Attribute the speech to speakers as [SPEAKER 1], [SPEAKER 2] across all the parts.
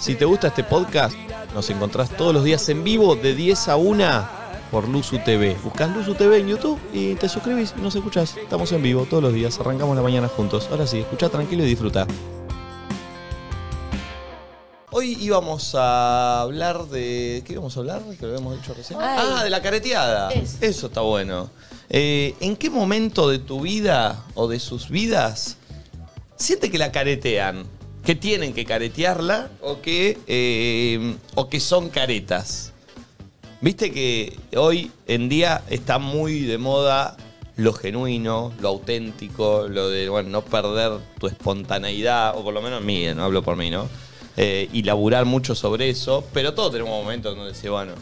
[SPEAKER 1] Si te gusta este podcast, nos encontrás todos los días en vivo de 10 a 1 por Luzu TV. Buscás Luzu TV en YouTube y te suscribís y nos escuchás. Estamos en vivo todos los días, arrancamos la mañana juntos. Ahora sí, escucha tranquilo y disfruta. Hoy íbamos a hablar de. ¿Qué íbamos a hablar? Que lo habíamos dicho recién.
[SPEAKER 2] Ay.
[SPEAKER 1] Ah, de la careteada.
[SPEAKER 2] Eso.
[SPEAKER 1] Eso está bueno. Eh, ¿En qué momento de tu vida o de sus vidas siente que la caretean? ¿Que tienen que caretearla o que, eh, o que son caretas? Viste que hoy en día está muy de moda lo genuino, lo auténtico, lo de bueno, no perder tu espontaneidad, o por lo menos mía, no hablo por mí, ¿no? Eh, y laburar mucho sobre eso, pero todos tenemos momentos donde decimos, bueno,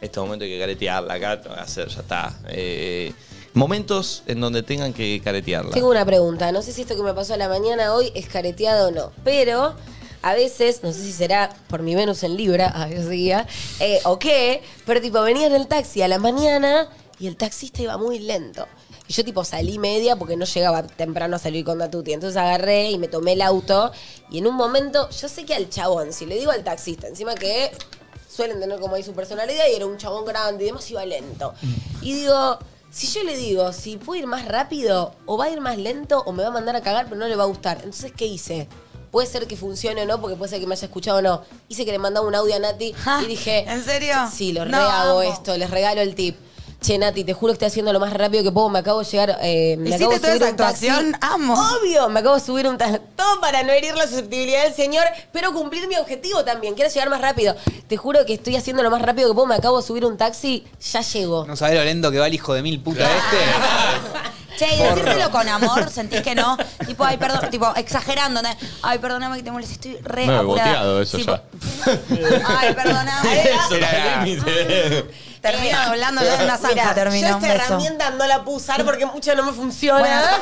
[SPEAKER 1] este momento hay que caretearla, acá hacer, ya está. Eh, momentos en donde tengan que caretearla.
[SPEAKER 2] Tengo una pregunta. No sé si esto que me pasó a la mañana hoy es careteado o no, pero a veces, no sé si será por mi Venus en Libra, a veces día, eh, o qué, pero tipo venía en el taxi a la mañana y el taxista iba muy lento. Y yo tipo salí media porque no llegaba temprano a salir con Datuti. Entonces agarré y me tomé el auto. Y en un momento, yo sé que al chabón, si le digo al taxista, encima que suelen tener como ahí su personalidad y era un chabón grande y demás iba lento. Y digo, si yo le digo si puede ir más rápido o va a ir más lento o me va a mandar a cagar pero no le va a gustar, entonces ¿qué hice? Puede ser que funcione o no, porque puede ser que me haya escuchado o no. Hice que le mandaba un audio a Nati y dije...
[SPEAKER 3] ¿En serio?
[SPEAKER 2] Sí, lo
[SPEAKER 3] No,
[SPEAKER 2] rehago
[SPEAKER 3] amo.
[SPEAKER 2] esto, les regalo el tip. Che, Nati, te juro que estoy haciendo lo más rápido que puedo. Me acabo de llegar... eh, me
[SPEAKER 3] ¿Hiciste
[SPEAKER 2] acabo de
[SPEAKER 3] toda
[SPEAKER 2] subir
[SPEAKER 3] esa
[SPEAKER 2] un taxi.
[SPEAKER 3] actuación? Amo.
[SPEAKER 2] Obvio, me acabo de subir un taxi. Todo para no herir la susceptibilidad del señor, pero cumplir mi objetivo también. Quiero llegar más rápido. Te juro que estoy haciendo lo más rápido que puedo. Me acabo de subir un taxi, ya llego.
[SPEAKER 4] No sabés lo lento que va el hijo de mil puta este.
[SPEAKER 3] Che, y decírselo con amor, sentís que no. Tipo, ay, perdón, tipo, exagerando. ¿no? Ay, perdóname que te moleste, estoy re
[SPEAKER 5] No,
[SPEAKER 3] apurada.
[SPEAKER 5] boteado eso
[SPEAKER 3] Tipo,
[SPEAKER 5] ya.
[SPEAKER 3] Ay, perdóname.
[SPEAKER 5] era-
[SPEAKER 3] Termino hablando de una zanja,
[SPEAKER 2] Mira,
[SPEAKER 3] termino.
[SPEAKER 2] Yo
[SPEAKER 3] un
[SPEAKER 2] esta
[SPEAKER 3] beso.
[SPEAKER 2] herramienta no la puedo usar porque mucho no me funciona.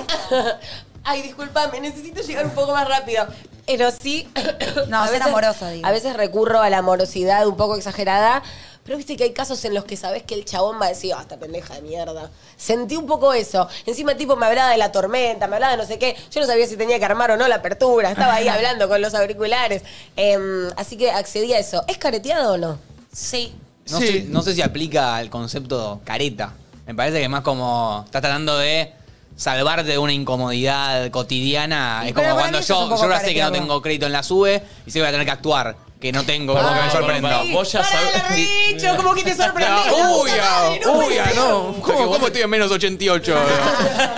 [SPEAKER 2] Ay, disculpame, necesito llegar un poco más rápido. Pero sí.
[SPEAKER 3] No, ser amorosa, digo.
[SPEAKER 2] A veces recurro a la amorosidad un poco exagerada. Pero viste que hay casos en los que sabes que el chabón va a decir, ah, esta pendeja de mierda. Sentí un poco eso. Encima el tipo me hablaba de la tormenta, me hablaba de no sé qué. Yo no sabía si tenía que armar o no la apertura. Estaba ahí hablando con los auriculares. Em, así que accedí a eso. ¿Es careteado o no?
[SPEAKER 3] Sí.
[SPEAKER 4] No,
[SPEAKER 1] Sí.
[SPEAKER 4] sé, no sé si aplica al concepto careta. Me parece que es más como. Estás tratando de salvarte de una incomodidad cotidiana.
[SPEAKER 3] Y
[SPEAKER 4] es
[SPEAKER 3] pero
[SPEAKER 4] como
[SPEAKER 3] para
[SPEAKER 4] cuando
[SPEAKER 3] mí eso es un
[SPEAKER 4] yo, yo
[SPEAKER 3] poco
[SPEAKER 4] ahora sé que no
[SPEAKER 3] caretearlo.
[SPEAKER 4] tengo crédito en la SUBE y sé que voy a tener que actuar. Que no tengo, como que me
[SPEAKER 2] Ah,
[SPEAKER 1] Ay,
[SPEAKER 4] sorprendo.
[SPEAKER 1] bueno, vos ya
[SPEAKER 2] Pará,
[SPEAKER 1] sabés-
[SPEAKER 2] la Richo, como que te sorprendés. la
[SPEAKER 4] No,
[SPEAKER 2] puta
[SPEAKER 4] uy, ah,
[SPEAKER 2] madre, no
[SPEAKER 4] uy,
[SPEAKER 2] puede
[SPEAKER 4] ah,
[SPEAKER 2] ser.
[SPEAKER 4] no. ¿Cómo, cómo estoy en menos 88?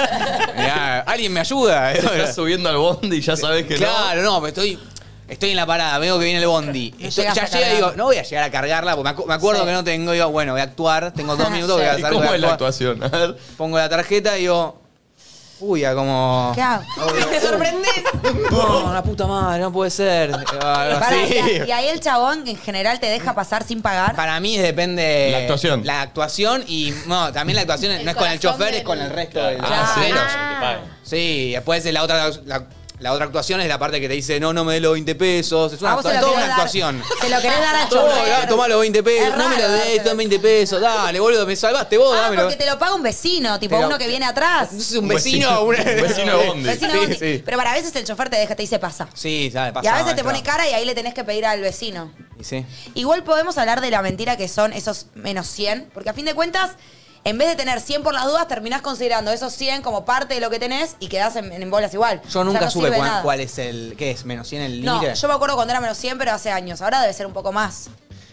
[SPEAKER 4] Mirá, alguien me ayuda. eh.
[SPEAKER 1] Te estás subiendo al bondi y ya sabes que
[SPEAKER 4] claro, no, pero estoy, estoy en la parada, veo que viene el bondi. Estoy-
[SPEAKER 3] llegas
[SPEAKER 4] ya
[SPEAKER 3] a
[SPEAKER 4] llega y digo,
[SPEAKER 3] cargar.
[SPEAKER 4] no voy a llegar a cargarla, porque me, acu- me acuerdo
[SPEAKER 3] Sí.
[SPEAKER 4] que no tengo, digo, bueno, voy a actuar, tengo dos minutos, voy a
[SPEAKER 1] no. ¿Y
[SPEAKER 4] hacer-
[SPEAKER 1] cómo
[SPEAKER 4] voy a
[SPEAKER 1] es la
[SPEAKER 4] actuar.
[SPEAKER 1] actuación? A ver.
[SPEAKER 4] Pongo la tarjeta y digo, uy, ya como.
[SPEAKER 3] ¿Qué hago?
[SPEAKER 2] Te sorprendés.
[SPEAKER 4] No, la puta madre, no puede ser.
[SPEAKER 5] Ah,
[SPEAKER 4] Algo
[SPEAKER 3] Pará,
[SPEAKER 4] así.
[SPEAKER 3] y, y ahí el chabón en general te deja pasar sin pagar.
[SPEAKER 4] Para mí depende.
[SPEAKER 1] La actuación.
[SPEAKER 4] La actuación y. No, también la actuación no es con el chofer, es con el resto de los
[SPEAKER 3] Ah, sí.
[SPEAKER 4] pasajeros. Sí, después de la otra. La, la otra actuación es la parte que te dice, no, no me dé los 20 pesos. Es
[SPEAKER 3] A
[SPEAKER 4] una,
[SPEAKER 3] vos
[SPEAKER 4] es
[SPEAKER 3] se lo
[SPEAKER 4] toda
[SPEAKER 3] querés
[SPEAKER 4] una
[SPEAKER 3] dar-
[SPEAKER 4] actuación.
[SPEAKER 3] Se lo querés dar al
[SPEAKER 4] Todo, ah,
[SPEAKER 3] chofer.
[SPEAKER 4] tomá los 20 pesos,
[SPEAKER 3] Es
[SPEAKER 4] no me
[SPEAKER 3] raro
[SPEAKER 4] los des,
[SPEAKER 3] dárselo.
[SPEAKER 4] toma 20 pesos, dale, boludo, me salvaste vos,
[SPEAKER 3] Ah,
[SPEAKER 4] dámelo.
[SPEAKER 3] porque te lo paga un vecino, tipo
[SPEAKER 4] Pero-
[SPEAKER 3] uno que viene atrás.
[SPEAKER 4] Es un vecino,
[SPEAKER 1] Un
[SPEAKER 4] un
[SPEAKER 1] vecino- un vecino de bondi.
[SPEAKER 3] Vecino
[SPEAKER 4] Sí,
[SPEAKER 3] Bondi.
[SPEAKER 4] sí.
[SPEAKER 3] Pero para a veces el chofer te deja, te dice pasa.
[SPEAKER 4] Sí, sabe, pasa.
[SPEAKER 3] y a veces te
[SPEAKER 4] entra.
[SPEAKER 3] pone cara y ahí le tenés que pedir al vecino.
[SPEAKER 4] Y sí.
[SPEAKER 3] Igual podemos hablar de la mentira que son esos menos 100, porque a fin de cuentas, en vez de tener 100 por las dudas, terminás considerando esos 100 como parte de lo que tenés y quedás en, en bolas igual.
[SPEAKER 4] Yo
[SPEAKER 3] O sea,
[SPEAKER 4] nunca
[SPEAKER 3] no
[SPEAKER 4] supe
[SPEAKER 3] sirve
[SPEAKER 4] cuán-
[SPEAKER 3] nada.
[SPEAKER 4] cuál es el. ¿Qué es? ¿Menos 100 el límite?
[SPEAKER 3] No, yo me acuerdo cuando era menos 100, pero hace años. Ahora debe ser un poco más.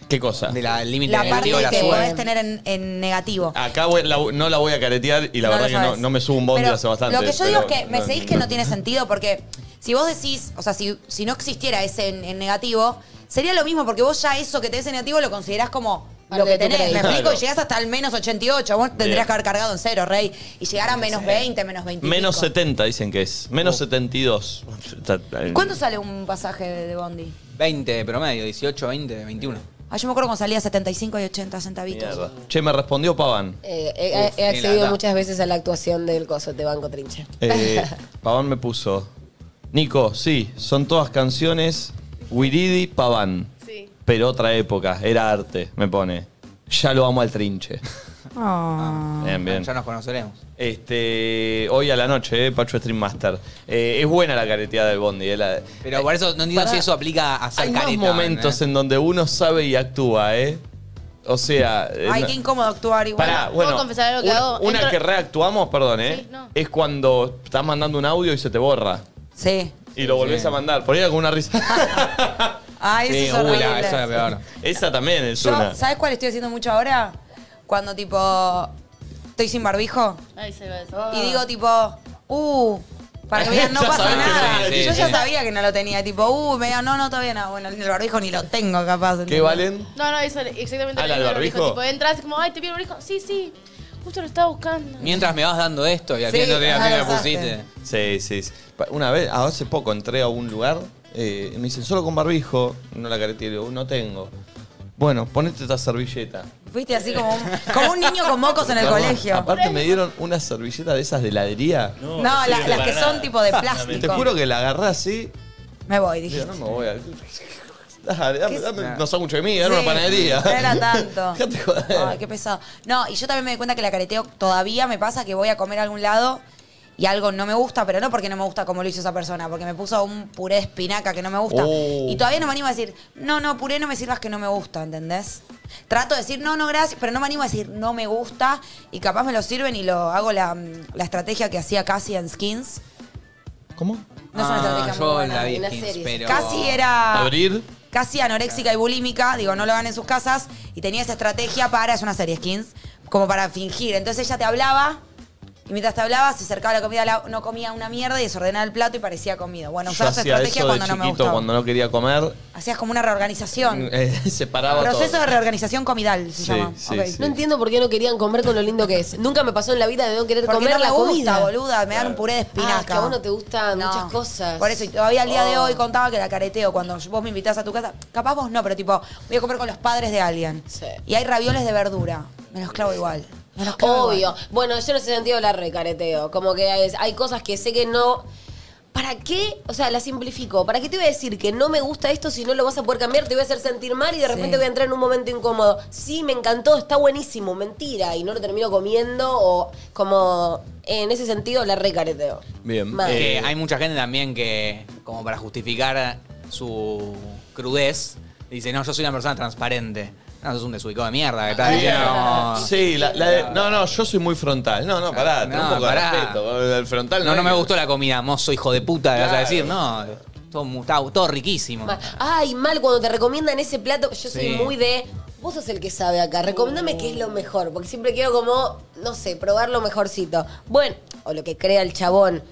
[SPEAKER 1] ¿Qué cosa?
[SPEAKER 4] De la el límite
[SPEAKER 3] La parte
[SPEAKER 4] negativo de la
[SPEAKER 3] que
[SPEAKER 4] sube.
[SPEAKER 3] podés tener en, en negativo.
[SPEAKER 1] Acá voy- la- no la voy a caretear y la
[SPEAKER 3] No
[SPEAKER 1] verdad
[SPEAKER 3] lo
[SPEAKER 1] que no,
[SPEAKER 3] sabes.
[SPEAKER 1] no me subo un bondi
[SPEAKER 3] Pero
[SPEAKER 1] hace bastante.
[SPEAKER 3] Lo que yo digo es
[SPEAKER 1] pero-
[SPEAKER 3] que me
[SPEAKER 1] no,
[SPEAKER 3] seguís que no tiene sentido porque si vos decís, o sea, si, si no existiera ese en, en negativo, sería lo mismo porque vos ya eso que tenés en negativo lo considerás como
[SPEAKER 2] Parte
[SPEAKER 3] lo
[SPEAKER 2] de
[SPEAKER 3] que
[SPEAKER 2] tu
[SPEAKER 3] tenés.
[SPEAKER 2] crédito.
[SPEAKER 3] Me explico,
[SPEAKER 1] Claro.
[SPEAKER 3] y llegás hasta el menos 88. Vos tendrías que haber cargado en cero, Rey, y llegar a menos 20, menos 20.
[SPEAKER 1] Menos 70 dicen que es.
[SPEAKER 3] Oh.
[SPEAKER 1] Menos 72. Está-
[SPEAKER 3] ¿Cuánto sale un pasaje de, de Bondi?
[SPEAKER 4] 20 de promedio, 18, 20, 21.
[SPEAKER 3] Ah, yo me acuerdo cuando salía 75 y 80 centavitos.
[SPEAKER 1] Mierda. Che, me respondió Paván.
[SPEAKER 2] Eh, he,
[SPEAKER 4] Uf,
[SPEAKER 2] he accedido
[SPEAKER 4] mirá,
[SPEAKER 2] muchas veces a la actuación del coso de Banco Trinche.
[SPEAKER 1] Eh, Paván me puso. Nico, sí, son todas canciones Wiridi Paván.
[SPEAKER 6] Sí.
[SPEAKER 1] Pero otra época, era arte, me pone. Ya lo amo al trinche.
[SPEAKER 5] Ah.
[SPEAKER 1] Bien, bien.
[SPEAKER 4] Ya nos conoceremos.
[SPEAKER 1] Este, hoy a la noche, eh, Pacho Stream Master. Eh, es buena la careteada del Bondi. eh, la-
[SPEAKER 4] Pero por eso no entiendo
[SPEAKER 1] Pará.
[SPEAKER 4] si eso aplica a hacer
[SPEAKER 1] Hay
[SPEAKER 4] careta.
[SPEAKER 1] más momentos
[SPEAKER 4] ¿eh?
[SPEAKER 1] en donde uno sabe y actúa, ¿eh? O sea. eh,
[SPEAKER 3] Ay,
[SPEAKER 1] no-
[SPEAKER 3] qué incómodo actuar igual.
[SPEAKER 1] Pará,
[SPEAKER 5] ¿Puedo
[SPEAKER 1] bueno.
[SPEAKER 5] confesar algo que
[SPEAKER 1] una,
[SPEAKER 5] hago?
[SPEAKER 1] una
[SPEAKER 5] Entro-
[SPEAKER 1] que reactuamos, perdón, ¿eh?
[SPEAKER 5] Sí, no.
[SPEAKER 1] Es cuando estás mandando un audio y se te borra.
[SPEAKER 3] Sí.
[SPEAKER 1] Y lo volvés a mandar. Por ahí con una risa.
[SPEAKER 3] Ay, eso
[SPEAKER 4] Sí,
[SPEAKER 3] es
[SPEAKER 4] uy,
[SPEAKER 3] horrible.
[SPEAKER 4] la, eso es peor.
[SPEAKER 1] Esa también es
[SPEAKER 3] Yo,
[SPEAKER 1] una.
[SPEAKER 3] ¿sabes cuál estoy haciendo mucho ahora? Cuando tipo estoy sin barbijo
[SPEAKER 5] Ahí se va
[SPEAKER 2] Ah.
[SPEAKER 5] eso.
[SPEAKER 3] y digo tipo, "Uh, para que vean no
[SPEAKER 1] Ya
[SPEAKER 3] pasa
[SPEAKER 1] sabes que
[SPEAKER 3] nada."
[SPEAKER 1] sí, sí,
[SPEAKER 3] Yo ya
[SPEAKER 4] sí.
[SPEAKER 3] sabía que no lo tenía, tipo, "Uh, me digan, no, no todavía no, bueno, el barbijo ni lo tengo capaz."
[SPEAKER 1] ¿Qué
[SPEAKER 3] ¿entendés?
[SPEAKER 1] valen?
[SPEAKER 5] No, no, eso exactamente
[SPEAKER 1] ¿Al
[SPEAKER 5] lo mismo,
[SPEAKER 1] Ah, barbijo?
[SPEAKER 5] Tipo, entras como, ay, te pido el barbijo. Sí, sí, justo lo estaba buscando.
[SPEAKER 4] Mientras me vas dando esto y al
[SPEAKER 3] Sí,
[SPEAKER 4] final no te- a ti
[SPEAKER 3] ah,
[SPEAKER 4] me
[SPEAKER 3] exacto.
[SPEAKER 4] pusiste.
[SPEAKER 1] Sí, sí. sí. Pa- Una vez, hace poco, entré a un lugar, eh, me dicen, solo con barbijo, no la careteé, digo, no tengo. Bueno, ponete esta servilleta.
[SPEAKER 3] Fuiste así como un, como un niño con mocos en el
[SPEAKER 1] Perdón,
[SPEAKER 3] colegio.
[SPEAKER 1] Aparte me dieron una servilleta de esas de heladería.
[SPEAKER 3] No, la- las que son tipo de plástico.
[SPEAKER 1] Te juro que la agarré así,
[SPEAKER 3] Me voy,
[SPEAKER 1] digo,
[SPEAKER 3] dije.
[SPEAKER 1] no me voy a... Dale, dame,
[SPEAKER 3] ¿Qué-
[SPEAKER 1] dame- no son mucho de mí, era una panadería.
[SPEAKER 3] No era tanto.
[SPEAKER 1] Dejate joder.
[SPEAKER 3] Ay, qué pesado. No, y yo también me doy cuenta que la careteo todavía me pasa que voy a comer a algún lado y algo no me gusta, pero no porque no me gusta como lo hizo esa persona, porque me puso un puré de espinaca que no me gusta.
[SPEAKER 1] Oh.
[SPEAKER 3] Y todavía no me animo a decir, no, no, puré no me sirvas que no me gusta, ¿entendés? Trato de decir, no, no, gracias, pero no me animo a decir, no me gusta, y capaz me lo sirven y lo hago la, mm, la estrategia que hacía Cassie en Skins.
[SPEAKER 1] ¿Cómo?
[SPEAKER 3] No es una estrategia
[SPEAKER 4] Ah,
[SPEAKER 3] muy
[SPEAKER 4] yo
[SPEAKER 3] buena.
[SPEAKER 4] la vi,
[SPEAKER 2] Una
[SPEAKER 4] Skins,
[SPEAKER 2] serie.
[SPEAKER 4] pero...
[SPEAKER 3] Casi era.
[SPEAKER 1] Abrir.
[SPEAKER 3] Casi anoréxica y bulímica, digo, no lo hagan en sus casas. Y tenía esa estrategia para, es una serie skins, como para fingir. Entonces ella te hablaba, y mientras te hablaba, se acercaba la comida, la- no comía una mierda y desordenaba el plato y parecía comido. Bueno,
[SPEAKER 1] Yo
[SPEAKER 3] usaba esa
[SPEAKER 1] hacía
[SPEAKER 3] estrategia
[SPEAKER 1] eso de
[SPEAKER 3] cuando no me
[SPEAKER 1] chiquito,
[SPEAKER 3] gustaba.
[SPEAKER 1] cuando no quería comer,
[SPEAKER 3] Hacías como una reorganización.
[SPEAKER 1] eh, separaba
[SPEAKER 3] Proceso
[SPEAKER 1] todo.
[SPEAKER 3] de reorganización comidal se
[SPEAKER 1] Sí,
[SPEAKER 3] llama. Ah.
[SPEAKER 1] sí,
[SPEAKER 3] Ok.
[SPEAKER 1] sí.
[SPEAKER 2] No entiendo por qué no querían comer con lo lindo que es. Nunca me pasó en la vida de no querer
[SPEAKER 3] Porque
[SPEAKER 2] comer
[SPEAKER 3] no me
[SPEAKER 2] la
[SPEAKER 3] gusta,
[SPEAKER 2] comida.
[SPEAKER 3] boluda. Me dan un puré de espinaca.
[SPEAKER 2] Ah, es que a vos no te gustan
[SPEAKER 3] No.
[SPEAKER 2] muchas cosas.
[SPEAKER 3] Por eso, y todavía al día de
[SPEAKER 2] Oh.
[SPEAKER 3] hoy contaba que la careteo. Cuando vos me invitás a tu casa, capaz vos no, pero tipo, voy a comer con los padres de alguien.
[SPEAKER 2] Sí.
[SPEAKER 3] Y hay ravioles de verdura. Me los clavo igual. Me los clavo
[SPEAKER 2] Obvio.
[SPEAKER 3] igual.
[SPEAKER 2] Bueno, yo en ese sentido la recareteo. Como que es- hay cosas que sé que no. ¿Para qué? O sea, la simplifico. ¿Para qué te voy a decir que no me gusta esto si no lo vas a poder cambiar? Te voy a hacer sentir mal y de
[SPEAKER 3] Sí.
[SPEAKER 2] repente voy a entrar en un momento incómodo. Sí, me encantó, está buenísimo, mentira. Y no lo termino comiendo o como. En ese sentido la recareteo.
[SPEAKER 1] Bien.
[SPEAKER 2] Mal.
[SPEAKER 1] Eh,
[SPEAKER 4] Que hay mucha gente también que, como para justificar su crudez, dice, no, yo soy una persona transparente. No, sos un desubicado de mierda que
[SPEAKER 1] Ah,
[SPEAKER 4] estás diciendo... "No,
[SPEAKER 1] Sí, la, la de- no, no, yo soy muy frontal. No, no, pará,
[SPEAKER 4] No,
[SPEAKER 1] ten un poco
[SPEAKER 4] pará.
[SPEAKER 1] de respeto. El frontal
[SPEAKER 4] No, no
[SPEAKER 1] hay
[SPEAKER 4] me
[SPEAKER 1] que-
[SPEAKER 4] gustó la comida, mozo, hijo de puta, le vas a
[SPEAKER 1] Claro.
[SPEAKER 4] decir, no, todo, mu- está- todo riquísimo.
[SPEAKER 2] Mal. Ay, mal cuando te recomiendan ese plato. Yo soy
[SPEAKER 4] Sí.
[SPEAKER 2] muy de. Vos sos el que sabe acá. Recomendame qué es lo mejor. Porque siempre quiero como, no sé, probar lo mejorcito. Bueno, o lo que crea el chabón.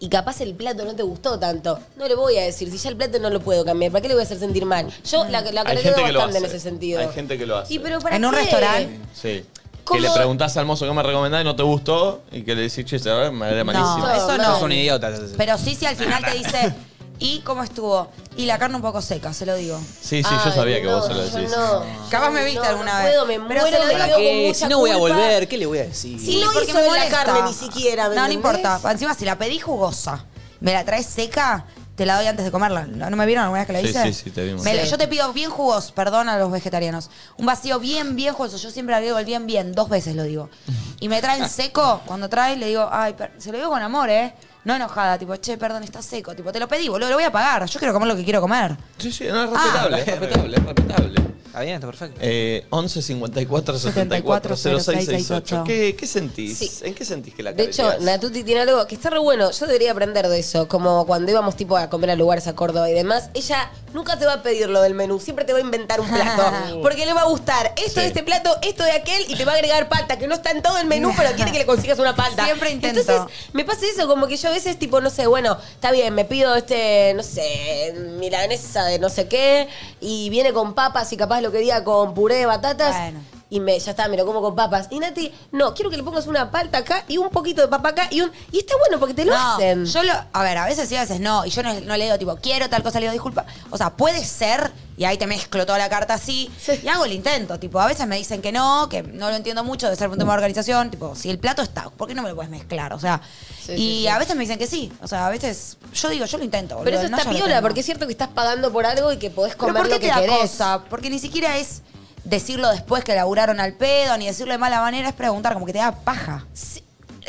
[SPEAKER 2] Y capaz el plato no te gustó tanto. No le voy a decir. Si ya el plato no lo puedo cambiar, ¿para qué le voy a hacer sentir mal? Yo la, la
[SPEAKER 1] Hay
[SPEAKER 2] careteo
[SPEAKER 1] gente que lo
[SPEAKER 2] bastante en
[SPEAKER 1] hace.
[SPEAKER 2] ese sentido.
[SPEAKER 1] Hay gente que lo hace.
[SPEAKER 2] ¿Y pero para
[SPEAKER 3] En un
[SPEAKER 2] qué?
[SPEAKER 3] restaurante.
[SPEAKER 1] Sí.
[SPEAKER 2] Como-
[SPEAKER 1] Que le preguntás al mozo qué me recomendás y no te gustó y que le decís, che, esa verdad era malísimo.
[SPEAKER 3] No, eso no.
[SPEAKER 4] Sos un idiota. te vas a decir.
[SPEAKER 3] Pero sí, si al final te dice, ¿y cómo estuvo? Y la carne un poco seca, se lo digo.
[SPEAKER 1] Sí, sí, yo
[SPEAKER 2] Ay,
[SPEAKER 1] sabía que
[SPEAKER 2] no,
[SPEAKER 1] vos se lo
[SPEAKER 2] yo
[SPEAKER 1] decís.
[SPEAKER 2] No.
[SPEAKER 3] Capaz me viste
[SPEAKER 2] No, no
[SPEAKER 3] alguna vez.
[SPEAKER 2] Puedo, me
[SPEAKER 3] Pero se
[SPEAKER 2] muero,
[SPEAKER 3] lo
[SPEAKER 2] me
[SPEAKER 3] digo
[SPEAKER 2] quedo con
[SPEAKER 4] Eh,
[SPEAKER 2] mucha
[SPEAKER 4] si no voy a
[SPEAKER 2] culpa.
[SPEAKER 4] volver, ¿qué le voy a decir?
[SPEAKER 2] Sí, lo
[SPEAKER 3] porque
[SPEAKER 2] hizo
[SPEAKER 3] me
[SPEAKER 2] de la
[SPEAKER 3] molesta.
[SPEAKER 2] carne, ni siquiera, ¿me
[SPEAKER 3] No, no
[SPEAKER 2] entendés?
[SPEAKER 3] importa. Encima, si la pedí jugosa, me la traes seca, te la doy antes de comerla. ¿No, no me vieron alguna vez que la
[SPEAKER 1] Sí,
[SPEAKER 3] hice?
[SPEAKER 1] sí, sí, te vimos.
[SPEAKER 3] Me la-
[SPEAKER 2] Sí.
[SPEAKER 3] Yo te pido bien jugoso, perdón a los vegetarianos. Un vacío bien, bien jugoso. Yo siempre agrego el bien, bien. Dos veces lo digo. Y me traen seco. Cuando traes, le digo, ay, per- se lo digo con amor, ¿eh? No enojada, tipo, che, perdón, está seco. Tipo, te lo pedí, boludo, lo voy a pagar. Yo quiero comer lo que quiero comer.
[SPEAKER 1] Sí, sí, no, es
[SPEAKER 3] Ah.
[SPEAKER 1] respetable, es respetable, es respetable.
[SPEAKER 4] Está bien, está perfecto.
[SPEAKER 1] Eh, 11 54 74 06 68. ¿Qué, qué sentís?
[SPEAKER 2] Sí.
[SPEAKER 1] ¿En qué sentís que la
[SPEAKER 2] De hecho,
[SPEAKER 1] careteás?
[SPEAKER 2] Natuti tiene algo que está re bueno. Yo debería aprender de eso. Como cuando íbamos tipo a comer a lugares a Córdoba y demás, ella nunca te va a pedir lo del menú, siempre te va a inventar un
[SPEAKER 3] Uh.
[SPEAKER 2] plato. porque le va a gustar esto de
[SPEAKER 1] Sí.
[SPEAKER 2] este plato, esto de aquel, y te va a agregar palta, que no está en todo el menú, pero quiere que le consigas una palta.
[SPEAKER 3] Siempre intento.
[SPEAKER 2] Entonces, me pasa eso, como que yo a veces tipo, no sé, bueno, está bien, me pido este, no sé, milanesa de no sé qué, y viene con papas y capaz lo quería con puré de batatas.
[SPEAKER 3] Bueno.
[SPEAKER 2] Y me, ya está, me lo como con papas. Y Nati, no, quiero que le pongas una palta acá y un poquito de papa acá y un. Y está bueno porque te lo
[SPEAKER 3] no,
[SPEAKER 2] hacen.
[SPEAKER 3] Yo lo, a ver, a veces sí, a veces no. Y yo no, no le digo, tipo, quiero tal cosa, le digo, disculpa. O sea, puede ser, y ahí te mezclo toda la carta así,
[SPEAKER 2] Sí.
[SPEAKER 3] y hago el intento. Tipo, a veces me dicen que no, que no lo entiendo mucho, debe ser un tema de organización. Tipo, si el plato está, ¿por qué no me lo puedes mezclar? O sea,
[SPEAKER 2] Sí,
[SPEAKER 3] y
[SPEAKER 2] sí, sí.
[SPEAKER 3] a veces me dicen que sí. O sea, a veces yo digo, yo lo intento.
[SPEAKER 2] Pero
[SPEAKER 3] boludo,
[SPEAKER 2] eso
[SPEAKER 3] no,
[SPEAKER 2] está
[SPEAKER 3] yo lo
[SPEAKER 2] piola,
[SPEAKER 3] tengo.
[SPEAKER 2] porque es cierto que estás pagando por algo y que podés
[SPEAKER 3] Pero
[SPEAKER 2] comer
[SPEAKER 3] ¿por qué
[SPEAKER 2] lo que
[SPEAKER 3] te da
[SPEAKER 2] querés.
[SPEAKER 3] cosa? Porque ni siquiera es decirlo después que laburaron al pedo, ni decirlo de mala manera, es preguntar, como que te da paja.
[SPEAKER 2] Sí,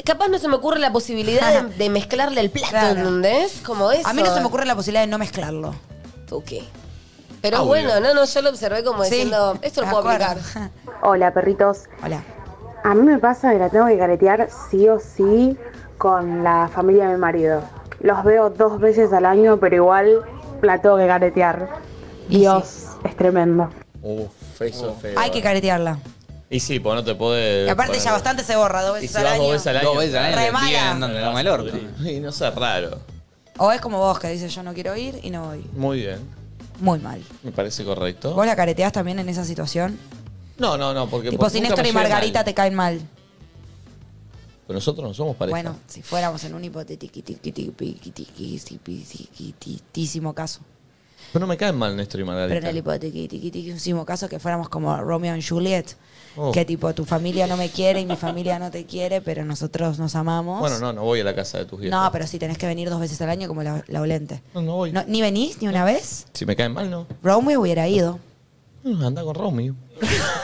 [SPEAKER 2] Capaz no se me ocurre la posibilidad de, de mezclarle el plato,
[SPEAKER 3] Claro.
[SPEAKER 2] ¿entendés? Como eso. eh.
[SPEAKER 3] A mí no se me ocurre la posibilidad de no mezclarlo.
[SPEAKER 2] Ok.
[SPEAKER 1] Ah,
[SPEAKER 2] Pero bueno, no, no, yo lo observé como
[SPEAKER 3] Sí,
[SPEAKER 2] diciendo, esto lo
[SPEAKER 3] de
[SPEAKER 2] puedo
[SPEAKER 3] acuerdo.
[SPEAKER 2] aplicar.
[SPEAKER 6] Hola, perritos.
[SPEAKER 3] Hola.
[SPEAKER 6] A mí me pasa que la tengo que caretear sí o sí con la familia de mi marido. Los veo dos veces al año, pero igual la tengo que caretear.
[SPEAKER 3] Y
[SPEAKER 6] Dios, es tremendo.
[SPEAKER 1] Uf, eso es feo. eh.
[SPEAKER 3] Hay que caretearla.
[SPEAKER 1] Y sí, pues no te podés.
[SPEAKER 3] Y aparte
[SPEAKER 1] poner-
[SPEAKER 3] ya bastante se borra dos
[SPEAKER 1] Y
[SPEAKER 3] veces
[SPEAKER 1] si
[SPEAKER 3] Pues al
[SPEAKER 1] vas
[SPEAKER 3] año.
[SPEAKER 1] dos veces al año.
[SPEAKER 4] Dos veces al año,
[SPEAKER 3] Re
[SPEAKER 4] el día
[SPEAKER 3] mala.
[SPEAKER 4] en donde come el orto.
[SPEAKER 1] Y no seas raro.
[SPEAKER 3] O es como vos que dices yo no quiero ir y no voy.
[SPEAKER 1] Muy bien.
[SPEAKER 3] Muy mal.
[SPEAKER 1] Me parece correcto.
[SPEAKER 3] ¿Vos la careteás también en esa situación?
[SPEAKER 1] No, no, no, porque.
[SPEAKER 3] tipo,
[SPEAKER 1] porque
[SPEAKER 3] si
[SPEAKER 1] nunca
[SPEAKER 3] Néstor
[SPEAKER 1] me
[SPEAKER 3] y
[SPEAKER 1] llevé
[SPEAKER 3] Margarita
[SPEAKER 1] mal.
[SPEAKER 3] te caen mal.
[SPEAKER 1] Pero nosotros no somos pareja.
[SPEAKER 3] Bueno, si fuéramos en un hipotético caso.
[SPEAKER 1] Pero no me caen mal Néstor y
[SPEAKER 3] Pero en
[SPEAKER 1] Margarita.
[SPEAKER 3] el hipotético caso que fuéramos como Romeo y Juliet.
[SPEAKER 1] Oh.
[SPEAKER 3] Que tipo, tu familia no me quiere y mi familia no te quiere, pero nosotros nos amamos.
[SPEAKER 1] Bueno, no, no voy a la casa de tus viejos.
[SPEAKER 3] No, pero sí, tenés que venir dos veces al año como la, la olente.
[SPEAKER 1] No, no voy.
[SPEAKER 3] ¿Ni venís ni una vez?
[SPEAKER 1] Si me caen mal, no.
[SPEAKER 3] Romeo hubiera ido.
[SPEAKER 1] Mm, Anda con Romeo.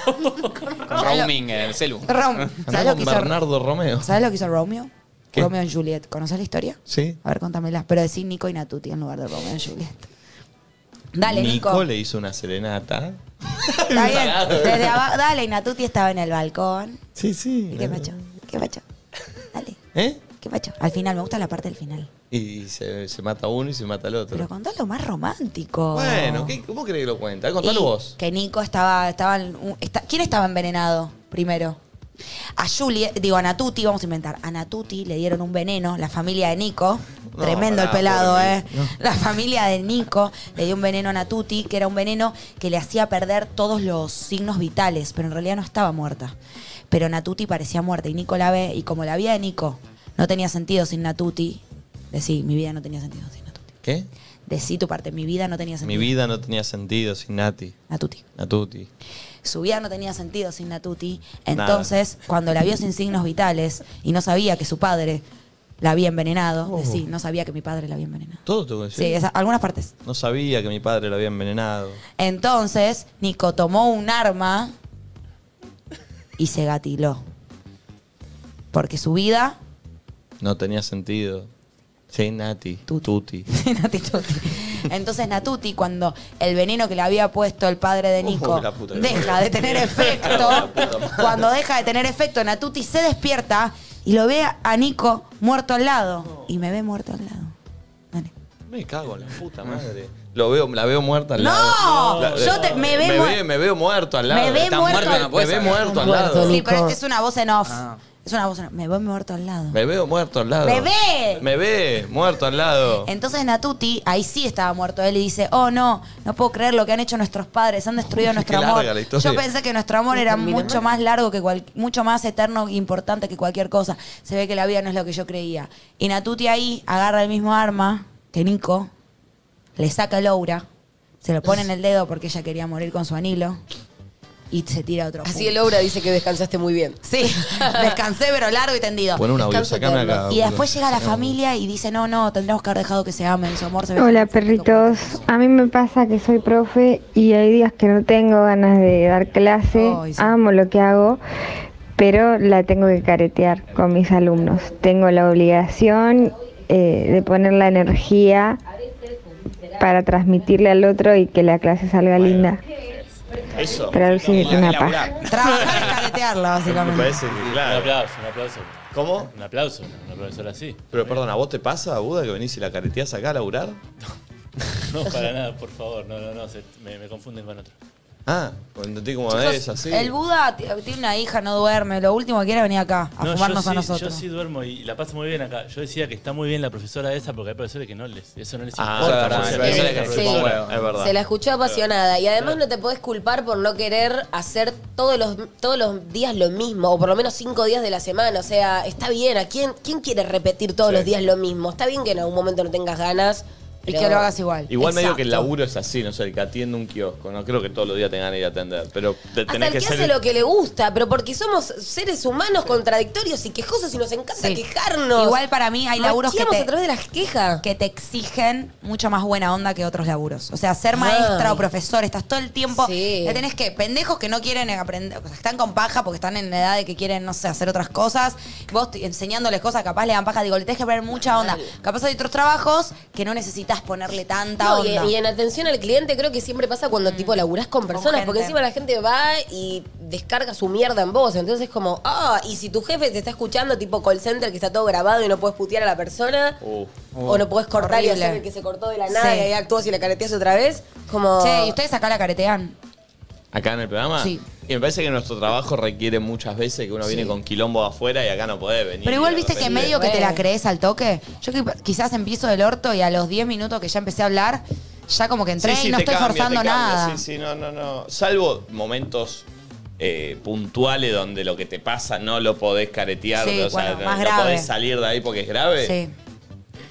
[SPEAKER 4] Con roaming en el celu.
[SPEAKER 3] Rom- ¿Sabés
[SPEAKER 1] Anda
[SPEAKER 3] lo,
[SPEAKER 1] Ah, con
[SPEAKER 3] que hizo,
[SPEAKER 1] Bernardo Romeo.
[SPEAKER 3] ¿sabés lo que hizo Romeo?
[SPEAKER 1] ¿Qué?
[SPEAKER 3] Romeo y Juliet. ¿Conoces la historia?
[SPEAKER 1] Sí.
[SPEAKER 3] A ver, contámela. Pero decís Nico y Natuti en lugar de Romeo y Juliet. Dale, Nico.
[SPEAKER 1] Nico le hizo una serenata.
[SPEAKER 3] Está bien. Desde abajo. Dale, y Natuti estaba en el balcón.
[SPEAKER 1] Sí, sí.
[SPEAKER 3] ¿Y qué pacho? ¿Qué pacho? Dale.
[SPEAKER 1] ¿Eh?
[SPEAKER 3] ¿Qué pacho? Al final, me gusta la parte del final.
[SPEAKER 1] Y se, se mata uno y se mata el otro.
[SPEAKER 3] Pero contalo más romántico.
[SPEAKER 1] Bueno, ¿qué, ¿cómo crees que lo cuenta?
[SPEAKER 3] Y
[SPEAKER 1] Contalo vos.
[SPEAKER 3] Que Nico estaba. estaba en un- está- ¿Quién estaba envenenado primero? A Juliet, digo a Natuti, vamos a inventar. A Natuti le dieron un veneno, la familia de Nico.
[SPEAKER 1] No,
[SPEAKER 3] tremendo
[SPEAKER 1] pará,
[SPEAKER 3] el pelado,
[SPEAKER 1] pobre
[SPEAKER 3] ¿eh? La familia de Nico le dio un veneno a Natuti, que era un veneno que le hacía perder todos los signos vitales, pero en realidad no estaba muerta. Pero Natuti parecía muerta y Nico la ve, y como la vida de Nico no tenía sentido sin Natuti, decí, mi vida no tenía sentido sin Natuti.
[SPEAKER 1] ¿Qué?
[SPEAKER 3] Decí tu parte, mi vida no tenía
[SPEAKER 1] Mi
[SPEAKER 3] sentido.
[SPEAKER 1] vida no tenía sentido sin Nati.
[SPEAKER 3] Natuti
[SPEAKER 1] Natuti.
[SPEAKER 3] su vida no tenía sentido sin Natuti.
[SPEAKER 1] Nada.
[SPEAKER 3] Entonces, cuando la vio sin signos vitales y no sabía que su padre la había envenenado, sí, no sabía que mi padre la había envenenado.
[SPEAKER 1] Todo te voy a
[SPEAKER 3] Sí,
[SPEAKER 1] decir.
[SPEAKER 3] esa- algunas partes.
[SPEAKER 1] No sabía que mi padre lo había envenenado.
[SPEAKER 3] Entonces, Nico tomó un arma y se gatiló. Porque su vida.
[SPEAKER 1] No tenía sentido. Sí, Nati. Tuti.
[SPEAKER 3] Nati Tuti. Entonces Natuti, cuando el veneno que le había puesto el padre de Nico
[SPEAKER 1] Oh, la puta que
[SPEAKER 3] deja de tener efecto, cuando deja de tener efecto, Natuti se despierta y lo ve a Nico muerto al lado. Y me ve muerto al lado. Dale.
[SPEAKER 1] Me cago en la puta madre. Lo veo, la veo muerta al
[SPEAKER 3] ¡No!
[SPEAKER 1] lado. La-
[SPEAKER 3] Yo te- me ve muer-
[SPEAKER 1] me veo muerto al lado.
[SPEAKER 3] Me ve
[SPEAKER 1] Está pues,
[SPEAKER 3] muerto al-
[SPEAKER 1] no puede
[SPEAKER 4] Me ve
[SPEAKER 1] ser.
[SPEAKER 4] muerto
[SPEAKER 1] al lado.
[SPEAKER 3] Sí,
[SPEAKER 2] Nico.
[SPEAKER 3] pero es una voz en off.
[SPEAKER 4] Ah.
[SPEAKER 3] Es una voz en off. Me ve muerto al lado.
[SPEAKER 1] Me veo muerto al lado.
[SPEAKER 3] ¡Me ve!
[SPEAKER 1] Me ve muerto al lado.
[SPEAKER 3] Entonces Natuti, ahí sí estaba muerto él y dice, oh no, no puedo creer lo que han hecho nuestros padres, han destruido nuestro
[SPEAKER 1] larga
[SPEAKER 3] amor.
[SPEAKER 1] la historia.
[SPEAKER 3] Yo pensé que nuestro amor era mucho más largo que cual- mucho más eterno e importante que cualquier cosa. Se ve que la vida no es lo que yo creía. Y Natuti ahí agarra el mismo arma que Nico, le saca el aura, se lo pone en el dedo porque ella quería morir con su anhelo y se tira otro.
[SPEAKER 2] Así
[SPEAKER 3] puño.
[SPEAKER 2] el obra dice que descansaste muy bien.
[SPEAKER 3] Sí, descansé pero largo y tendido.
[SPEAKER 1] Pon un audio,
[SPEAKER 2] Descanso
[SPEAKER 1] sacame
[SPEAKER 2] eterno.
[SPEAKER 1] acá.
[SPEAKER 3] Y después llega la
[SPEAKER 1] Ah,
[SPEAKER 3] familia y dice, no, no, tendremos que haber dejado que se amen, su amor se ve
[SPEAKER 7] Hola
[SPEAKER 3] perfecto".
[SPEAKER 7] perritos, a mí me pasa que soy profe y hay días que no tengo ganas de dar clase,
[SPEAKER 3] Ay, sí.
[SPEAKER 7] amo lo que hago, pero la tengo que caretear con mis alumnos. Tengo la obligación eh, de poner la energía para transmitirle al otro y que la clase salga linda,
[SPEAKER 1] Eso.
[SPEAKER 7] pero al sí es una paja.
[SPEAKER 3] Trabajar es caretearla,
[SPEAKER 1] Me
[SPEAKER 3] básicamente.
[SPEAKER 1] parece que,
[SPEAKER 8] Un
[SPEAKER 1] claro.
[SPEAKER 8] aplauso, un aplauso.
[SPEAKER 1] ¿Cómo?
[SPEAKER 8] Un aplauso, una profesora así.
[SPEAKER 1] Pero perdón, ¿a vos te pasa, Buda, que venís y la careteás acá a laburar?
[SPEAKER 8] No, para nada, por favor. No, no, no, se- me, me confunden con otro.
[SPEAKER 1] Ah, cuando te como
[SPEAKER 3] Chicos,
[SPEAKER 1] es así.
[SPEAKER 3] El Buda t- tiene una hija, no duerme. Lo último que quiere es venir acá a
[SPEAKER 8] No,
[SPEAKER 3] fumarnos
[SPEAKER 8] yo
[SPEAKER 3] a
[SPEAKER 8] sí,
[SPEAKER 3] nosotros.
[SPEAKER 8] Yo sí duermo y la paso muy bien acá. Yo decía que está muy bien la profesora esa porque hay profesores que no les, eso no les
[SPEAKER 1] Ah,
[SPEAKER 8] importa.
[SPEAKER 1] es verdad,
[SPEAKER 8] Yo
[SPEAKER 1] hay
[SPEAKER 8] soy
[SPEAKER 1] profesores
[SPEAKER 8] la
[SPEAKER 1] que
[SPEAKER 2] Sí.
[SPEAKER 1] rompen
[SPEAKER 8] profesora.
[SPEAKER 1] huevos. Es verdad.
[SPEAKER 2] Se la escuchó apasionada y además no te podés culpar por no querer hacer todos los, todos los días lo mismo, o por lo menos cinco días de la semana. O sea, está bien, ¿a quién, quién quiere repetir todos
[SPEAKER 1] Sí.
[SPEAKER 2] los días lo mismo? Está bien que en algún momento no tengas ganas,
[SPEAKER 3] Y
[SPEAKER 2] Pero-
[SPEAKER 3] que lo hagas igual.
[SPEAKER 1] Igual medio que el
[SPEAKER 3] Exacto.
[SPEAKER 1] laburo es así, no sé, el que atiende un kiosco. No creo que todos los días tengan que ir a atender, pero te
[SPEAKER 2] Hasta
[SPEAKER 1] tenés
[SPEAKER 2] el que
[SPEAKER 1] que ser...
[SPEAKER 2] hace lo que le gusta, pero porque somos seres humanos contradictorios y quejosos y nos encanta
[SPEAKER 3] Sí.
[SPEAKER 2] quejarnos.
[SPEAKER 3] Igual para mí hay laburos que
[SPEAKER 2] Macheamos
[SPEAKER 3] te-
[SPEAKER 2] a través de las quejas.
[SPEAKER 3] que te exigen mucha más buena onda que otros laburos. O sea, ser maestra
[SPEAKER 2] Ay.
[SPEAKER 3] o profesor, estás todo el tiempo.
[SPEAKER 2] Ah. Sí.
[SPEAKER 3] Le tenés que. Pendejos que no quieren aprender. O sea, están con paja porque están en la edad de que quieren, no sé, hacer otras cosas. Vos t- enseñándoles cosas, capaz le dan paja. Digo, le tenés que poner mucha onda. Capaz hay otros trabajos que no necesitas ponerle tanta
[SPEAKER 2] No, y,
[SPEAKER 3] onda. Mm.
[SPEAKER 2] y en atención al cliente creo que siempre pasa cuando tipo laburás con personas,
[SPEAKER 3] gente.
[SPEAKER 2] porque encima la gente va y descarga su mierda en vos. Entonces es como, ah, y si tu jefe te está escuchando, tipo call center que está todo grabado y no puedes putear a la persona,
[SPEAKER 1] Uf.
[SPEAKER 2] o no puedes cortar y
[SPEAKER 3] Horrible.
[SPEAKER 2] hacer que se cortó de la nada
[SPEAKER 3] Sí.
[SPEAKER 2] y ahí actúas y la careteas otra vez, como.
[SPEAKER 3] Che, y ustedes acá la caretean.
[SPEAKER 1] ¿Acá en el programa?
[SPEAKER 3] Sí.
[SPEAKER 1] Y me parece que nuestro trabajo requiere muchas veces que uno viene con quilombo afuera y acá no podés venir.
[SPEAKER 3] Pero igual
[SPEAKER 1] de
[SPEAKER 3] viste que
[SPEAKER 1] repente.
[SPEAKER 3] medio que te la
[SPEAKER 2] Re.
[SPEAKER 3] crees al toque. Yo que- quizás empiezo del orto y a los 10 minutos que ya empecé a hablar, ya como que entré
[SPEAKER 1] Sí, sí,
[SPEAKER 3] y no
[SPEAKER 1] te
[SPEAKER 3] estoy
[SPEAKER 1] cambia,
[SPEAKER 3] forzando
[SPEAKER 1] te cambia. Sí,
[SPEAKER 3] nada.
[SPEAKER 1] sí, no, no, no. Salvo momentos eh, puntuales donde lo que te pasa no lo podés caretear,
[SPEAKER 3] Sí,
[SPEAKER 1] o sea,
[SPEAKER 3] bueno,
[SPEAKER 1] no,
[SPEAKER 3] más
[SPEAKER 1] no
[SPEAKER 3] grave.
[SPEAKER 1] podés salir de ahí porque es grave.
[SPEAKER 3] Sí.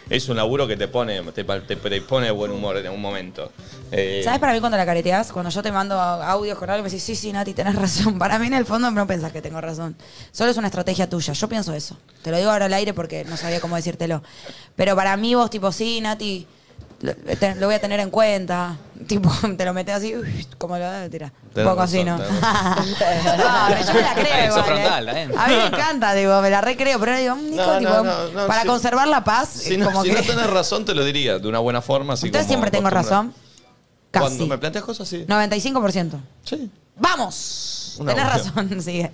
[SPEAKER 1] Es un laburo que te pone, te, pa- te pone de buen humor en un momento. Eh,
[SPEAKER 3] ¿Sabes para mí cuando la careteás? Cuando yo te mando audios con algo y me decís, sí, sí, Nati, tenés razón. Para mí en el fondo no pensás que tengo razón. Solo es una estrategia tuya. Yo pienso eso. Te lo digo ahora al aire porque no sabía cómo decírtelo. Pero para mí vos, tipo, sí, Nati, lo, eh, te- lo voy a tener en cuenta. Tipo, te lo metes así, uy, como lo da, tira. Un
[SPEAKER 1] Tenés
[SPEAKER 3] poco así, ¿no?
[SPEAKER 1] razón,
[SPEAKER 3] no,
[SPEAKER 1] tenés
[SPEAKER 3] pero yo me la creo.
[SPEAKER 4] Eso
[SPEAKER 3] igual, ¿eh?
[SPEAKER 4] frontal, está bien.
[SPEAKER 3] A mí me encanta, digo, me la recreo. Pero digo, "Mm, Nico,
[SPEAKER 1] No, no,
[SPEAKER 3] tipo,
[SPEAKER 1] no, no,
[SPEAKER 3] para
[SPEAKER 1] si-
[SPEAKER 3] conservar la paz,
[SPEAKER 1] si
[SPEAKER 3] es
[SPEAKER 1] no,
[SPEAKER 3] como
[SPEAKER 1] si
[SPEAKER 3] que.
[SPEAKER 1] no tenés razón, te lo diría de una buena forma. Así
[SPEAKER 3] Entonces
[SPEAKER 1] como
[SPEAKER 3] siempre tengo
[SPEAKER 1] acostumbra.
[SPEAKER 3] razón.
[SPEAKER 1] Cuando
[SPEAKER 3] Casi.
[SPEAKER 1] me planteas cosas, sí.
[SPEAKER 3] 95%.
[SPEAKER 1] Sí.
[SPEAKER 3] ¡Vamos!
[SPEAKER 1] Una
[SPEAKER 3] Tenés
[SPEAKER 1] opción.
[SPEAKER 3] razón, sigue.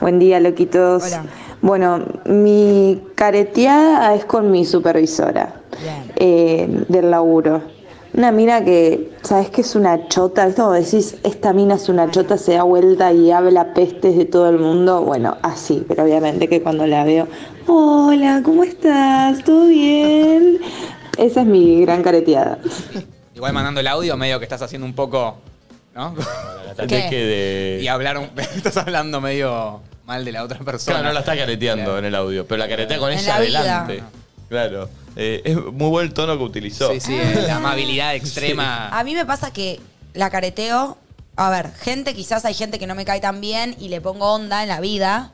[SPEAKER 6] Buen día, loquitos.
[SPEAKER 3] Hola.
[SPEAKER 6] Bueno, mi careteada es con mi supervisora
[SPEAKER 3] Bien.
[SPEAKER 6] eh, del laburo. Una mina que, ¿sabes que es una chota? ¿Viste como decís, esta mina es una chota, se da vuelta y habla pestes de todo el mundo? Bueno, así, pero obviamente que cuando la veo, hola, ¿cómo estás? ¿Todo bien? Esa es mi gran careteada.
[SPEAKER 4] Igual mandando el audio, medio que estás haciendo un poco. ¿No?
[SPEAKER 1] ¿De qué? De...
[SPEAKER 4] y hablar un- Estás hablando medio mal de la otra persona.
[SPEAKER 1] Claro, no la está careteando
[SPEAKER 4] Claro.
[SPEAKER 1] en el audio, pero la caretea con
[SPEAKER 3] En
[SPEAKER 1] ella
[SPEAKER 3] la vida.
[SPEAKER 1] adelante. Claro. Eh, es muy buen tono que utilizó.
[SPEAKER 4] Sí, sí, eh, la amabilidad extrema.
[SPEAKER 1] Ah.
[SPEAKER 3] A mí me pasa que la careteo. A ver, gente, quizás hay gente que no me cae tan bien y le pongo onda en la vida,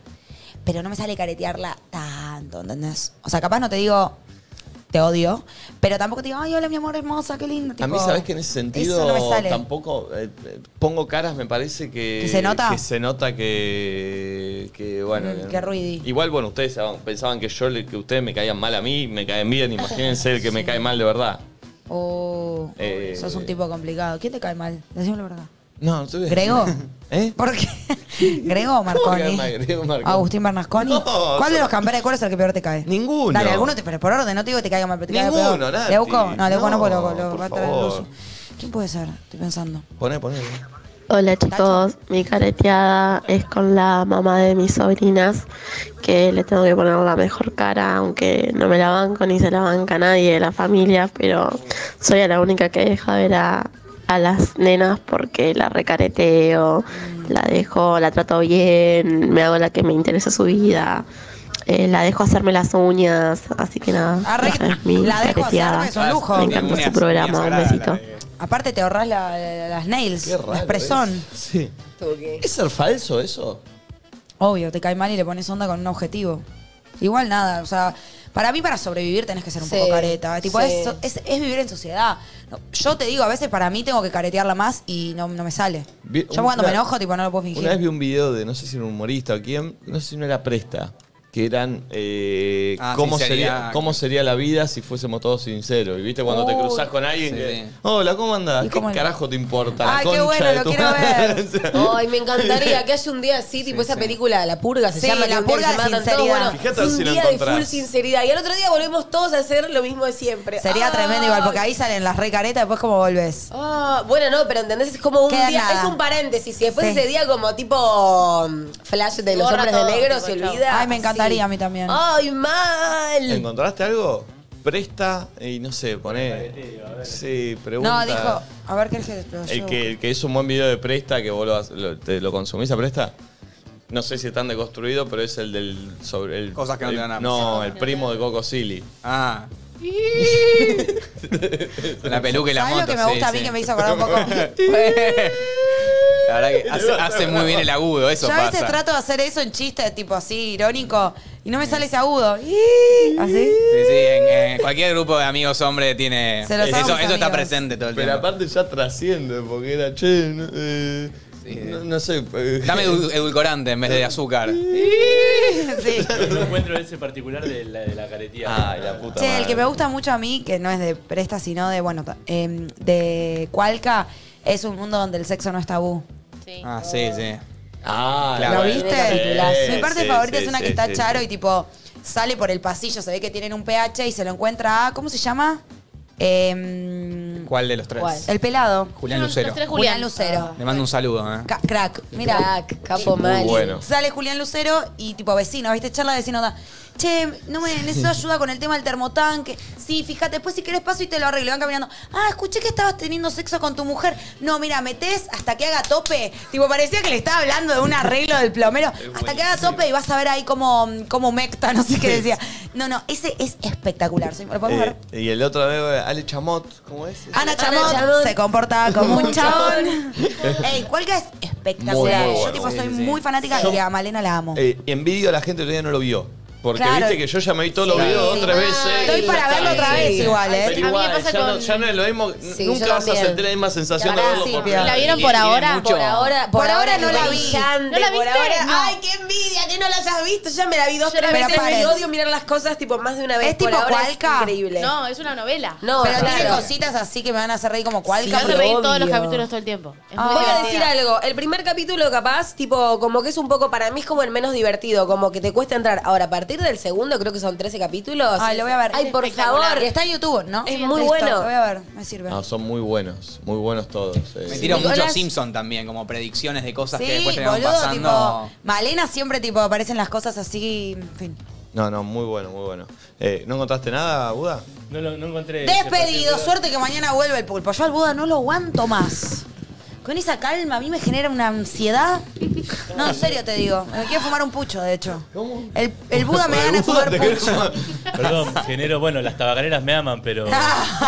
[SPEAKER 3] pero no me sale caretearla tanto, ¿entendés? O sea, capaz no te digo te odio, pero tampoco te digo, ay, hola, mi amor hermosa, qué linda.
[SPEAKER 1] a mí,
[SPEAKER 3] tipo,
[SPEAKER 1] ¿sabes que en ese sentido
[SPEAKER 3] Eso no me sale.
[SPEAKER 1] tampoco eh, eh, pongo caras? Me parece que.
[SPEAKER 3] ¿Que se nota?
[SPEAKER 1] Que se nota que. que, bueno.
[SPEAKER 3] Mm, que ruidi.
[SPEAKER 1] Igual, bueno, ustedes saben- pensaban que yo le- que ustedes me caían mal a mí, me caen bien. Imagínense el que me cae mal de verdad.
[SPEAKER 3] Oh,
[SPEAKER 1] Eh,
[SPEAKER 3] sos un tipo complicado. ¿Quién te cae mal? Decime la verdad.
[SPEAKER 1] No, no te voy a-
[SPEAKER 3] ¿Grego?
[SPEAKER 1] ¿Eh?
[SPEAKER 3] ¿Por qué? ¿Grego o
[SPEAKER 1] ¿Cómo
[SPEAKER 3] Marconi?
[SPEAKER 1] que Grego, Marconi?
[SPEAKER 3] Agustín Bernasconi.
[SPEAKER 1] No,
[SPEAKER 3] ¿Cuál de
[SPEAKER 1] son-
[SPEAKER 3] los camperes de cuero es el que peor te cae?
[SPEAKER 1] Ninguno.
[SPEAKER 3] Dale, alguno te, pero por orden, no te digo que te caiga mal, pero te caiga
[SPEAKER 1] Ninguno,
[SPEAKER 3] peor.
[SPEAKER 1] Nati.
[SPEAKER 3] ¿Le busco? No, le busco, no,
[SPEAKER 1] No,
[SPEAKER 3] porque lo, lo
[SPEAKER 1] por
[SPEAKER 3] va a traer
[SPEAKER 1] favor.
[SPEAKER 3] Luzu. ¿Quién puede ser? Estoy pensando.
[SPEAKER 1] Poné, poné.
[SPEAKER 9] Hola chicos, mi careteada es con la mamá de mis sobrinas, que le tengo que poner la mejor cara, aunque no me la banco ni se la banca nadie de la familia, pero soy la única que deja ver a, a las nenas porque la recareteo, la dejo, la trato bien, me hago la que me interesa su vida, eh, la dejo hacerme las uñas, así que nada,
[SPEAKER 3] Arre-
[SPEAKER 9] esa es mi
[SPEAKER 3] la dejo
[SPEAKER 9] careteada.
[SPEAKER 3] hacerme, es un lujo.
[SPEAKER 9] Me encanta
[SPEAKER 4] Uñas-
[SPEAKER 9] su programa,
[SPEAKER 4] uñas
[SPEAKER 9] un
[SPEAKER 4] sagradas,
[SPEAKER 9] besito.
[SPEAKER 4] la de-
[SPEAKER 3] Aparte, te ahorras la- la- las nails,
[SPEAKER 1] Qué raro.
[SPEAKER 3] la expresión.
[SPEAKER 1] es. Sí.
[SPEAKER 2] Toque.
[SPEAKER 1] ¿Es ser falso eso?
[SPEAKER 3] Obvio, te cae mal y le pones onda con un objetivo. Igual nada, o sea, para mí para sobrevivir tenés que ser un
[SPEAKER 2] Sí,
[SPEAKER 3] poco careta. Tipo, es-
[SPEAKER 2] sí.
[SPEAKER 3] es, es vivir en sociedad. No, Yo te digo, a veces para mí tengo que caretearla más y no, no me sale.
[SPEAKER 1] Vi-
[SPEAKER 3] Yo cuando
[SPEAKER 1] una-
[SPEAKER 3] me enojo, tipo, no lo puedo
[SPEAKER 1] Una vez
[SPEAKER 3] fingir.
[SPEAKER 1] vi un video de, no sé si era un humorista o quién, no sé si no era Presta, que eran eh,
[SPEAKER 4] Ah,
[SPEAKER 1] cómo,
[SPEAKER 4] sinceridad.
[SPEAKER 1] sería, cómo sería la vida si fuésemos todos sinceros. Y viste cuando te
[SPEAKER 3] Uy.
[SPEAKER 1] cruzás con alguien
[SPEAKER 4] Sí.
[SPEAKER 1] que, hola, ¿cómo andás?
[SPEAKER 3] ¿Y
[SPEAKER 1] ¿Qué
[SPEAKER 3] cómo es?
[SPEAKER 1] carajo te importa? La
[SPEAKER 3] Ay, qué
[SPEAKER 1] concha
[SPEAKER 3] bueno,
[SPEAKER 1] de
[SPEAKER 3] lo
[SPEAKER 1] tu
[SPEAKER 3] quiero
[SPEAKER 1] madre.
[SPEAKER 3] ver.
[SPEAKER 1] O sea,
[SPEAKER 2] Ay, me encantaría que haya un día así, tipo esa película, La Purga, se
[SPEAKER 3] Sí,
[SPEAKER 2] llama
[SPEAKER 3] La
[SPEAKER 2] que un día
[SPEAKER 3] Purga
[SPEAKER 2] se
[SPEAKER 3] de
[SPEAKER 2] matan todos,
[SPEAKER 3] sinceridad.
[SPEAKER 2] bueno,
[SPEAKER 1] Fíjate a ver
[SPEAKER 2] un
[SPEAKER 1] si lo
[SPEAKER 2] día de
[SPEAKER 1] encontrás.
[SPEAKER 2] full sinceridad. Y al otro día volvemos todos a hacer lo mismo de siempre.
[SPEAKER 3] Sería
[SPEAKER 2] Ah,
[SPEAKER 3] tremendo igual, porque ahí salen las recaretas, después cómo volvés.
[SPEAKER 2] ah, bueno, no, pero entendés, es como un
[SPEAKER 3] Queda
[SPEAKER 2] día,
[SPEAKER 3] nada.
[SPEAKER 2] es un paréntesis. Y después
[SPEAKER 3] Sí.
[SPEAKER 2] ese día como tipo mm, flash de los
[SPEAKER 5] Borra
[SPEAKER 2] hombres
[SPEAKER 5] todo,
[SPEAKER 2] de negro,
[SPEAKER 5] tipo,
[SPEAKER 2] se
[SPEAKER 5] chau.
[SPEAKER 2] olvida.
[SPEAKER 3] Ay, me encantaría a mí también.
[SPEAKER 2] Ay, mal.
[SPEAKER 1] ¿Encontraste algo? Presta y no sé, poné. Sí, pregunta.
[SPEAKER 3] No, dijo, a ver qué es que lo-
[SPEAKER 1] El
[SPEAKER 3] yo-
[SPEAKER 1] que, el que hizo un buen video de Presta, que vos lo, has- lo- te lo consumís a Presta, no sé si es tan deconstruido, pero es el del... Sobre el,
[SPEAKER 4] Cosas que no
[SPEAKER 1] el-
[SPEAKER 4] te van a-
[SPEAKER 1] No, el primo de Coco Silly.
[SPEAKER 4] Ah, La peluca y la
[SPEAKER 3] ¿Sabes
[SPEAKER 4] moto.
[SPEAKER 3] lo que me gusta a mí que me hizo acordar un poco?
[SPEAKER 4] La verdad que hace, hace muy bien el agudo, eso
[SPEAKER 3] Yo a veces
[SPEAKER 4] pasa.
[SPEAKER 3] trato de hacer eso en chistes, tipo así, irónico,
[SPEAKER 4] Mm.
[SPEAKER 3] y no me sale ese agudo. Y- ¿Así?
[SPEAKER 4] Sí, sí, en, eh, cualquier grupo de amigos hombre tiene.
[SPEAKER 3] Se los
[SPEAKER 4] eso
[SPEAKER 3] hago
[SPEAKER 4] eso
[SPEAKER 3] mis
[SPEAKER 4] está
[SPEAKER 3] amigos.
[SPEAKER 4] presente todo el
[SPEAKER 1] Pero
[SPEAKER 4] tiempo.
[SPEAKER 1] aparte ya trasciende, porque era, che, no, eh, no, no sé. eh,
[SPEAKER 4] Dame edu- edulcorante en vez de azúcar.
[SPEAKER 3] Sí.
[SPEAKER 8] No encuentro ese particular de la, de la caretía.
[SPEAKER 1] Ay, la puta
[SPEAKER 3] Che, el
[SPEAKER 1] madre.
[SPEAKER 3] que me gusta mucho a mí, que no es de Presta, sino de, bueno, ta- em, de Cualca, es un mundo donde el sexo no es tabú.
[SPEAKER 5] Sí.
[SPEAKER 4] Ah, sí, sí.
[SPEAKER 1] Ah,
[SPEAKER 4] ¿Lo
[SPEAKER 1] bueno,
[SPEAKER 3] ¿Viste?
[SPEAKER 1] sí,
[SPEAKER 3] Mi parte
[SPEAKER 1] sí,
[SPEAKER 3] favorita
[SPEAKER 1] sí,
[SPEAKER 3] es una
[SPEAKER 1] sí,
[SPEAKER 3] que está
[SPEAKER 1] sí,
[SPEAKER 3] Charo
[SPEAKER 1] sí.
[SPEAKER 3] y tipo sale por el pasillo, se ve que tienen un pH y se lo encuentra a, ¿cómo se llama? Em,
[SPEAKER 4] ¿Cuál de los tres?
[SPEAKER 2] ¿Cuál?
[SPEAKER 3] el pelado.
[SPEAKER 4] Julián
[SPEAKER 5] Los
[SPEAKER 4] Lucero.
[SPEAKER 5] tres
[SPEAKER 3] Julián
[SPEAKER 5] Julián.
[SPEAKER 3] Lucero.
[SPEAKER 4] Le mando un saludo, ¿eh?
[SPEAKER 3] Ca- crack, mira.
[SPEAKER 2] Crack, capo mal.
[SPEAKER 1] bueno.
[SPEAKER 3] Sale Julián Lucero y tipo vecino, ¿viste? Charla de vecino da. Che, no me necesito ayuda con el tema del termotanque. Sí, fíjate, después si querés paso y te lo arreglo. Y Van caminando. Ah, escuché que estabas teniendo sexo con tu mujer. No, mira, metés hasta que haga tope. Tipo, parecía que le estaba hablando de un arreglo del plomero. Hasta que haga tope y vas a ver ahí como, como mecta, no sé qué decía. No, no, ese es espectacular. ¿Sí? ¿Lo podemos ver?
[SPEAKER 1] Eh, y el otro vez, Ale Chamot, ¿cómo es?
[SPEAKER 3] Ana
[SPEAKER 2] Ana
[SPEAKER 3] Chamot,
[SPEAKER 2] Chamot.
[SPEAKER 3] se comporta como un
[SPEAKER 2] Como un chabón.
[SPEAKER 3] chabón. Ey, Cuelga es espectacular.
[SPEAKER 1] Muy, muy
[SPEAKER 3] Yo
[SPEAKER 1] bueno.
[SPEAKER 3] tipo
[SPEAKER 4] Sí,
[SPEAKER 3] soy
[SPEAKER 4] sí, sí.
[SPEAKER 3] muy fanática
[SPEAKER 1] Yo-
[SPEAKER 3] y a Malena la amo.
[SPEAKER 1] Eh, envidio a la gente que todavía no lo vio. Porque
[SPEAKER 3] Claro.
[SPEAKER 1] viste que yo ya me vi todos los
[SPEAKER 2] Sí,
[SPEAKER 1] videos
[SPEAKER 2] sí.
[SPEAKER 1] otras veces.
[SPEAKER 8] eh.
[SPEAKER 3] Estoy
[SPEAKER 1] y
[SPEAKER 3] para
[SPEAKER 1] ya
[SPEAKER 3] verlo
[SPEAKER 1] está.
[SPEAKER 3] otra vez igual,
[SPEAKER 1] Pero
[SPEAKER 3] ¿eh?
[SPEAKER 5] A mí me
[SPEAKER 1] igual,
[SPEAKER 5] pasa
[SPEAKER 1] ya, no,
[SPEAKER 5] con-
[SPEAKER 1] ya no es lo mismo.
[SPEAKER 2] Sí,
[SPEAKER 1] nunca
[SPEAKER 2] yo
[SPEAKER 1] vas a
[SPEAKER 2] también.
[SPEAKER 1] sentir la misma sensación de
[SPEAKER 3] Pará,
[SPEAKER 1] verlo
[SPEAKER 3] sí,
[SPEAKER 1] por
[SPEAKER 3] pero-
[SPEAKER 1] primera
[SPEAKER 5] ¿La vieron
[SPEAKER 1] vez.
[SPEAKER 5] por
[SPEAKER 4] Y tiene
[SPEAKER 5] ahora?
[SPEAKER 4] mucho-
[SPEAKER 2] Por ahora, por,
[SPEAKER 3] Por ahora no
[SPEAKER 2] es
[SPEAKER 3] la vi.
[SPEAKER 2] brillante,
[SPEAKER 5] ¿No la
[SPEAKER 2] por
[SPEAKER 5] viste?
[SPEAKER 2] ahora-
[SPEAKER 5] No.
[SPEAKER 2] Ay, qué envidia que no la hayas visto. Ya me la vi dos,
[SPEAKER 5] Yo la
[SPEAKER 2] tres
[SPEAKER 5] vi
[SPEAKER 2] veces
[SPEAKER 3] tres
[SPEAKER 2] y
[SPEAKER 3] veces.
[SPEAKER 2] odio mirar las cosas tipo más de una vez.
[SPEAKER 3] ¿Es tipo
[SPEAKER 2] por ahora
[SPEAKER 3] Cualca?
[SPEAKER 2] es increíble.
[SPEAKER 5] No, es una novela.
[SPEAKER 2] No,
[SPEAKER 3] Pero tiene
[SPEAKER 2] Oh, claro.
[SPEAKER 3] cositas así que me van a hacer reír como cuál
[SPEAKER 2] Sí,
[SPEAKER 5] Yo
[SPEAKER 2] Claro,
[SPEAKER 5] me veía todos los
[SPEAKER 2] obvio.
[SPEAKER 5] capítulos todo el tiempo. Es
[SPEAKER 3] Ah.
[SPEAKER 5] muy
[SPEAKER 2] Voy a
[SPEAKER 5] divertida.
[SPEAKER 2] decir algo. El primer capítulo, capaz, tipo, como que es un poco, para mí es como el menos divertido, como que te cuesta entrar. Ahora, a partir del segundo, creo que son 13 capítulos.
[SPEAKER 3] Ay, lo voy a ver.
[SPEAKER 2] Ay, por
[SPEAKER 5] Espectacular.
[SPEAKER 2] favor.
[SPEAKER 3] Y está en YouTube, ¿no?
[SPEAKER 2] Es muy
[SPEAKER 3] Listo,
[SPEAKER 2] bueno.
[SPEAKER 3] Lo voy a ver, me sirve.
[SPEAKER 1] No, son muy buenos, muy buenos todos. eh.
[SPEAKER 4] Me tiro mucho
[SPEAKER 3] Nicolás-
[SPEAKER 4] Simpson también, como predicciones de cosas que después
[SPEAKER 3] Sí,
[SPEAKER 4] terminan
[SPEAKER 3] boludo,
[SPEAKER 4] pasando.
[SPEAKER 3] tipo, Malena siempre tipo aparecen las cosas así, en fin.
[SPEAKER 1] No, no, muy bueno, muy bueno. Eh, ¿No encontraste nada, Buda?
[SPEAKER 8] No, lo- no encontré. ese
[SPEAKER 3] Despedido,
[SPEAKER 8] particular.
[SPEAKER 3] suerte que mañana vuelve el pulpo. Yo al Buda no lo aguanto más. Con esa calma a mí me genera una ansiedad. No, en serio te digo. Me quiero fumar un pucho, de hecho.
[SPEAKER 1] ¿Cómo?
[SPEAKER 3] El, el Buda me gana fumar pucho.
[SPEAKER 8] Perdón, genero, bueno, las tabacaleras me aman, pero.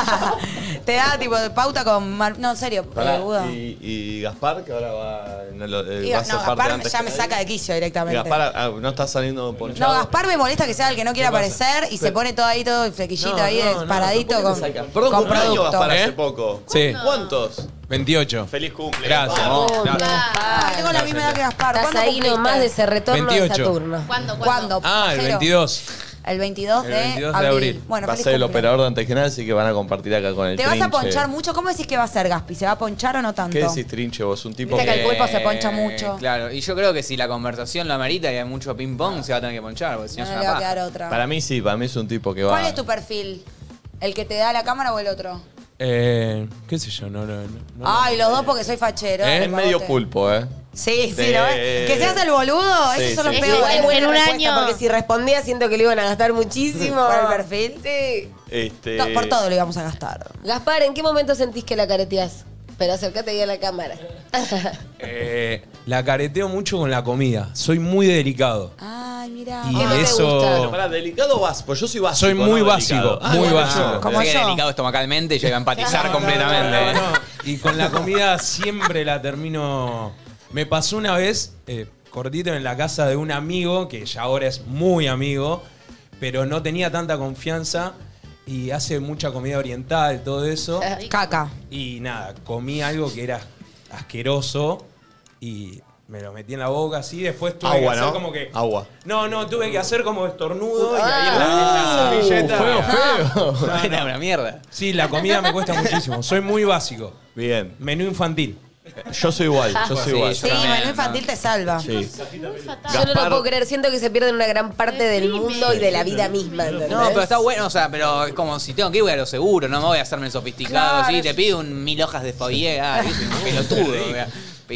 [SPEAKER 3] te da tipo de pauta con... mar- No, en serio,
[SPEAKER 1] Pará,
[SPEAKER 3] eh, Buda.
[SPEAKER 1] y, y Gaspar, que ahora va, no lo- eh,
[SPEAKER 3] Y-
[SPEAKER 1] va a ser
[SPEAKER 3] no,
[SPEAKER 1] parte
[SPEAKER 3] Gaspar
[SPEAKER 1] antes
[SPEAKER 3] ya
[SPEAKER 1] que
[SPEAKER 3] me
[SPEAKER 1] nadie.
[SPEAKER 3] saca de quicio directamente.
[SPEAKER 1] Gaspar ah, no está saliendo ponchado.
[SPEAKER 3] No, Gaspar me molesta que sea el que no quiere aparecer y se pone todo ahí, todo el flequillito
[SPEAKER 1] No,
[SPEAKER 3] ahí,
[SPEAKER 1] no, no,
[SPEAKER 3] paradito
[SPEAKER 1] ¿por
[SPEAKER 3] con,
[SPEAKER 1] qué me saca? Perdón,
[SPEAKER 3] con
[SPEAKER 1] cumpleaños Gaspar
[SPEAKER 10] ¿Eh?
[SPEAKER 1] hace poco.
[SPEAKER 10] Sí.
[SPEAKER 1] ¿Cuántos?
[SPEAKER 10] 28.
[SPEAKER 1] Feliz cumple.
[SPEAKER 10] Gracias.
[SPEAKER 1] Gaspar.
[SPEAKER 3] Ah, tengo la misma edad que Gaspar.
[SPEAKER 2] Estás
[SPEAKER 3] ¿Cuándo
[SPEAKER 2] ahí
[SPEAKER 3] cumpliste?
[SPEAKER 2] nomás de ese retorno de
[SPEAKER 10] 28.
[SPEAKER 2] Saturno.
[SPEAKER 5] ¿Cuándo? ¿Cuándo?
[SPEAKER 3] ¿Cuándo?
[SPEAKER 10] Ah, el
[SPEAKER 3] Cero.
[SPEAKER 10] 22.
[SPEAKER 3] El 22 de,
[SPEAKER 10] El 22 de
[SPEAKER 3] abril.
[SPEAKER 10] abril.
[SPEAKER 3] Bueno,
[SPEAKER 1] Va a
[SPEAKER 3] feliz
[SPEAKER 1] ser el
[SPEAKER 3] cumple.
[SPEAKER 1] operador de antes que nada, así que van a compartir acá con el
[SPEAKER 3] ¿Te vas
[SPEAKER 1] trinche.
[SPEAKER 3] a ponchar mucho? ¿Cómo decís que va a ser, Gaspi? ¿Se va a ponchar o no tanto?
[SPEAKER 1] ¿Qué decís, trinche, vos? Un tipo
[SPEAKER 3] Viste que
[SPEAKER 1] que...
[SPEAKER 3] el pulpo se poncha mucho.
[SPEAKER 4] Eh, Claro, y yo creo que si la conversación lo amerita y hay mucho ping-pong, se va a tener que ponchar, porque si no,
[SPEAKER 3] No
[SPEAKER 4] es
[SPEAKER 3] le
[SPEAKER 4] una
[SPEAKER 3] va a
[SPEAKER 4] paja.
[SPEAKER 3] quedar otra.
[SPEAKER 1] Para mí sí, para mí es un tipo que va...
[SPEAKER 3] ¿Cuál es tu perfil? ¿El que te da la cámara o el otro?
[SPEAKER 10] Eh, ¿Qué sé yo? No, no, no, no.
[SPEAKER 3] Ay, los dos porque soy fachero.
[SPEAKER 10] ¿Eh?
[SPEAKER 1] Es
[SPEAKER 3] El
[SPEAKER 1] medio
[SPEAKER 3] pavote.
[SPEAKER 1] pulpo, ¿eh?
[SPEAKER 3] Sí, sí,
[SPEAKER 1] Sí.
[SPEAKER 3] ¿no? Que seas el boludo,
[SPEAKER 1] Sí,
[SPEAKER 3] esos son los
[SPEAKER 1] sí.
[SPEAKER 3] peores.
[SPEAKER 5] Es buena En un
[SPEAKER 2] respuesta,
[SPEAKER 5] año.
[SPEAKER 2] Porque si respondía, siento que le iban a gastar muchísimo.
[SPEAKER 3] ¿Por el perfil?
[SPEAKER 2] Sí.
[SPEAKER 1] Este...
[SPEAKER 3] No, por todo lo íbamos a gastar.
[SPEAKER 2] Gaspar, ¿en qué momento sentís que la careteás? Pero acércate ahí a la cámara.
[SPEAKER 10] Eh, la careteo mucho con la comida. Soy muy delicado.
[SPEAKER 3] Ay, mira.
[SPEAKER 10] Y
[SPEAKER 2] ¿Qué no te
[SPEAKER 10] eso.
[SPEAKER 1] Pero pará, ¿delicado o básico? Yo soy básico,
[SPEAKER 10] Soy
[SPEAKER 1] no
[SPEAKER 10] muy básico,
[SPEAKER 1] delicado. Ah,
[SPEAKER 10] muy
[SPEAKER 1] bueno,
[SPEAKER 10] básico.
[SPEAKER 1] no.
[SPEAKER 3] Como
[SPEAKER 4] Pensé que
[SPEAKER 3] yo.
[SPEAKER 4] era delicado estomacalmente y yo iba a empatizar completamente.
[SPEAKER 10] No, no, no. Y con la comida siempre la termino. Me pasó una vez, eh, cortito, en la casa de un amigo, que ya ahora es muy amigo, pero no tenía tanta confianza y hace mucha comida oriental, todo eso.
[SPEAKER 3] Caca.
[SPEAKER 10] Y nada, comí algo que era asqueroso y me lo metí en la boca así. Después tuve que
[SPEAKER 1] Agua,
[SPEAKER 10] hacer
[SPEAKER 1] ¿no?
[SPEAKER 10] como que.
[SPEAKER 1] Agua.
[SPEAKER 10] No, no, tuve que hacer como estornudo y ahí en
[SPEAKER 1] Ah,
[SPEAKER 10] la, en la servilleta.
[SPEAKER 1] feo, feo.
[SPEAKER 4] No, Era una mierda.
[SPEAKER 10] Sí, la comida me cuesta muchísimo. Soy muy básico.
[SPEAKER 1] Bien.
[SPEAKER 10] Menú infantil.
[SPEAKER 1] Yo soy igual, yo soy
[SPEAKER 4] Sí,
[SPEAKER 1] igual.
[SPEAKER 3] Sí,
[SPEAKER 4] Yo también,
[SPEAKER 3] menú infantil te salva.
[SPEAKER 1] Sí.
[SPEAKER 5] Muy fatal.
[SPEAKER 2] Yo no lo
[SPEAKER 1] Gaspar-
[SPEAKER 2] puedo creer. Siento que se pierden una gran parte del mundo y de la vida misma. ¿entendés?
[SPEAKER 4] No, pero está bueno, o sea, pero es como si tengo que ir voy a lo seguro, no me voy a hacerme el sofisticado,
[SPEAKER 3] Claro,
[SPEAKER 4] sí, te pido un mil hojas de foie, ah, yo soy un pelotudo. voy a pedir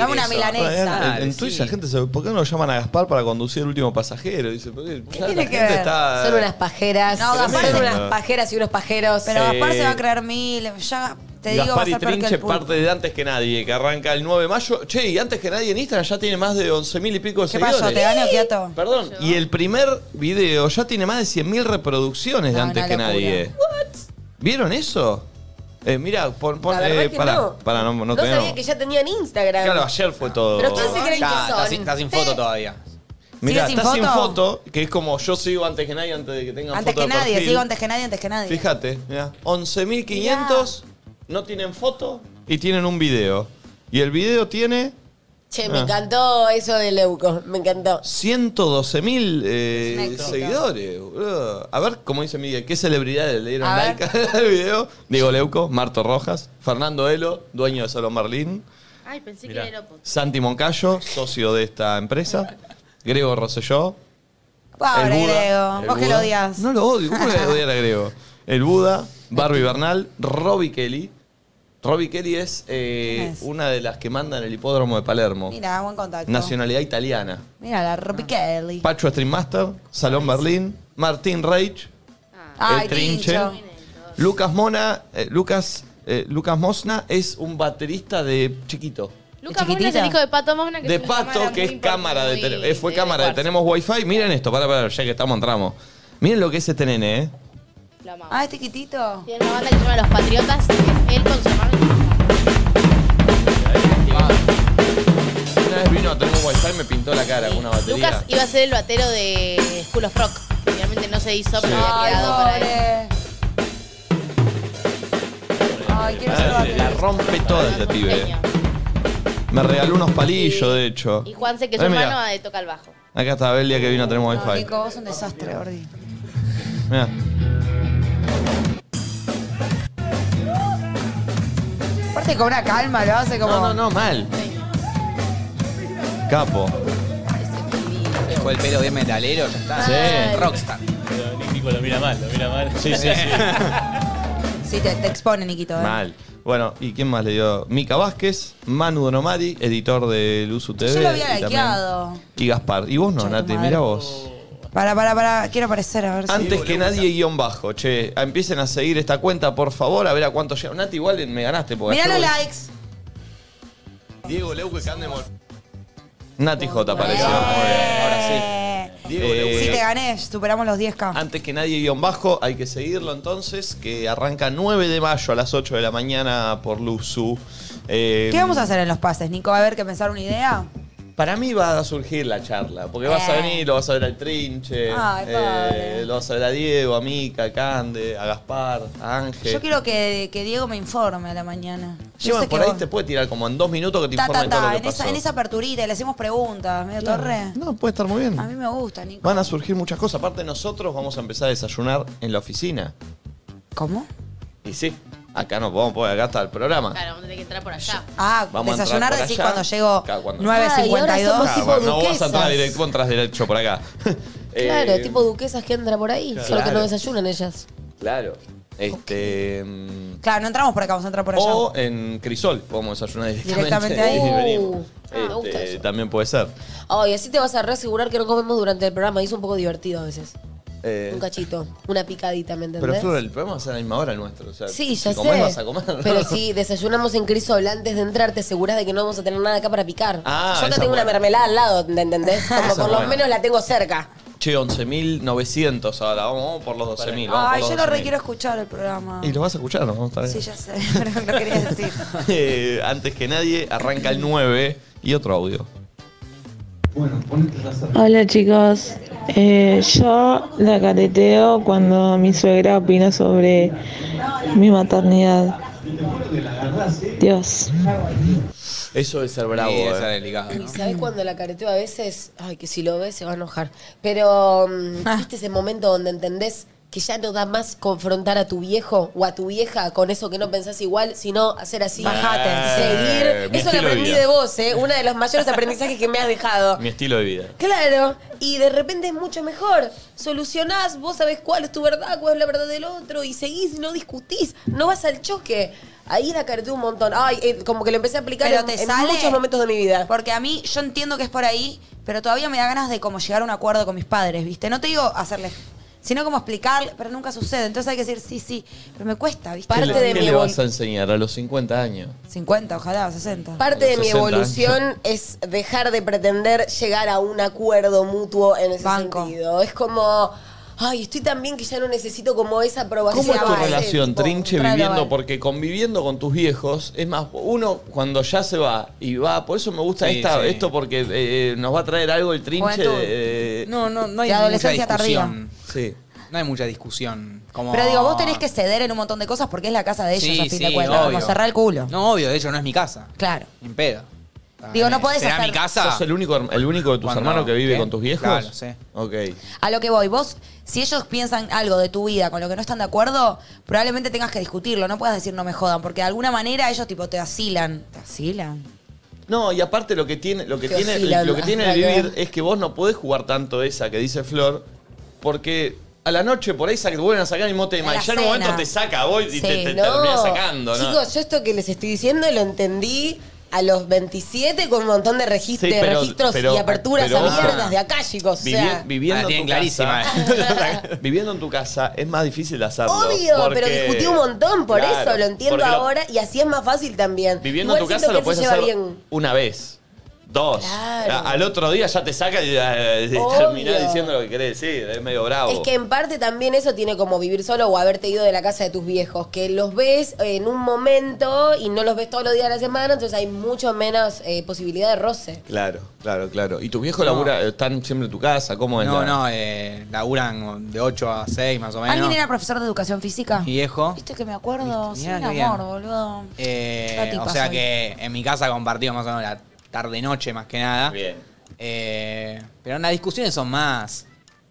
[SPEAKER 3] Dame una
[SPEAKER 4] eso.
[SPEAKER 3] milanesa.
[SPEAKER 1] Ah,
[SPEAKER 4] Dale,
[SPEAKER 1] en, en Twitch
[SPEAKER 4] sí.
[SPEAKER 1] la gente se ¿por qué no lo llaman a Gaspar para conducir el último pasajero? Dice, ¿por qué? Ya la
[SPEAKER 3] tiene que
[SPEAKER 1] gente
[SPEAKER 3] ver?
[SPEAKER 1] está- eh,
[SPEAKER 2] Son unas pajeras.
[SPEAKER 3] No, Gaspar
[SPEAKER 2] son
[SPEAKER 3] se-
[SPEAKER 2] unas pajeras y unos pajeros.
[SPEAKER 3] Pero
[SPEAKER 1] Sí.
[SPEAKER 3] Gaspar se va a creer mil. Ya te digo, va a
[SPEAKER 1] Gaspar y
[SPEAKER 3] ser peor que
[SPEAKER 1] Trinche
[SPEAKER 3] el pulpo.
[SPEAKER 1] parte de antes que nadie, que arranca el 9 de mayo. Che, y antes que nadie en Instagram ya tiene más de 11 mil y pico de
[SPEAKER 3] ¿Qué
[SPEAKER 1] seguidores.
[SPEAKER 3] pasó? ¿Te gano quieto?
[SPEAKER 1] Perdón, y el primer video ya tiene más de 100.000 reproducciones de
[SPEAKER 3] No,
[SPEAKER 1] antes
[SPEAKER 3] una
[SPEAKER 1] que
[SPEAKER 3] locura.
[SPEAKER 1] nadie. ¿Vieron eso? Eh, mira, pon, pon-
[SPEAKER 2] La verdad
[SPEAKER 1] eh,
[SPEAKER 2] es que
[SPEAKER 1] pará,
[SPEAKER 2] no.
[SPEAKER 1] pará, no, no,
[SPEAKER 2] No
[SPEAKER 1] todavía
[SPEAKER 2] sabía
[SPEAKER 1] no.
[SPEAKER 2] que ya tenían Instagram.
[SPEAKER 1] Claro, ayer fue todo.
[SPEAKER 2] Pero ¿quién se creen que
[SPEAKER 4] Está, está
[SPEAKER 2] son?
[SPEAKER 4] sin, está sin foto todavía.
[SPEAKER 1] Mirá,
[SPEAKER 3] ¿Sigue sin
[SPEAKER 1] está sin
[SPEAKER 3] foto?
[SPEAKER 1] foto, que es como yo sigo antes que nadie, antes de que tengan
[SPEAKER 3] Antes
[SPEAKER 1] foto
[SPEAKER 3] que
[SPEAKER 1] de
[SPEAKER 3] nadie,
[SPEAKER 1] perfil.
[SPEAKER 3] sigo antes que nadie, antes que nadie.
[SPEAKER 1] Fíjate, mirá, 11.500 no tienen foto y tienen un video. Y el video tiene
[SPEAKER 2] Che, me
[SPEAKER 1] Ah.
[SPEAKER 2] encantó eso de Leuco. Me encantó.
[SPEAKER 1] 112.000 eh,
[SPEAKER 2] Es un éxito.
[SPEAKER 1] seguidores. boludo. A ver, como dice Miguel, ¿qué celebridades le dieron
[SPEAKER 2] A
[SPEAKER 1] like al video? Diego Leuco, Marto Rojas, Fernando Elo, dueño de Salón Berlín,
[SPEAKER 5] Ay, pensé
[SPEAKER 1] Mirá.
[SPEAKER 5] que era Opus.
[SPEAKER 1] Santi Moncayo, socio de esta empresa, Grego Rosselló,
[SPEAKER 3] Pobre
[SPEAKER 1] El Buda.
[SPEAKER 3] Grego,
[SPEAKER 1] El
[SPEAKER 3] vos que
[SPEAKER 1] Buda.
[SPEAKER 3] lo odias.
[SPEAKER 1] No lo odio, ¿cómo voy a odiar a Grego? El Buda, Barbie Bernal, Robbie Kelly. Robbie Kelly es, eh,
[SPEAKER 3] ¿Quién es?
[SPEAKER 1] una de las que manda en el hipódromo de Palermo.
[SPEAKER 3] Mira, buen contacto.
[SPEAKER 1] Nacionalidad italiana.
[SPEAKER 3] Mira, la Robbie Kelly.
[SPEAKER 1] Pacho Streammaster, Salón Berlín, Martín Reich,
[SPEAKER 3] Ay,
[SPEAKER 5] Ah.
[SPEAKER 1] el Trinche,
[SPEAKER 3] Tincho.
[SPEAKER 1] Lucas Mona, eh, Lucas, eh, Lucas Mosna es un baterista de chiquito.
[SPEAKER 5] Lucas Mosna es el hijo de Pato Mosna. Ah, Que
[SPEAKER 1] De
[SPEAKER 5] es una
[SPEAKER 1] Pato,
[SPEAKER 5] cámara
[SPEAKER 1] que
[SPEAKER 5] muy
[SPEAKER 1] es cámara de
[SPEAKER 5] importante,
[SPEAKER 1] tele- eh, Fue
[SPEAKER 5] de
[SPEAKER 1] cámara de
[SPEAKER 5] cuarzo.
[SPEAKER 1] Tenemos Wi-Fi. Miren esto, para, para, ya que estamos entramos. Miren lo que es este nene, ¿eh?
[SPEAKER 3] Ah, este quitito.
[SPEAKER 5] Tiene una banda que se llama Los Patriotas. que es Él con su hermano.
[SPEAKER 1] Una vez vino a Tenemos Wi-Fi y me pintó la cara con una batería. Eh,
[SPEAKER 5] Lucas iba a ser el batero de School of Rock. que Finalmente no se hizo, pero
[SPEAKER 1] Sí.
[SPEAKER 5] había
[SPEAKER 3] Ay,
[SPEAKER 5] quedado para él.
[SPEAKER 3] pobre. Ay, quiero ser
[SPEAKER 1] Ah, la
[SPEAKER 3] baterista.
[SPEAKER 1] rompe toda este pibe. Me regaló unos palillos, de hecho.
[SPEAKER 5] Y Juanse, que su
[SPEAKER 1] Eh, mira,
[SPEAKER 5] hermano, eh, toca el bajo.
[SPEAKER 1] Acá estaba el día que vino a Tenemos
[SPEAKER 3] No,
[SPEAKER 1] Wi-Fi.
[SPEAKER 3] Nico, vos un desastre, Gordi.
[SPEAKER 1] Mirá.
[SPEAKER 3] Aparte con una calma lo hace como...
[SPEAKER 1] No, no, no, mal. Capo.
[SPEAKER 4] Dejó el pelo bien metalero, ya está.
[SPEAKER 1] Sí.
[SPEAKER 4] Rockstar.
[SPEAKER 8] Pero Nico lo mira mal, lo mira mal.
[SPEAKER 1] Sí, sí, sí.
[SPEAKER 3] Sí, te, te expone, Niquito. ¿eh?
[SPEAKER 1] Mal. Bueno, ¿y quién más le dio? Mica Vázquez, Manu Donomari, editor de Luzu TV.
[SPEAKER 3] Yo lo había
[SPEAKER 1] y también-
[SPEAKER 3] likeado.
[SPEAKER 1] Y Gaspar. Y vos no, Nati,
[SPEAKER 3] madre.
[SPEAKER 1] mira vos.
[SPEAKER 3] Para, para, para. Quiero aparecer, a ver si...
[SPEAKER 1] Antes que nadie, guión bajo. Che, empiecen a seguir esta cuenta, por favor, a ver a cuánto llega. Nati, igual me ganaste. Porque
[SPEAKER 3] Mirá
[SPEAKER 1] ayer
[SPEAKER 3] los
[SPEAKER 1] voy-
[SPEAKER 3] likes.
[SPEAKER 1] Diego Leuque Candemol. Nati J apareció.
[SPEAKER 3] Eh,
[SPEAKER 1] Diego Leuque.
[SPEAKER 3] Sí, te gané. Superamos los 10K.
[SPEAKER 1] Antes que nadie, guión bajo, hay que seguirlo entonces, que arranca 9 de mayo a las 8 de la mañana por Luzu. Eh,
[SPEAKER 3] ¿Qué vamos a hacer en los pases, Nico? ¿Va a haber que pensar una idea?
[SPEAKER 1] Para mí va a surgir la charla, porque vas a
[SPEAKER 3] Eh.
[SPEAKER 1] venir, lo vas a ver al Trinche, eh,
[SPEAKER 3] Ay, pobre.
[SPEAKER 1] lo vas a ver a Diego, a Mica, a Cande, a Gaspar, a Ángel.
[SPEAKER 3] Yo quiero que, que Diego me informe a la mañana. Yo
[SPEAKER 1] Llevan
[SPEAKER 3] sé
[SPEAKER 1] por
[SPEAKER 3] que
[SPEAKER 1] ahí,
[SPEAKER 3] vos-
[SPEAKER 1] te puede tirar como en dos minutos que te
[SPEAKER 3] Ta,
[SPEAKER 1] informe
[SPEAKER 3] ta,
[SPEAKER 1] de todo lo
[SPEAKER 3] ta.
[SPEAKER 1] que
[SPEAKER 3] En esa,
[SPEAKER 1] pasó.
[SPEAKER 3] en esa aperturita, le hacemos preguntas, medio torre.
[SPEAKER 1] No, puede estar muy bien.
[SPEAKER 3] A mí me gusta, Nico.
[SPEAKER 1] Van a surgir muchas cosas. Aparte, nosotros vamos a empezar a desayunar en la oficina.
[SPEAKER 3] ¿Cómo?
[SPEAKER 1] Y sí, acá nos vamos a poner, acá está el programa.
[SPEAKER 5] Claro, vamos a tener que entrar por allá.
[SPEAKER 3] Ah,
[SPEAKER 1] Vamos a entrar
[SPEAKER 3] desayunar
[SPEAKER 1] por
[SPEAKER 3] decís
[SPEAKER 1] allá.
[SPEAKER 3] cuando llego
[SPEAKER 1] Claro, cuando-
[SPEAKER 2] Ay, ahora
[SPEAKER 3] 9.52.
[SPEAKER 2] somos
[SPEAKER 1] Ah,
[SPEAKER 2] tipo
[SPEAKER 1] bueno, no vas a
[SPEAKER 2] duquesas.
[SPEAKER 1] entrar directo, vos entrás derecho por acá. Eh,
[SPEAKER 2] Claro, tipo duquesas que entran por ahí. Solo que
[SPEAKER 1] Claro.
[SPEAKER 2] no desayunan ellas.
[SPEAKER 1] Claro. Este. mm,
[SPEAKER 3] Claro, no entramos por acá, vamos a entrar por allá.
[SPEAKER 1] O en Crisol, podemos desayunar directamente.
[SPEAKER 3] Directamente ahí.
[SPEAKER 1] y venimos.
[SPEAKER 2] Uh, ah, me gusta
[SPEAKER 1] Este,
[SPEAKER 2] eso.
[SPEAKER 1] También puede ser.
[SPEAKER 2] Ay, así te vas a reasegurar que no comemos durante el programa. Y es un poco divertido a veces.
[SPEAKER 1] Eh,
[SPEAKER 2] Un cachito, una picadita, ¿me entendés?
[SPEAKER 1] pero Flor, el programa es a la misma hora el nuestro. O sea,
[SPEAKER 2] Sí,
[SPEAKER 1] si
[SPEAKER 2] ya
[SPEAKER 1] comés,
[SPEAKER 2] sé.
[SPEAKER 1] vas a comer.
[SPEAKER 2] Pero si desayunamos en Crisol antes de entrar, te aseguras de que no vamos a tener nada acá para picar.
[SPEAKER 1] Ah,
[SPEAKER 2] Yo acá
[SPEAKER 1] esa
[SPEAKER 2] tengo
[SPEAKER 1] buena.
[SPEAKER 2] una mermelada al lado, ¿me entendés? Como
[SPEAKER 1] Esa
[SPEAKER 2] por lo
[SPEAKER 1] buena.
[SPEAKER 2] menos la tengo cerca.
[SPEAKER 1] Che, 11.900 ahora. Vamos, vamos por los 12.000. vamos por
[SPEAKER 3] Ay,
[SPEAKER 1] los
[SPEAKER 3] yo lo
[SPEAKER 1] 12.000.
[SPEAKER 3] re quiero escuchar el programa.
[SPEAKER 1] Y lo vas a escuchar, ¿no? Vamos a estar
[SPEAKER 3] Sí,
[SPEAKER 1] bien.
[SPEAKER 3] ya sé, pero no quería decir.
[SPEAKER 1] Eh, antes que nadie, arranca el 9 y otro audio.
[SPEAKER 9] Hola chicos, Eh, yo la careteo cuando mi suegra opina sobre mi maternidad. Dios.
[SPEAKER 1] Eso es ser bravo.
[SPEAKER 4] Sí,
[SPEAKER 1] eh.
[SPEAKER 4] esa es delicada,
[SPEAKER 2] Y
[SPEAKER 4] ¿no?
[SPEAKER 2] sabes cuando la careteo a veces, ay, que si lo ves se va a enojar. Pero, mm, ¿viste ese momento donde entendés que ya no da más confrontar a tu viejo o a tu vieja con eso que no pensás igual, sino hacer así?
[SPEAKER 1] Bajate. Eh,
[SPEAKER 2] Seguir.
[SPEAKER 1] Mi
[SPEAKER 2] Eso lo
[SPEAKER 1] estilo de
[SPEAKER 2] aprendí
[SPEAKER 1] vida.
[SPEAKER 2] de vos, ¿eh? Uno de los mayores aprendizajes que me has dejado.
[SPEAKER 1] Mi estilo de vida.
[SPEAKER 2] Claro, y de repente es mucho mejor. Solucionás, vos sabés cuál es tu verdad, cuál es la verdad del otro, y seguís, no discutís, no vas al choque. Ahí la careteé un montón. Ay, eh, como que lo empecé a aplicar
[SPEAKER 3] Pero
[SPEAKER 2] en,
[SPEAKER 3] te
[SPEAKER 2] en
[SPEAKER 3] sale.
[SPEAKER 2] muchos momentos de mi vida.
[SPEAKER 3] Porque a mí, yo entiendo que es por ahí, pero todavía me da ganas de como llegar a un acuerdo con mis padres, ¿viste? No te digo hacerles, sino como explicar, pero nunca sucede. Entonces hay que decir, sí, sí, pero me cuesta, ¿viste?
[SPEAKER 2] Parte
[SPEAKER 1] ¿Qué le-
[SPEAKER 2] de
[SPEAKER 1] ¿Qué
[SPEAKER 2] mi
[SPEAKER 1] le
[SPEAKER 2] evol-
[SPEAKER 1] vas a enseñar a los 50 años?
[SPEAKER 3] 50, ojalá, 60.
[SPEAKER 2] Parte de
[SPEAKER 1] Los
[SPEAKER 2] mi
[SPEAKER 1] 60
[SPEAKER 2] evolución es dejar de pretender llegar a un acuerdo mutuo en ese
[SPEAKER 3] Banco.
[SPEAKER 2] sentido. Es como, ay, estoy tan bien que ya no necesito como esa aprobación.
[SPEAKER 1] ¿Cómo es tu
[SPEAKER 2] Ah, ese
[SPEAKER 1] relación,
[SPEAKER 2] tipo, eh.
[SPEAKER 1] Trinche,
[SPEAKER 2] tráelo
[SPEAKER 1] viviendo?
[SPEAKER 2] al-
[SPEAKER 1] Porque conviviendo con tus viejos, es más, uno cuando ya se va y va, por eso me gusta
[SPEAKER 4] Sí,
[SPEAKER 1] esta,
[SPEAKER 4] sí.
[SPEAKER 1] esto porque eh, nos va a traer algo el Trinche.
[SPEAKER 4] Juventud.
[SPEAKER 1] eh,
[SPEAKER 4] No, no, no hay
[SPEAKER 3] De
[SPEAKER 4] mucha
[SPEAKER 3] adolescencia
[SPEAKER 4] discusión.
[SPEAKER 1] Sí.
[SPEAKER 4] No hay mucha discusión. Como...
[SPEAKER 3] Pero digo, vos tenés que ceder en un montón de cosas porque es la casa de ellos,
[SPEAKER 4] Sí,
[SPEAKER 3] a fin
[SPEAKER 4] sí,
[SPEAKER 3] de cuentas. Como
[SPEAKER 4] obvio.
[SPEAKER 3] cerrar el culo.
[SPEAKER 4] No, obvio, de hecho no es mi casa.
[SPEAKER 3] Claro.
[SPEAKER 4] Ni en pedo.
[SPEAKER 3] Digo, no
[SPEAKER 4] Eh,
[SPEAKER 3] podés
[SPEAKER 4] ¿será
[SPEAKER 3] hacer-
[SPEAKER 4] mi casa?
[SPEAKER 1] ¿Sos el único, herma- el único de tus
[SPEAKER 4] Cuando-
[SPEAKER 1] hermanos que vive
[SPEAKER 4] ¿qué?
[SPEAKER 1] con tus viejos?
[SPEAKER 4] Claro, sí.
[SPEAKER 1] Ok.
[SPEAKER 3] A lo que voy, vos, si ellos piensan algo de tu vida con lo que no están de acuerdo, probablemente tengas que discutirlo, no puedas decir no me jodan, porque de alguna manera ellos tipo te asilan. ¿Te asilan?
[SPEAKER 1] No, y aparte lo que tiene, lo que
[SPEAKER 3] Te
[SPEAKER 1] tiene,
[SPEAKER 3] oscilan
[SPEAKER 1] lo que tiene el
[SPEAKER 3] hasta
[SPEAKER 1] vivir
[SPEAKER 3] acá.
[SPEAKER 1] es que vos no podés jugar tanto esa que dice Flor, porque a la noche por ahí sa- te vuelven a sacar el mismo tema.
[SPEAKER 2] A
[SPEAKER 1] Y
[SPEAKER 2] la
[SPEAKER 1] ya en un momento
[SPEAKER 2] cena.
[SPEAKER 1] te saca vos y
[SPEAKER 2] Sí,
[SPEAKER 1] te, te
[SPEAKER 2] no.
[SPEAKER 1] terminás sacando, ¿no?
[SPEAKER 2] Chicos, yo esto que les estoy diciendo lo entendí a los 27 con un montón de, regist-
[SPEAKER 1] Sí,
[SPEAKER 2] de
[SPEAKER 1] pero-
[SPEAKER 2] registros
[SPEAKER 1] pero-
[SPEAKER 2] y aperturas
[SPEAKER 1] pero
[SPEAKER 2] a
[SPEAKER 1] ojo.
[SPEAKER 2] mierdas de acá, chicos. O
[SPEAKER 1] Vivi-
[SPEAKER 2] sea,
[SPEAKER 1] viviendo,
[SPEAKER 4] Ah,
[SPEAKER 1] en tu
[SPEAKER 4] tienen clarísima,
[SPEAKER 1] casa, eh. viviendo en tu casa es más difícil hacerlo.
[SPEAKER 2] obvio, pero
[SPEAKER 1] porque-
[SPEAKER 2] discutí un montón por
[SPEAKER 1] Claro,
[SPEAKER 2] eso, lo entiendo
[SPEAKER 1] porque lo-
[SPEAKER 2] ahora y así es más fácil también.
[SPEAKER 1] Viviendo
[SPEAKER 2] Igual
[SPEAKER 1] en tu
[SPEAKER 2] siento
[SPEAKER 1] casa lo
[SPEAKER 2] que él
[SPEAKER 1] puedes
[SPEAKER 2] se lleva
[SPEAKER 1] hacer
[SPEAKER 2] bien.
[SPEAKER 1] una vez, dos.
[SPEAKER 2] Claro.
[SPEAKER 1] A- Al otro día ya te saca y eh,
[SPEAKER 2] Obvio.
[SPEAKER 1] terminás diciendo lo que querés decir. Es medio bravo.
[SPEAKER 2] Es que en parte también eso tiene como vivir solo o haberte ido de la casa de tus viejos, que los ves en un momento y no los ves todos los días de la semana, entonces hay mucho menos eh, posibilidad de roce.
[SPEAKER 1] Claro, claro, claro. ¿Y tus viejos
[SPEAKER 4] No.
[SPEAKER 1] labura- están siempre en tu casa? ¿Cómo es?
[SPEAKER 4] No,
[SPEAKER 1] la-
[SPEAKER 4] no, eh, laburan de 8 a 6 más o menos.
[SPEAKER 3] ¿Alguien era profesor de educación física?
[SPEAKER 4] Mi viejo.
[SPEAKER 3] Viste que me acuerdo, sí,
[SPEAKER 4] Mirá,
[SPEAKER 3] un
[SPEAKER 4] qué bien.
[SPEAKER 3] amor, boludo.
[SPEAKER 4] Eh,
[SPEAKER 3] Yo tipa
[SPEAKER 4] o sea
[SPEAKER 3] soy.
[SPEAKER 4] que en mi casa compartimos más o menos la tarde-noche más que nada.
[SPEAKER 1] Bien.
[SPEAKER 4] Eh, pero las discusiones son más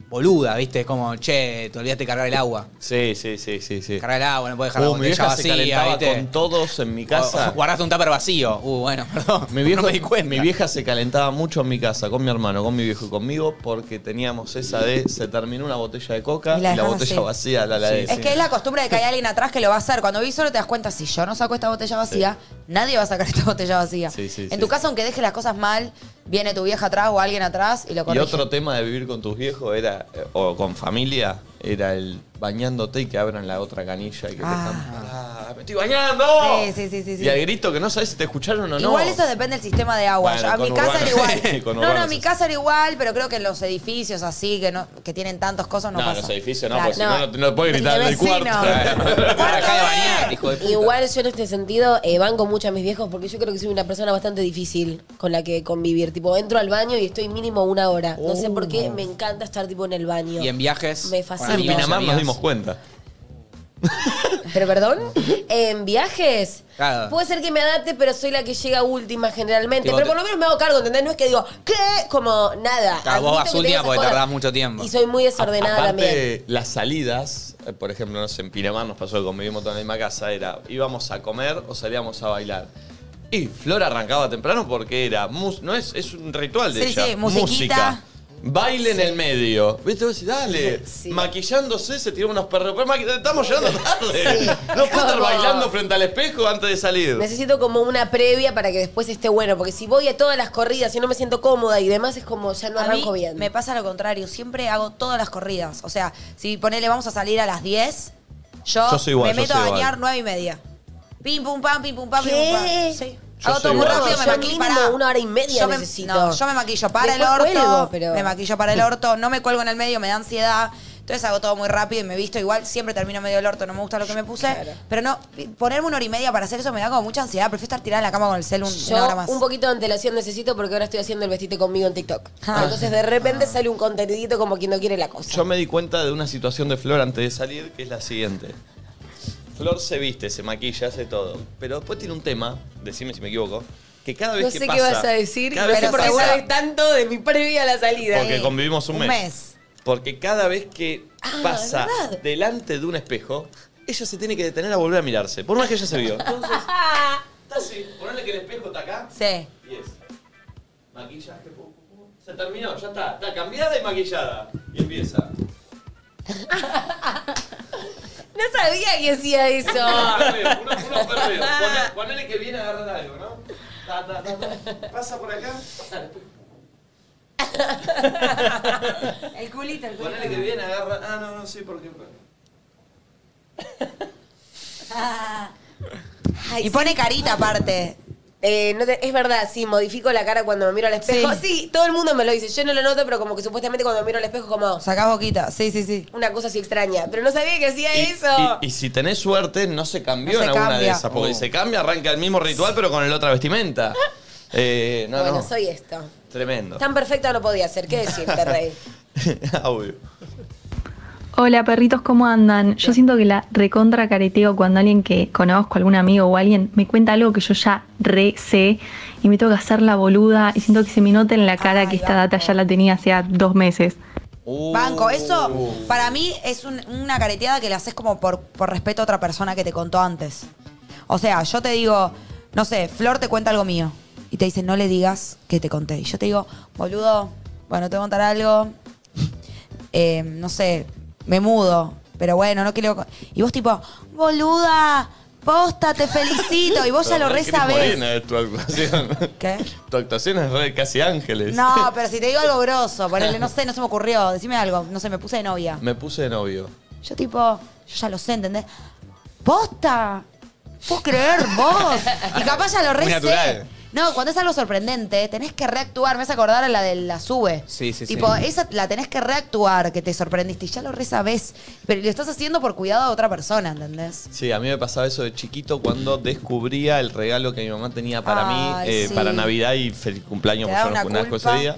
[SPEAKER 4] boludas, ¿viste? Es como, che, te olvidaste de cargar el agua.
[SPEAKER 1] Sí, sí, sí, sí. sí.
[SPEAKER 4] Cargar el agua, no puedes dejar
[SPEAKER 1] Oh,
[SPEAKER 4] la
[SPEAKER 1] mi
[SPEAKER 4] botella
[SPEAKER 1] vieja se
[SPEAKER 4] vacía,
[SPEAKER 1] calentaba
[SPEAKER 4] ¿viste?
[SPEAKER 1] con todos en mi
[SPEAKER 4] O-
[SPEAKER 1] casa.
[SPEAKER 4] o guardaste un tupper vacío. Uh, bueno, perdón.
[SPEAKER 1] Mi, viejo-
[SPEAKER 4] no me di cuenta.
[SPEAKER 1] mi vieja se calentaba mucho en mi casa, con mi hermano, con mi viejo y conmigo, porque teníamos esa de se terminó una botella de coca
[SPEAKER 3] Y
[SPEAKER 1] y
[SPEAKER 3] la
[SPEAKER 1] la,
[SPEAKER 3] dejás
[SPEAKER 1] botella
[SPEAKER 3] así.
[SPEAKER 1] vacía la
[SPEAKER 4] Sí,
[SPEAKER 1] la
[SPEAKER 3] Es que es la costumbre de que hay alguien atrás que lo va a hacer. Cuando vi solo te das cuenta, si yo no saco esta botella vacía, nadie va a sacar esta botella vacía.
[SPEAKER 1] Sí, sí,
[SPEAKER 3] en
[SPEAKER 1] sí.
[SPEAKER 3] tu casa, aunque dejes las cosas mal, viene tu vieja atrás o alguien atrás y lo
[SPEAKER 1] Y
[SPEAKER 3] corrige.
[SPEAKER 1] otro tema de vivir con tus viejos era, eh, o con familia, era el bañándote y que abran la otra canilla y que
[SPEAKER 3] Ah.
[SPEAKER 1] te están. "Ah, ¡Me estoy bañando!
[SPEAKER 3] Sí, sí, sí, sí, sí.
[SPEAKER 1] Y al grito que no sabes si te escucharon o no.
[SPEAKER 3] Igual eso depende del sistema de agua.
[SPEAKER 1] Bueno,
[SPEAKER 3] Yo- a
[SPEAKER 1] con
[SPEAKER 3] mi casa era
[SPEAKER 1] urbanos. Sí,
[SPEAKER 3] igual.
[SPEAKER 1] con
[SPEAKER 3] no, no, a
[SPEAKER 1] urbanos
[SPEAKER 3] mi
[SPEAKER 1] es.
[SPEAKER 3] casa era igual, pero creo que en los edificios así, que no que tienen tantos cosas, no,
[SPEAKER 1] No,
[SPEAKER 3] pasa.
[SPEAKER 1] los edificios no,
[SPEAKER 3] Claro.
[SPEAKER 1] porque si no, no, te- no puedes gritar del
[SPEAKER 3] vecino.
[SPEAKER 1] cuarto.
[SPEAKER 4] Dejá de bañar, hijo de puta.
[SPEAKER 2] Igual yo en este sentido eh, banco mucho a mis viejos porque yo creo que soy una persona bastante difícil con la que convivir. Tipo, entro al baño y estoy mínimo una hora. No sé por qué, me encanta estar tipo en el baño.
[SPEAKER 4] Oh. Y en viajes.
[SPEAKER 2] Me
[SPEAKER 4] con
[SPEAKER 2] fascina.
[SPEAKER 1] en
[SPEAKER 4] amigos,
[SPEAKER 1] Pinamar nos
[SPEAKER 4] amigas.
[SPEAKER 1] dimos cuenta.
[SPEAKER 2] Pero perdón, en viajes.
[SPEAKER 4] Claro.
[SPEAKER 2] Puede ser que me adapte, pero soy la que llega última generalmente.
[SPEAKER 4] Tipo,
[SPEAKER 2] pero por
[SPEAKER 4] te-
[SPEAKER 2] lo menos me hago cargo, ¿entendés? No es que digo, ¿qué? Como nada.
[SPEAKER 4] Claro, vos
[SPEAKER 2] Admito
[SPEAKER 4] vas
[SPEAKER 2] que
[SPEAKER 4] última
[SPEAKER 2] tengo esas
[SPEAKER 4] porque
[SPEAKER 2] cosas.
[SPEAKER 4] tardás mucho tiempo.
[SPEAKER 2] Y soy muy desordenada
[SPEAKER 1] Aparte,
[SPEAKER 2] también.
[SPEAKER 1] las salidas, eh, por ejemplo, no sé, en Pinamar nos pasó que convivimos toda en la misma casa, era íbamos a comer o salíamos a bailar. Y Flor arrancaba temprano porque era mus- no es, es un ritual de
[SPEAKER 3] Sí,
[SPEAKER 1] ella.
[SPEAKER 3] sí, musiquita.
[SPEAKER 1] Música. Baile en el medio. ¿Viste? Vos decís, dale.
[SPEAKER 2] Sí.
[SPEAKER 1] Maquillándose, se tiró unos perros. Pero maqui- Estamos llegando tarde.
[SPEAKER 2] Sí.
[SPEAKER 1] No puedo estar
[SPEAKER 2] Como-
[SPEAKER 1] bailando frente al espejo antes de salir.
[SPEAKER 2] Necesito como una previa para que después esté bueno, porque si voy a todas las corridas y no me siento cómoda y demás, es como ya no
[SPEAKER 3] A mí
[SPEAKER 2] arranco bien.
[SPEAKER 3] me pasa lo contrario, siempre hago todas las corridas. O sea, si ponele vamos a salir a las 10, yo,
[SPEAKER 1] Yo soy igual,
[SPEAKER 3] me
[SPEAKER 1] yo
[SPEAKER 3] meto
[SPEAKER 1] soy
[SPEAKER 3] a
[SPEAKER 1] igual.
[SPEAKER 3] bañar 9 y media. Pim, pum, pam, pim, pum, pam, pim, pum,
[SPEAKER 2] ¿Qué?
[SPEAKER 3] pam. Sí.
[SPEAKER 1] Yo
[SPEAKER 3] hago
[SPEAKER 1] soy
[SPEAKER 3] todo muy
[SPEAKER 1] igual.
[SPEAKER 3] rápido,
[SPEAKER 1] Yo
[SPEAKER 3] me maquillo
[SPEAKER 2] mínimo
[SPEAKER 3] pará.
[SPEAKER 2] una hora y media
[SPEAKER 3] yo me,
[SPEAKER 2] necesito.
[SPEAKER 3] no, yo me maquillo para
[SPEAKER 2] Después
[SPEAKER 3] el orto,
[SPEAKER 2] cuelgo, pero-
[SPEAKER 3] me maquillo para el orto, no me cuelgo en el medio, me da ansiedad. Entonces hago todo muy rápido y me visto igual, siempre termino medio el orto, no me gusta lo que me puse. Pero no, ponerme una hora y media para hacer eso me da como mucha ansiedad, prefiero estar tirada en la cama con el cel un, una
[SPEAKER 2] Yo
[SPEAKER 3] hora más.
[SPEAKER 2] un poquito de antelación necesito porque ahora estoy haciendo el vestite conmigo en TikTok.
[SPEAKER 3] Ah.
[SPEAKER 2] Entonces de repente sale un contenidito como quien no quiere la cosa.
[SPEAKER 1] Yo me di cuenta de una situación de Flor antes de salir, que es la siguiente. Flor se viste, se maquilla, hace todo. Pero después tiene un tema, decime si me equivoco, que cada vez
[SPEAKER 2] no
[SPEAKER 1] que
[SPEAKER 2] sé
[SPEAKER 1] pasa...
[SPEAKER 2] qué vas a decir,
[SPEAKER 1] cada vez
[SPEAKER 2] pero
[SPEAKER 1] que
[SPEAKER 2] porque
[SPEAKER 1] pasa-
[SPEAKER 2] sabes tanto de mi previa a la salida.
[SPEAKER 1] porque
[SPEAKER 2] Eh.
[SPEAKER 1] convivimos un
[SPEAKER 3] un
[SPEAKER 1] mes.
[SPEAKER 3] mes.
[SPEAKER 1] Porque cada vez que
[SPEAKER 2] Ah,
[SPEAKER 1] pasa
[SPEAKER 2] ¿verdad?
[SPEAKER 1] delante de un espejo, ella se tiene que detener a volver a mirarse. Por más que ella se vio. Entonces, está así, ponle que el espejo está acá.
[SPEAKER 3] Sí.
[SPEAKER 1] Y es maquillaje, pum, pum, pum. se terminó, ya está, está cambiada y maquillada. Y empieza.
[SPEAKER 2] No sabía que hacía eso.
[SPEAKER 1] Perreo, uno, uno perreo. Pone- Ponele que viene a agarrar algo, ¿no? Ta, ta, ta, ta. Pasa por acá.
[SPEAKER 3] El culito, el
[SPEAKER 1] Ponele que viene a agarrar. Ah, no, no, sí, porque.
[SPEAKER 3] Ah. y pone carita aparte.
[SPEAKER 2] Eh, no te- es verdad, sí, modifico la cara cuando me miro al espejo. Sí.
[SPEAKER 3] Sí.
[SPEAKER 2] todo el mundo me lo dice. Yo no lo noto, pero como que supuestamente cuando me miro al espejo, como
[SPEAKER 3] Sacás boquita, sí, sí, sí.
[SPEAKER 2] una cosa así extraña. Pero no sabía que hacía eso.
[SPEAKER 1] Y, y si tenés suerte, no se cambió
[SPEAKER 2] No se
[SPEAKER 1] en alguna de
[SPEAKER 2] cambia.
[SPEAKER 1] esas. Porque
[SPEAKER 2] Oh.
[SPEAKER 1] si se cambia, arranca el mismo ritual, pero con el otra vestimenta. Eh, no,
[SPEAKER 2] bueno,
[SPEAKER 1] no.
[SPEAKER 2] soy esto.
[SPEAKER 1] Tremendo.
[SPEAKER 2] Tan perfecta no podía ser. ¿Qué decirte, Rey?
[SPEAKER 1] Obvio.
[SPEAKER 11] Hola perritos, ¿cómo andan? Yo siento que la recontra careteo cuando alguien que conozco, algún amigo o alguien, me cuenta algo que yo ya re sé y me tengo que hacer la boluda y siento que se me nota en la cara que esta data ya la tenía hace dos meses.
[SPEAKER 3] Banco, eso para mí es un- una careteada que le haces como por, por respeto a otra persona que te contó antes. O sea, yo te digo, no sé, Flor te cuenta algo mío y te dice, no le digas que te conté. Y yo te digo, boludo, bueno, te voy a contar algo, eh, no sé, me mudo, pero bueno, no quiero... co-". Y vos tipo, boluda, posta, te felicito. Y vos ya lo re sabés.
[SPEAKER 1] es eh, tu actuación.
[SPEAKER 3] ¿Qué?
[SPEAKER 1] Tu actuación es re casi ángeles.
[SPEAKER 3] No, pero si te digo algo grosso, ponele, no sé, no se me ocurrió, decime algo, no sé, me puse de novia.
[SPEAKER 1] Me puse de novio.
[SPEAKER 3] Yo tipo, yo ya lo sé, ¿entendés? ¡Posta! ¿Puedo creer vos? Y capaz ya lo re
[SPEAKER 4] Muy
[SPEAKER 3] sé.
[SPEAKER 4] natural.
[SPEAKER 3] No, cuando es algo sorprendente, tenés que reactuar. Me vas a acordar a la de la sube.
[SPEAKER 4] Sí, sí, sí.
[SPEAKER 3] tipo, esa la tenés que reactuar, que te sorprendiste. Y ya lo re sabés. Pero lo estás haciendo por cuidado a otra persona, ¿entendés?
[SPEAKER 1] Sí, a mí me pasaba eso de chiquito cuando descubría el regalo que mi mamá tenía para
[SPEAKER 3] Ay,
[SPEAKER 1] mí eh,
[SPEAKER 3] sí.
[SPEAKER 1] para Navidad y feliz cumpleaños,
[SPEAKER 3] Te
[SPEAKER 1] porque yo
[SPEAKER 3] daba
[SPEAKER 1] no
[SPEAKER 3] una
[SPEAKER 1] conozco ese
[SPEAKER 3] culpa.
[SPEAKER 1] día.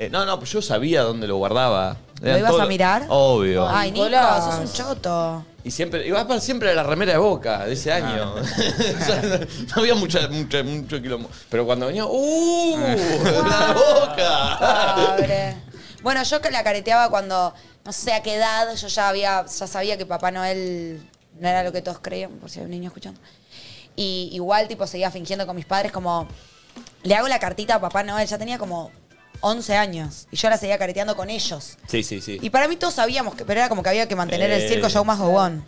[SPEAKER 1] Eh, no, no, pues yo sabía dónde lo guardaba.
[SPEAKER 3] ¿Lo
[SPEAKER 1] Eran
[SPEAKER 3] ibas
[SPEAKER 1] todo-
[SPEAKER 3] a mirar?
[SPEAKER 1] Obvio.
[SPEAKER 3] Ay, Nico,
[SPEAKER 2] Nicolás.
[SPEAKER 3] sos un choto.
[SPEAKER 1] Y siempre, iba para siempre a la remera de boca de
[SPEAKER 3] Ah.
[SPEAKER 1] ese año. O sea, no, no había mucha, mucha- mucho quilombo. Pero cuando venía, ¡uh! ¡La boca!
[SPEAKER 3] Ah. Pobre. Bueno, yo que la careteaba cuando, no sé a qué edad, yo ya había, ya sabía que Papá Noel no era lo que todos creían, por si hay un niño escuchando. Y igual, tipo, seguía fingiendo con mis padres como, le hago la cartita a Papá Noel, ya tenía como 11 años, y yo la seguía careteando con ellos.
[SPEAKER 1] Sí, sí, sí.
[SPEAKER 3] Y para mí todos sabíamos, que, pero era como que había que mantener
[SPEAKER 4] Eh.
[SPEAKER 3] el circo show más gobón.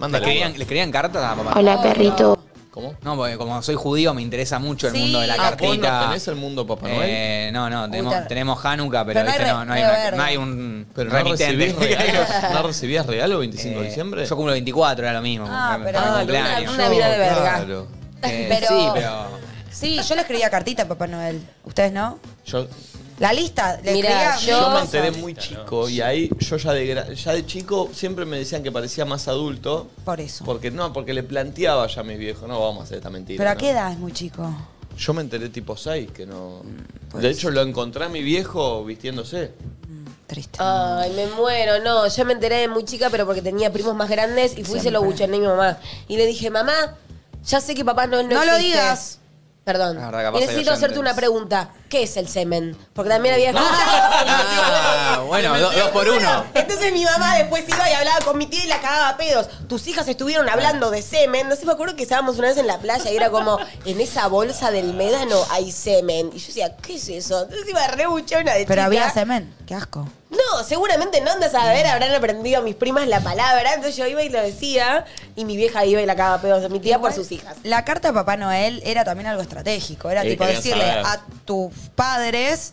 [SPEAKER 4] ¿Les querían, les querían cartas a papá?
[SPEAKER 3] Hola, perrito.
[SPEAKER 1] ¿Cómo?
[SPEAKER 4] No, porque como soy judío me interesa mucho el
[SPEAKER 3] Sí.
[SPEAKER 4] mundo de la
[SPEAKER 1] Ah, ¿vos no
[SPEAKER 4] cartita.
[SPEAKER 1] tenés el mundo Papá Noel?
[SPEAKER 4] Eh, no, no, tenemos,
[SPEAKER 1] te-
[SPEAKER 4] tenemos Hanukkah, pero,
[SPEAKER 1] Pero no hay
[SPEAKER 4] viste,
[SPEAKER 1] re-
[SPEAKER 4] no, no hay,
[SPEAKER 1] no hay
[SPEAKER 4] una-
[SPEAKER 1] verga.
[SPEAKER 4] no hay un
[SPEAKER 1] Pero no
[SPEAKER 4] remitente.
[SPEAKER 1] recibías regalo. ¿No recibías regalo 25 de
[SPEAKER 4] Eh,
[SPEAKER 1] diciembre?
[SPEAKER 4] Yo cumplo 24, era lo mismo.
[SPEAKER 3] Ah,
[SPEAKER 4] para
[SPEAKER 3] pero
[SPEAKER 4] mi
[SPEAKER 3] una-
[SPEAKER 4] cumpleaños.
[SPEAKER 3] una vida de verga.
[SPEAKER 1] Claro.
[SPEAKER 4] Eh,
[SPEAKER 3] Pero-
[SPEAKER 4] Sí, pero.
[SPEAKER 3] Sí, yo le escribía cartita a Papá Noel. ¿Ustedes no?
[SPEAKER 1] Yo,
[SPEAKER 3] La lista, le
[SPEAKER 2] Mirá,
[SPEAKER 3] escribía.
[SPEAKER 1] yo me enteré muy chico y ahí yo ya de, gra- ya de chico siempre me decían que parecía más adulto.
[SPEAKER 3] Por eso.
[SPEAKER 1] Porque no, porque le planteaba ya a mis viejos, no vamos a hacer esta mentira.
[SPEAKER 3] Pero a
[SPEAKER 1] ¿no?
[SPEAKER 3] qué edad Mm, es muy chico.
[SPEAKER 1] Yo me enteré tipo 6, que no. de hecho, lo encontré a mi viejo vistiéndose.
[SPEAKER 2] Ay, me muero, no. Yo me enteré de muy chica, pero porque tenía primos más grandes y fui y se lo buchoné a mi mamá. Y le dije, mamá, ya sé que papá no no
[SPEAKER 3] No lo
[SPEAKER 2] existe".
[SPEAKER 3] digas.
[SPEAKER 2] Perdón.
[SPEAKER 4] Ah, capaz hay
[SPEAKER 2] Y necesito
[SPEAKER 4] oyentes.
[SPEAKER 2] hacerte una pregunta. ¿Qué es el semen? Porque también había
[SPEAKER 4] Ah, bueno, do- dos por uno.
[SPEAKER 2] Entonces mi mamá después iba y hablaba con mi tía y la cagaba a pedos. Tus hijas estuvieron hablando de semen. No sé, me acuerdo que estábamos una vez en la playa y era como, en esa bolsa del médano hay semen. Y yo decía, ¿qué es eso? Entonces iba re buchona de
[SPEAKER 3] Pero
[SPEAKER 2] chica.
[SPEAKER 3] había semen. Qué asco.
[SPEAKER 2] No, seguramente no andas a ver, habrán aprendido mis primas la palabra. Entonces yo iba y lo decía, y mi vieja iba y la cagaba a pedos a mi tía por sus hijas.
[SPEAKER 3] La carta a Papá Noel era también algo estratégico. Era
[SPEAKER 1] Eh,
[SPEAKER 3] tipo
[SPEAKER 1] querían
[SPEAKER 3] decirle
[SPEAKER 1] saber.
[SPEAKER 3] a tus padres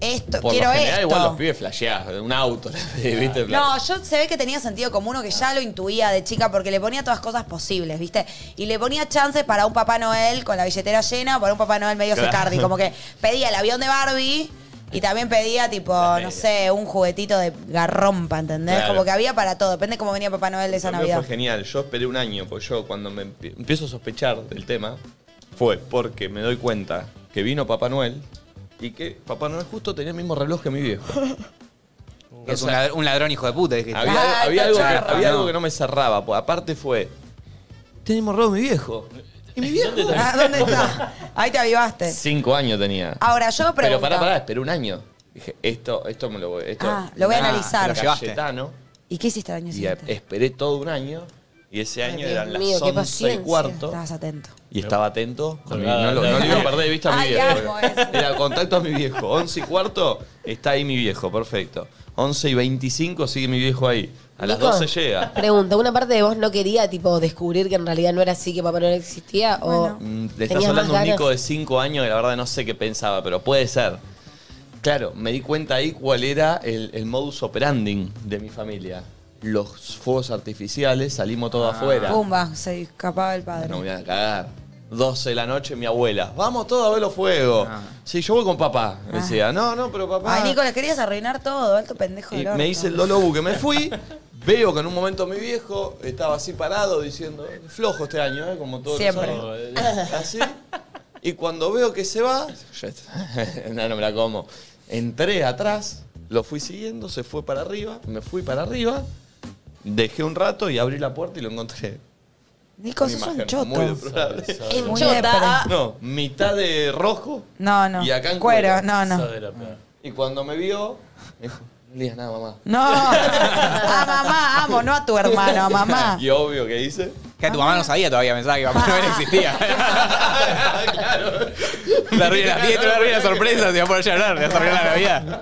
[SPEAKER 3] esto,
[SPEAKER 1] Por
[SPEAKER 3] quiero
[SPEAKER 1] lo general,
[SPEAKER 3] esto.
[SPEAKER 1] igual los pibes flasheás, un auto, ¿viste?
[SPEAKER 3] No, yo se ve que tenía sentido común o que ya lo intuía de chica porque le ponía todas cosas posibles, ¿viste? Y le ponía chances para un Papá Noel con la billetera llena o para un Papá Noel medio
[SPEAKER 1] Claro.
[SPEAKER 3] secardi. Como que pedía el avión de Barbie y también pedía, tipo, no sé, un juguetito de garrompa, ¿entendés?
[SPEAKER 1] Claro.
[SPEAKER 3] Como que había para todo. Depende cómo venía Papá Noel de esa
[SPEAKER 1] Para mí
[SPEAKER 3] Navidad.
[SPEAKER 1] Fue genial. Yo esperé un año, porque yo cuando me empie- empiezo a sospechar del tema, fue porque me doy cuenta que vino Papá Noel y que Papá Noel justo tenía el mismo reloj que mi viejo.
[SPEAKER 4] Que es un ladr- un ladrón hijo de puta, dijiste.
[SPEAKER 1] Había, algo- había algo, que, había algo que
[SPEAKER 4] no.
[SPEAKER 1] no me cerraba. po- Aparte fue, tenemos robo mi viejo. ¿Y mi viejo?
[SPEAKER 3] Ah, ¿Dónde está? Ahí te avivaste.
[SPEAKER 1] Cinco años tenía.
[SPEAKER 3] Ahora, yo pregunto.
[SPEAKER 1] Pero pará, pará, esperé un año. Dije, esto, esto me lo voy, esto,
[SPEAKER 3] Ah, lo voy a analizar.
[SPEAKER 1] Lo llevaste. Cayetano.
[SPEAKER 3] ¿Y qué hiciste el año
[SPEAKER 1] Y
[SPEAKER 3] siguiente?
[SPEAKER 1] esperé todo un año. Y ese año eran las
[SPEAKER 3] mío, qué
[SPEAKER 1] 11 y
[SPEAKER 3] paciencia.
[SPEAKER 1] cuarto.
[SPEAKER 3] Estabas atento.
[SPEAKER 1] Y estaba atento. con mi- no,
[SPEAKER 8] Colgada,
[SPEAKER 1] lo, no lo iba a perder de vista a mi
[SPEAKER 3] Ay,
[SPEAKER 1] viejo.
[SPEAKER 3] amo eso.
[SPEAKER 1] Era contacto a mi viejo. 11 y cuarto, está ahí mi viejo, perfecto. 11 y 25, sigue mi viejo ahí. A las
[SPEAKER 2] Nico,
[SPEAKER 1] 12 llega.
[SPEAKER 2] Pregunta, ¿una parte de vos no quería tipo descubrir que en realidad no era así, que Papá Noel existía? o
[SPEAKER 1] Mm, Le estás
[SPEAKER 2] tenías
[SPEAKER 1] hablando a
[SPEAKER 2] más
[SPEAKER 1] un
[SPEAKER 2] ganas?
[SPEAKER 1] Nico de 5 años que la verdad no sé qué pensaba, pero puede ser. Claro, me di cuenta ahí cuál era el, el modus operandi de mi familia. Los fuegos artificiales, salimos todos afuera.
[SPEAKER 3] Pumba, se escapaba el padre.
[SPEAKER 1] No me iban a cagar. 12 de la noche, mi abuela. Vamos todos a ver los fuegos. Sí, yo voy con papá. Me decía, no, no, pero papá.
[SPEAKER 3] Ah. Ay, Nico, le querías arruinar todo, alto pendejo
[SPEAKER 1] Y
[SPEAKER 3] del orto.
[SPEAKER 1] me hice el dolobu que me fui. Veo que en un momento mi viejo estaba así parado diciendo, "Eh, flojo este año, ¿eh? como todo
[SPEAKER 3] Siempre.
[SPEAKER 1] Así. Y cuando veo que se va, yo no, no me la como. Entré atrás, lo fui siguiendo, se fue para arriba, me fui para arriba, dejé un rato y abrí la puerta y lo encontré.
[SPEAKER 3] Nico,
[SPEAKER 1] Una
[SPEAKER 3] sos un
[SPEAKER 1] imagen
[SPEAKER 3] choto.
[SPEAKER 1] Muy deplorable.
[SPEAKER 3] Es muy Chota. ah. depre.
[SPEAKER 1] No, mitad de rojo.
[SPEAKER 3] No, no.
[SPEAKER 1] Y acá en
[SPEAKER 3] Cuero, no, no.
[SPEAKER 1] Y cuando me vio, me dijo, no le digas nada, mamá.
[SPEAKER 3] No. A mamá, amo, no a tu hermano, a
[SPEAKER 4] Ah.
[SPEAKER 3] mamá.
[SPEAKER 1] Y obvio que hice.
[SPEAKER 4] Que tu mamá no sabía todavía, pensaba que papá no existía. claro. Le arruiné la fiesta, le arruiné la sorpresa, se iba a poner a llorar, le arruiné la Navidad.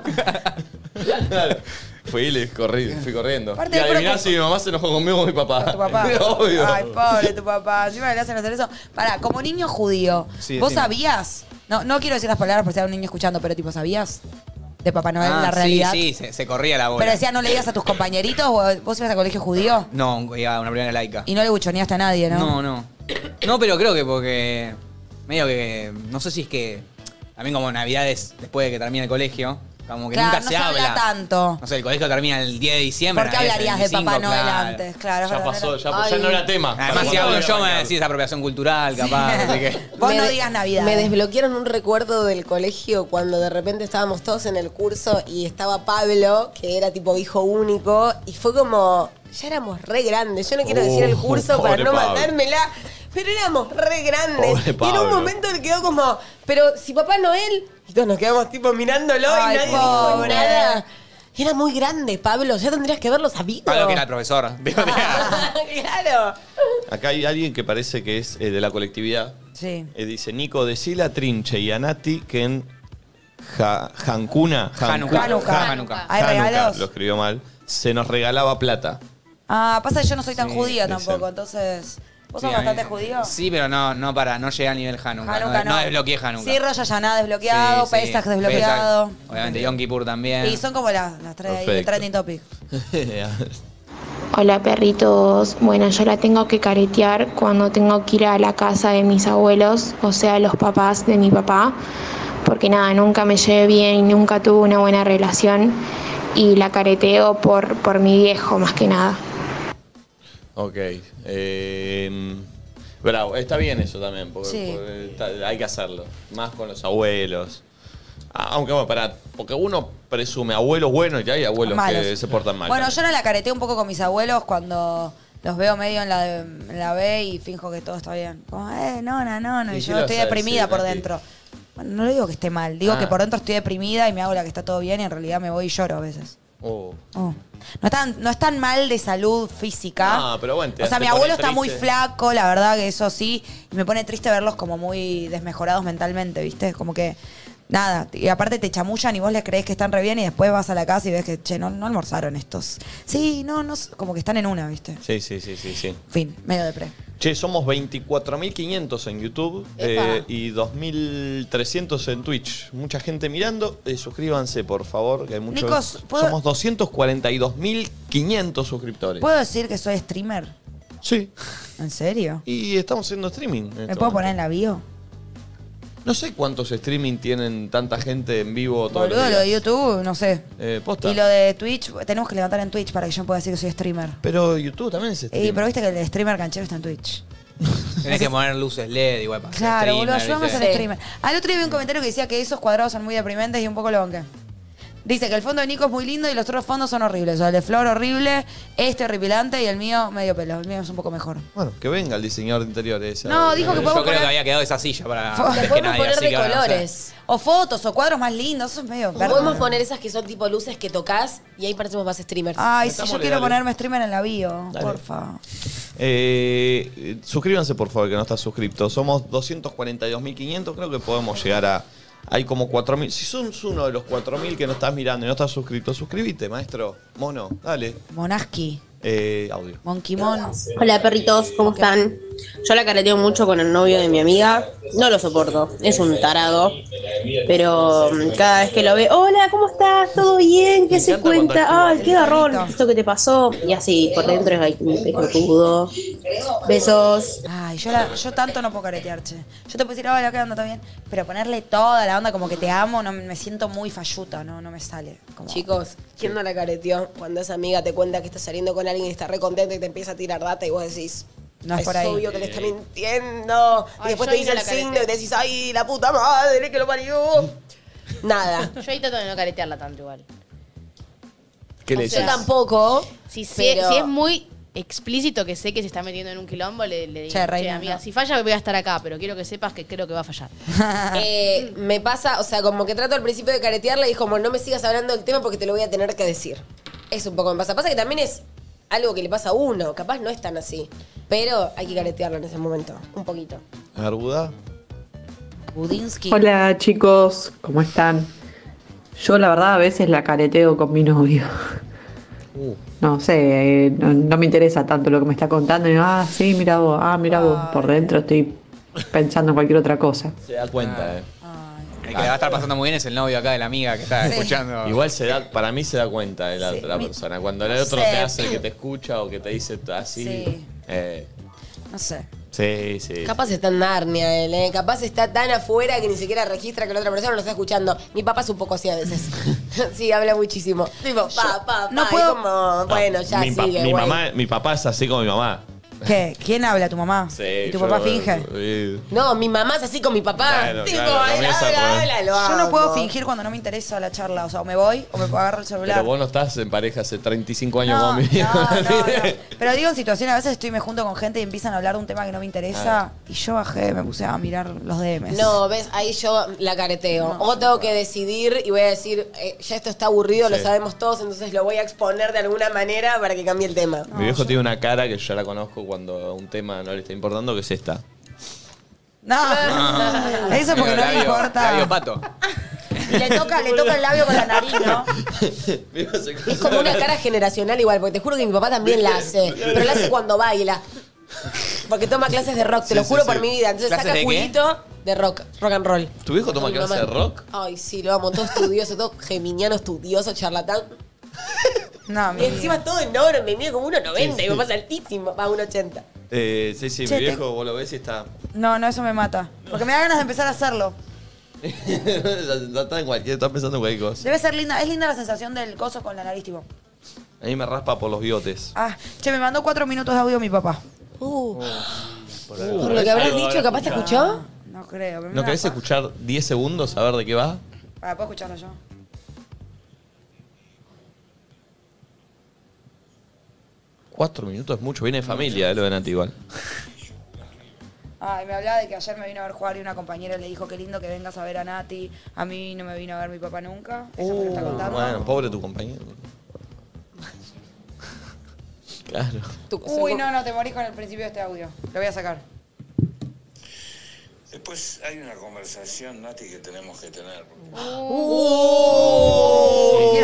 [SPEAKER 1] Fui y le corrí, fui corriendo.
[SPEAKER 3] Aparte
[SPEAKER 1] y
[SPEAKER 3] de
[SPEAKER 1] adiviná
[SPEAKER 3] pronto-
[SPEAKER 1] si mi mamá se enojó conmigo o mi papá.
[SPEAKER 3] Tu papá.
[SPEAKER 1] obvio.
[SPEAKER 3] Ay, pobre tu papá. Encima le hacen hacer eso. Pará, como niño judío,
[SPEAKER 1] Sí,
[SPEAKER 3] ¿vos
[SPEAKER 1] decime.
[SPEAKER 3] sabías? No, no quiero decir las palabras por si hay un niño escuchando, pero tipo, ¿sabías? De Papá Noel, la realidad.
[SPEAKER 4] Ah, Sí, sí, se, se corría la bola.
[SPEAKER 3] Pero decía, ¿no le digas a tus compañeritos? ¿Vos- ¿Vos ibas a colegio judío?
[SPEAKER 4] No, iba a una primera laica.
[SPEAKER 3] Y no le buchoneaste a nadie, ¿no?
[SPEAKER 4] No, no. No, pero creo que porque. Medio que. No sé si es que. También como Navidades después de que termina el colegio. Como que
[SPEAKER 3] Claro,
[SPEAKER 4] nunca
[SPEAKER 3] no
[SPEAKER 4] se, habla.
[SPEAKER 3] tanto.
[SPEAKER 4] No sé, el colegio termina el 10 de diciembre.
[SPEAKER 3] ¿Por qué
[SPEAKER 4] Navidad es
[SPEAKER 3] hablarías
[SPEAKER 4] el
[SPEAKER 3] de Papá
[SPEAKER 4] 25,
[SPEAKER 3] Noel
[SPEAKER 4] claro.
[SPEAKER 3] antes? Claro, es
[SPEAKER 1] Ya
[SPEAKER 3] verdad,
[SPEAKER 1] pasó,
[SPEAKER 3] no
[SPEAKER 1] ya,
[SPEAKER 3] era-
[SPEAKER 1] ya
[SPEAKER 3] Ay.
[SPEAKER 1] no era tema.
[SPEAKER 4] Además, si
[SPEAKER 1] Pasó.
[SPEAKER 4] hablo yo, me van a decir esa apropiación cultural, capaz. así que.
[SPEAKER 3] Vos
[SPEAKER 2] Me
[SPEAKER 3] no
[SPEAKER 2] de-
[SPEAKER 3] digas Navidad.
[SPEAKER 2] Me desbloquearon un recuerdo del colegio cuando de repente estábamos todos en el curso y estaba Pablo, que era tipo hijo único, y fue como, ya éramos re grandes. Yo no quiero decir el
[SPEAKER 1] Oh,
[SPEAKER 2] curso para
[SPEAKER 1] pobre
[SPEAKER 2] no
[SPEAKER 1] Pablo.
[SPEAKER 2] mandármela, pero éramos re grandes.
[SPEAKER 1] Pobre
[SPEAKER 2] Y en
[SPEAKER 1] Pablo.
[SPEAKER 2] un momento le quedó como, pero si Papá Noel, y todos nos quedamos tipo mirándolo y
[SPEAKER 3] Ay,
[SPEAKER 2] nadie
[SPEAKER 3] pobre.
[SPEAKER 2] dijo nada. Era muy grande, Pablo, ya tendrías que haberlo sabido.
[SPEAKER 4] Pablo, que era el profesor. Digo, tía,
[SPEAKER 2] claro.
[SPEAKER 1] Acá hay alguien que parece que es eh, de la colectividad.
[SPEAKER 3] Sí.
[SPEAKER 1] Eh, dice, Nico, decile a Trinche y a Nati que en Ja- Hancuna,
[SPEAKER 4] Hanukkah.
[SPEAKER 3] Hanukkah.
[SPEAKER 4] Hanukkah.
[SPEAKER 3] ¿Hay regalos?
[SPEAKER 1] lo escribió mal, se nos regalaba plata.
[SPEAKER 3] Ah, pasa que yo no soy tan
[SPEAKER 4] Sí,
[SPEAKER 3] judía
[SPEAKER 1] dicen.
[SPEAKER 3] tampoco, entonces. ¿Vos
[SPEAKER 4] Sí,
[SPEAKER 3] sos
[SPEAKER 4] a mí-
[SPEAKER 3] bastante judío?
[SPEAKER 4] Sí, pero no, no para, no llegué al nivel Hanukkah.
[SPEAKER 3] Hanukkah
[SPEAKER 4] no, no desbloqueé Hanukkah.
[SPEAKER 3] Sí, Rosh Hashanah desbloqueado,
[SPEAKER 4] Sí, sí.
[SPEAKER 3] Pesach desbloqueado.
[SPEAKER 4] Pesach, obviamente, Yom Kippur también.
[SPEAKER 3] Y son como las, las tres ahí, el
[SPEAKER 1] Perfecto.
[SPEAKER 3] trending topic.
[SPEAKER 9] Hola perritos, bueno yo la tengo que caretear cuando tengo que ir a la casa de mis abuelos, o sea los papás de mi papá, porque nada, nunca me llevé bien y nunca tuve una buena relación y la careteo por, por mi viejo más que nada.
[SPEAKER 1] Ok. eh, bravo, está bien eso también, porque,
[SPEAKER 3] Sí.
[SPEAKER 1] porque está- hay que hacerlo. Más con los abuelos. Ah, Aunque bueno, para, porque uno presume abuelos buenos y hay abuelos Pues que
[SPEAKER 3] Malos.
[SPEAKER 1] se portan mal.
[SPEAKER 3] Bueno,
[SPEAKER 1] también.
[SPEAKER 3] yo no la careteo un poco con mis abuelos cuando los veo medio en la, en la B y finjo que todo está bien. Como, eh, nona, nona,
[SPEAKER 1] ¿Y
[SPEAKER 3] y
[SPEAKER 1] qué
[SPEAKER 3] yo
[SPEAKER 1] le
[SPEAKER 3] estoy
[SPEAKER 1] vas a
[SPEAKER 3] deprimida
[SPEAKER 1] decir,
[SPEAKER 3] por
[SPEAKER 1] Nati?
[SPEAKER 3] dentro. Bueno, no le digo que esté mal, digo
[SPEAKER 1] Ah.
[SPEAKER 3] que por dentro estoy deprimida y me hago la que está todo bien y en realidad me voy y lloro a veces.
[SPEAKER 1] Oh.
[SPEAKER 3] Oh. No están, no están mal de salud física.
[SPEAKER 1] Ah, pero bueno, te-
[SPEAKER 3] O sea,
[SPEAKER 1] te
[SPEAKER 3] mi
[SPEAKER 1] pone
[SPEAKER 3] abuelo está
[SPEAKER 1] triste.
[SPEAKER 3] muy flaco, la verdad que eso sí. Y me pone triste verlos como muy desmejorados mentalmente, ¿viste? Como que. Nada, y aparte te chamullan y vos les crees que están re bien y después vas a la casa y ves que, che, no, no almorzaron estos. Sí, no, no, s- como que están en una, ¿viste?
[SPEAKER 1] Sí, sí, sí, sí, sí.
[SPEAKER 3] Fin, medio de pre.
[SPEAKER 1] Che, somos 24.500 en YouTube eh, y 2.300 en Twitch. Mucha gente mirando. Eh, suscríbanse, por favor, que hay muchos.
[SPEAKER 3] Nicos, ¿puedo-
[SPEAKER 1] Somos 242.500 suscriptores.
[SPEAKER 3] ¿Puedo decir que soy streamer?
[SPEAKER 1] Sí.
[SPEAKER 3] ¿En serio?
[SPEAKER 1] Y estamos haciendo streaming. en
[SPEAKER 3] ¿Me
[SPEAKER 1] este
[SPEAKER 3] puedo
[SPEAKER 1] momento.
[SPEAKER 3] poner en la bio?
[SPEAKER 1] No sé cuántos streaming tienen tanta gente en vivo todos
[SPEAKER 3] Boludo,
[SPEAKER 1] los
[SPEAKER 3] lo
[SPEAKER 1] días.
[SPEAKER 3] de YouTube, no sé.
[SPEAKER 1] Eh, posta.
[SPEAKER 3] Y lo de Twitch, tenemos que levantar en Twitch para que yo pueda decir que soy streamer.
[SPEAKER 1] Pero YouTube también
[SPEAKER 4] Este
[SPEAKER 1] es streaming.
[SPEAKER 3] Ey, Eh, pero viste que el streamer canchero está en Twitch.
[SPEAKER 4] Tenés que poner luces LED igual para ser
[SPEAKER 3] Claro,
[SPEAKER 4] streamer,
[SPEAKER 3] boludo, ayudamos al
[SPEAKER 4] ¿viste?
[SPEAKER 3] streamer. Al otro día vi un comentario que decía que esos cuadrados son muy deprimentes y un poco lo banqué. Dice que el fondo de Nico es muy lindo y los otros fondos son horribles. O sea, el de Flor horrible, este horripilante y el mío medio pelo. El mío es un poco mejor.
[SPEAKER 1] Bueno, que venga el diseñador de interiores. eh,
[SPEAKER 3] No, dijo que
[SPEAKER 4] Yo creo
[SPEAKER 3] podemos
[SPEAKER 4] que
[SPEAKER 3] poner-
[SPEAKER 4] había quedado esa silla para
[SPEAKER 3] Fo-
[SPEAKER 4] antes que
[SPEAKER 2] Podemos
[SPEAKER 4] nadie,
[SPEAKER 2] poner
[SPEAKER 4] así
[SPEAKER 2] de
[SPEAKER 4] que ahora no sé.
[SPEAKER 2] colores.
[SPEAKER 3] O fotos o cuadros más lindos, eso es medio verde.
[SPEAKER 2] Podemos poner esas que son tipo luces que tocas y ahí parecemos más streamers.
[SPEAKER 3] Ay, si
[SPEAKER 1] Metámosle,
[SPEAKER 3] yo quiero
[SPEAKER 1] dale.
[SPEAKER 3] ponerme streamer en la bio,
[SPEAKER 1] Dale.
[SPEAKER 3] porfa.
[SPEAKER 1] Eh, eh, suscríbanse, por favor, que no está suscripto. Somos 242.500. Creo que podemos llegar a. Hay como 4.000. Si sos uno de los 4.000 que no estás mirando y no estás suscrito, suscríbete, maestro. Mono, dale.
[SPEAKER 3] Monaski.
[SPEAKER 1] eh, audio.
[SPEAKER 3] Monquimón.
[SPEAKER 12] Hola perritos, ¿cómo están? Yo la careteo mucho con el novio de mi amiga, no lo soporto, es un tarado, pero mm, cada vez que lo ve, hola, ¿cómo estás? ¿Todo bien? ¿Qué se cuenta? Ay, qué garrón, esto que te pasó, y así, por dentro es ay, un pelotudo. Besos.
[SPEAKER 3] Ay, yo, la- yo tanto no puedo caretear, che. Yo te puedo decir, hola, ¿qué onda? ¿Todo bien? Pero ponerle toda la onda como que te amo, no me siento muy falluta, no, no me sale. Como-
[SPEAKER 2] Chicos, ¿quién no la careteó cuando esa amiga te cuenta que estás saliendo con alguien y está re contenta y te empieza a tirar data y vos decís...
[SPEAKER 3] No es
[SPEAKER 2] es
[SPEAKER 3] por ahí".
[SPEAKER 2] obvio que le está mintiendo. y
[SPEAKER 5] Ay,
[SPEAKER 2] después
[SPEAKER 5] yo
[SPEAKER 2] te
[SPEAKER 5] ahí
[SPEAKER 2] dice
[SPEAKER 5] no
[SPEAKER 2] el
[SPEAKER 5] la
[SPEAKER 2] signo
[SPEAKER 5] careteo.
[SPEAKER 2] y te decís, ay, la puta madre que lo parió. Nada.
[SPEAKER 5] Yo ahí trato de no caretearla tanto igual.
[SPEAKER 1] ¿Qué le
[SPEAKER 5] O sea,
[SPEAKER 1] decís?
[SPEAKER 5] yo
[SPEAKER 2] tampoco.
[SPEAKER 5] Si, si-
[SPEAKER 2] pero-
[SPEAKER 5] si es muy explícito que sé que se está metiendo en un quilombo, le, le digo,
[SPEAKER 2] Che,
[SPEAKER 5] che,
[SPEAKER 2] reina,
[SPEAKER 5] amiga,
[SPEAKER 2] no".
[SPEAKER 5] si falla voy a estar acá, pero quiero que sepas que creo que va a fallar.
[SPEAKER 2] Eh, me pasa, o sea, como que trato al principio de caretearla y es como, no me sigas hablando del tema porque te lo voy a tener que decir. Eso un poco me pasa. Pasa que también es algo que le pasa a uno. Capaz no es tan así. Pero hay que caretearla en ese momento. Un poquito.
[SPEAKER 1] A ver, Buda.
[SPEAKER 3] Budinsky.
[SPEAKER 13] Hola chicos, ¿cómo están? Yo la verdad a veces la careteo con mi novio.
[SPEAKER 1] Uh.
[SPEAKER 13] No sé, eh, no, no me interesa tanto lo que me está contando. Y, ah, sí, mira vos, ah, mira vos, por dentro estoy pensando en cualquier otra cosa.
[SPEAKER 1] Se da
[SPEAKER 2] Ah.
[SPEAKER 1] cuenta, eh.
[SPEAKER 4] El que la va a estar pasando muy bien es el novio acá de la amiga que está escuchando.
[SPEAKER 1] Igual se da, para mí se da cuenta de la otra
[SPEAKER 4] Mi-
[SPEAKER 1] persona. Cuando el
[SPEAKER 4] no
[SPEAKER 1] otro
[SPEAKER 4] sé.
[SPEAKER 1] te hace que te escucha o que te dice t- así.
[SPEAKER 2] Sí.
[SPEAKER 1] eh,
[SPEAKER 3] No sé.
[SPEAKER 1] sí, sí.
[SPEAKER 2] Capaz está en Narnia él, ¿eh? Capaz está tan afuera que ni siquiera registra que la otra persona lo está escuchando. Mi papá es un poco así a veces. sí, habla muchísimo. Tipo, pa, pa, pa.
[SPEAKER 3] no
[SPEAKER 2] y
[SPEAKER 3] puedo-
[SPEAKER 2] como, bueno, ya
[SPEAKER 1] mi, pa-
[SPEAKER 2] sigue,
[SPEAKER 1] mi
[SPEAKER 2] güey.
[SPEAKER 1] mamá, mi papá es así como mi mamá.
[SPEAKER 3] ¿Qué? ¿Quién habla? ¿Tu mamá?
[SPEAKER 1] Sí,
[SPEAKER 3] ¿Y tu
[SPEAKER 1] yo-
[SPEAKER 3] papá finge?
[SPEAKER 1] eh,
[SPEAKER 2] No, mi mamá es así con mi papá.
[SPEAKER 1] Claro,
[SPEAKER 2] tipo,
[SPEAKER 1] claro,
[SPEAKER 2] él
[SPEAKER 1] también es
[SPEAKER 2] habla,
[SPEAKER 1] al
[SPEAKER 2] habla, lo
[SPEAKER 3] Yo no
[SPEAKER 2] amo.
[SPEAKER 3] puedo fingir cuando no me interesa la charla. O sea, o me voy o me agarro el celular.
[SPEAKER 1] Pero vos no estás en pareja hace 35 años
[SPEAKER 3] No,
[SPEAKER 1] como mi viejo.
[SPEAKER 3] Pero digo en situaciones, a veces estoy me junto con gente y empiezan a hablar de un tema que no me
[SPEAKER 1] Ah.
[SPEAKER 3] interesa. Y yo bajé, me puse a mirar los DMs.
[SPEAKER 2] No, ves, ahí yo la careteo. o tengo que decidir y voy a decir, eh, ya esto está aburrido, lo
[SPEAKER 1] Sí.
[SPEAKER 2] sabemos todos, entonces lo voy a exponer de alguna manera para que cambie el tema.
[SPEAKER 1] mi viejo tiene una cara que yo la conozco cuando a un tema no le está importando, que es esta.
[SPEAKER 3] No,
[SPEAKER 1] Ah.
[SPEAKER 3] eso porque no me
[SPEAKER 4] Labio-
[SPEAKER 3] importa.
[SPEAKER 4] labio pato.
[SPEAKER 3] Le toca, le toca el labio con la nariz, ¿no?
[SPEAKER 2] Es como una cara generacional igual, porque te juro que mi papá también la hace, pero la hace cuando baila. Porque toma clases de rock, te
[SPEAKER 1] Sí,
[SPEAKER 2] lo
[SPEAKER 1] sí,
[SPEAKER 2] juro
[SPEAKER 1] sí.
[SPEAKER 2] por mi vida. Entonces
[SPEAKER 1] ¿Clases
[SPEAKER 2] saca
[SPEAKER 1] de qué?
[SPEAKER 2] culito de rock, rock and roll.
[SPEAKER 1] ¿Tu viejo toma
[SPEAKER 2] Con mi
[SPEAKER 1] clase
[SPEAKER 2] mamá.
[SPEAKER 1] de rock?
[SPEAKER 2] Ay, sí, lo amo. Todo estudioso, todo geminiano, estudioso, charlatán.
[SPEAKER 3] No,
[SPEAKER 2] y encima todo enorme, mide como 1,90
[SPEAKER 1] Sí,
[SPEAKER 2] y
[SPEAKER 1] sí.
[SPEAKER 2] mi papá es altísimo, va a 1,80.
[SPEAKER 1] Eh, sí, sí,
[SPEAKER 3] Che,
[SPEAKER 1] mi viejo, vos lo ves y está.
[SPEAKER 3] No, no, eso me mata. Porque me da ganas de empezar a hacerlo.
[SPEAKER 1] está, en cualquier, está pensando en cualquier cosa.
[SPEAKER 3] Debe ser linda, es linda la sensación del coso con la nariz, tipo.
[SPEAKER 1] A mí me raspa por los bigotes.
[SPEAKER 3] Ah, che, me mandó cuatro minutos de audio mi papá.
[SPEAKER 2] Por lo que habrás dicho, capaz te escuchó.
[SPEAKER 3] Ah, No creo.
[SPEAKER 1] ¿No querés escuchar 10 segundos a ver de qué va?
[SPEAKER 3] Para, puedo escucharlo yo.
[SPEAKER 1] Cuatro minutos es mucho, viene de familia, eh, lo de Nati igual.
[SPEAKER 3] Ay, Ah, me hablaba de que ayer me vino a ver jugar y una compañera le dijo, qué lindo que vengas a ver a Nati. A mí no me vino a ver mi papá nunca. Eso me lo está contando.
[SPEAKER 1] Bueno, pobre tu compañero. Claro.
[SPEAKER 3] Uy, no, no, te morís con el principio de este audio. Lo voy a sacar.
[SPEAKER 14] Después hay una conversación, Nati, que tenemos que tener.
[SPEAKER 2] Quiero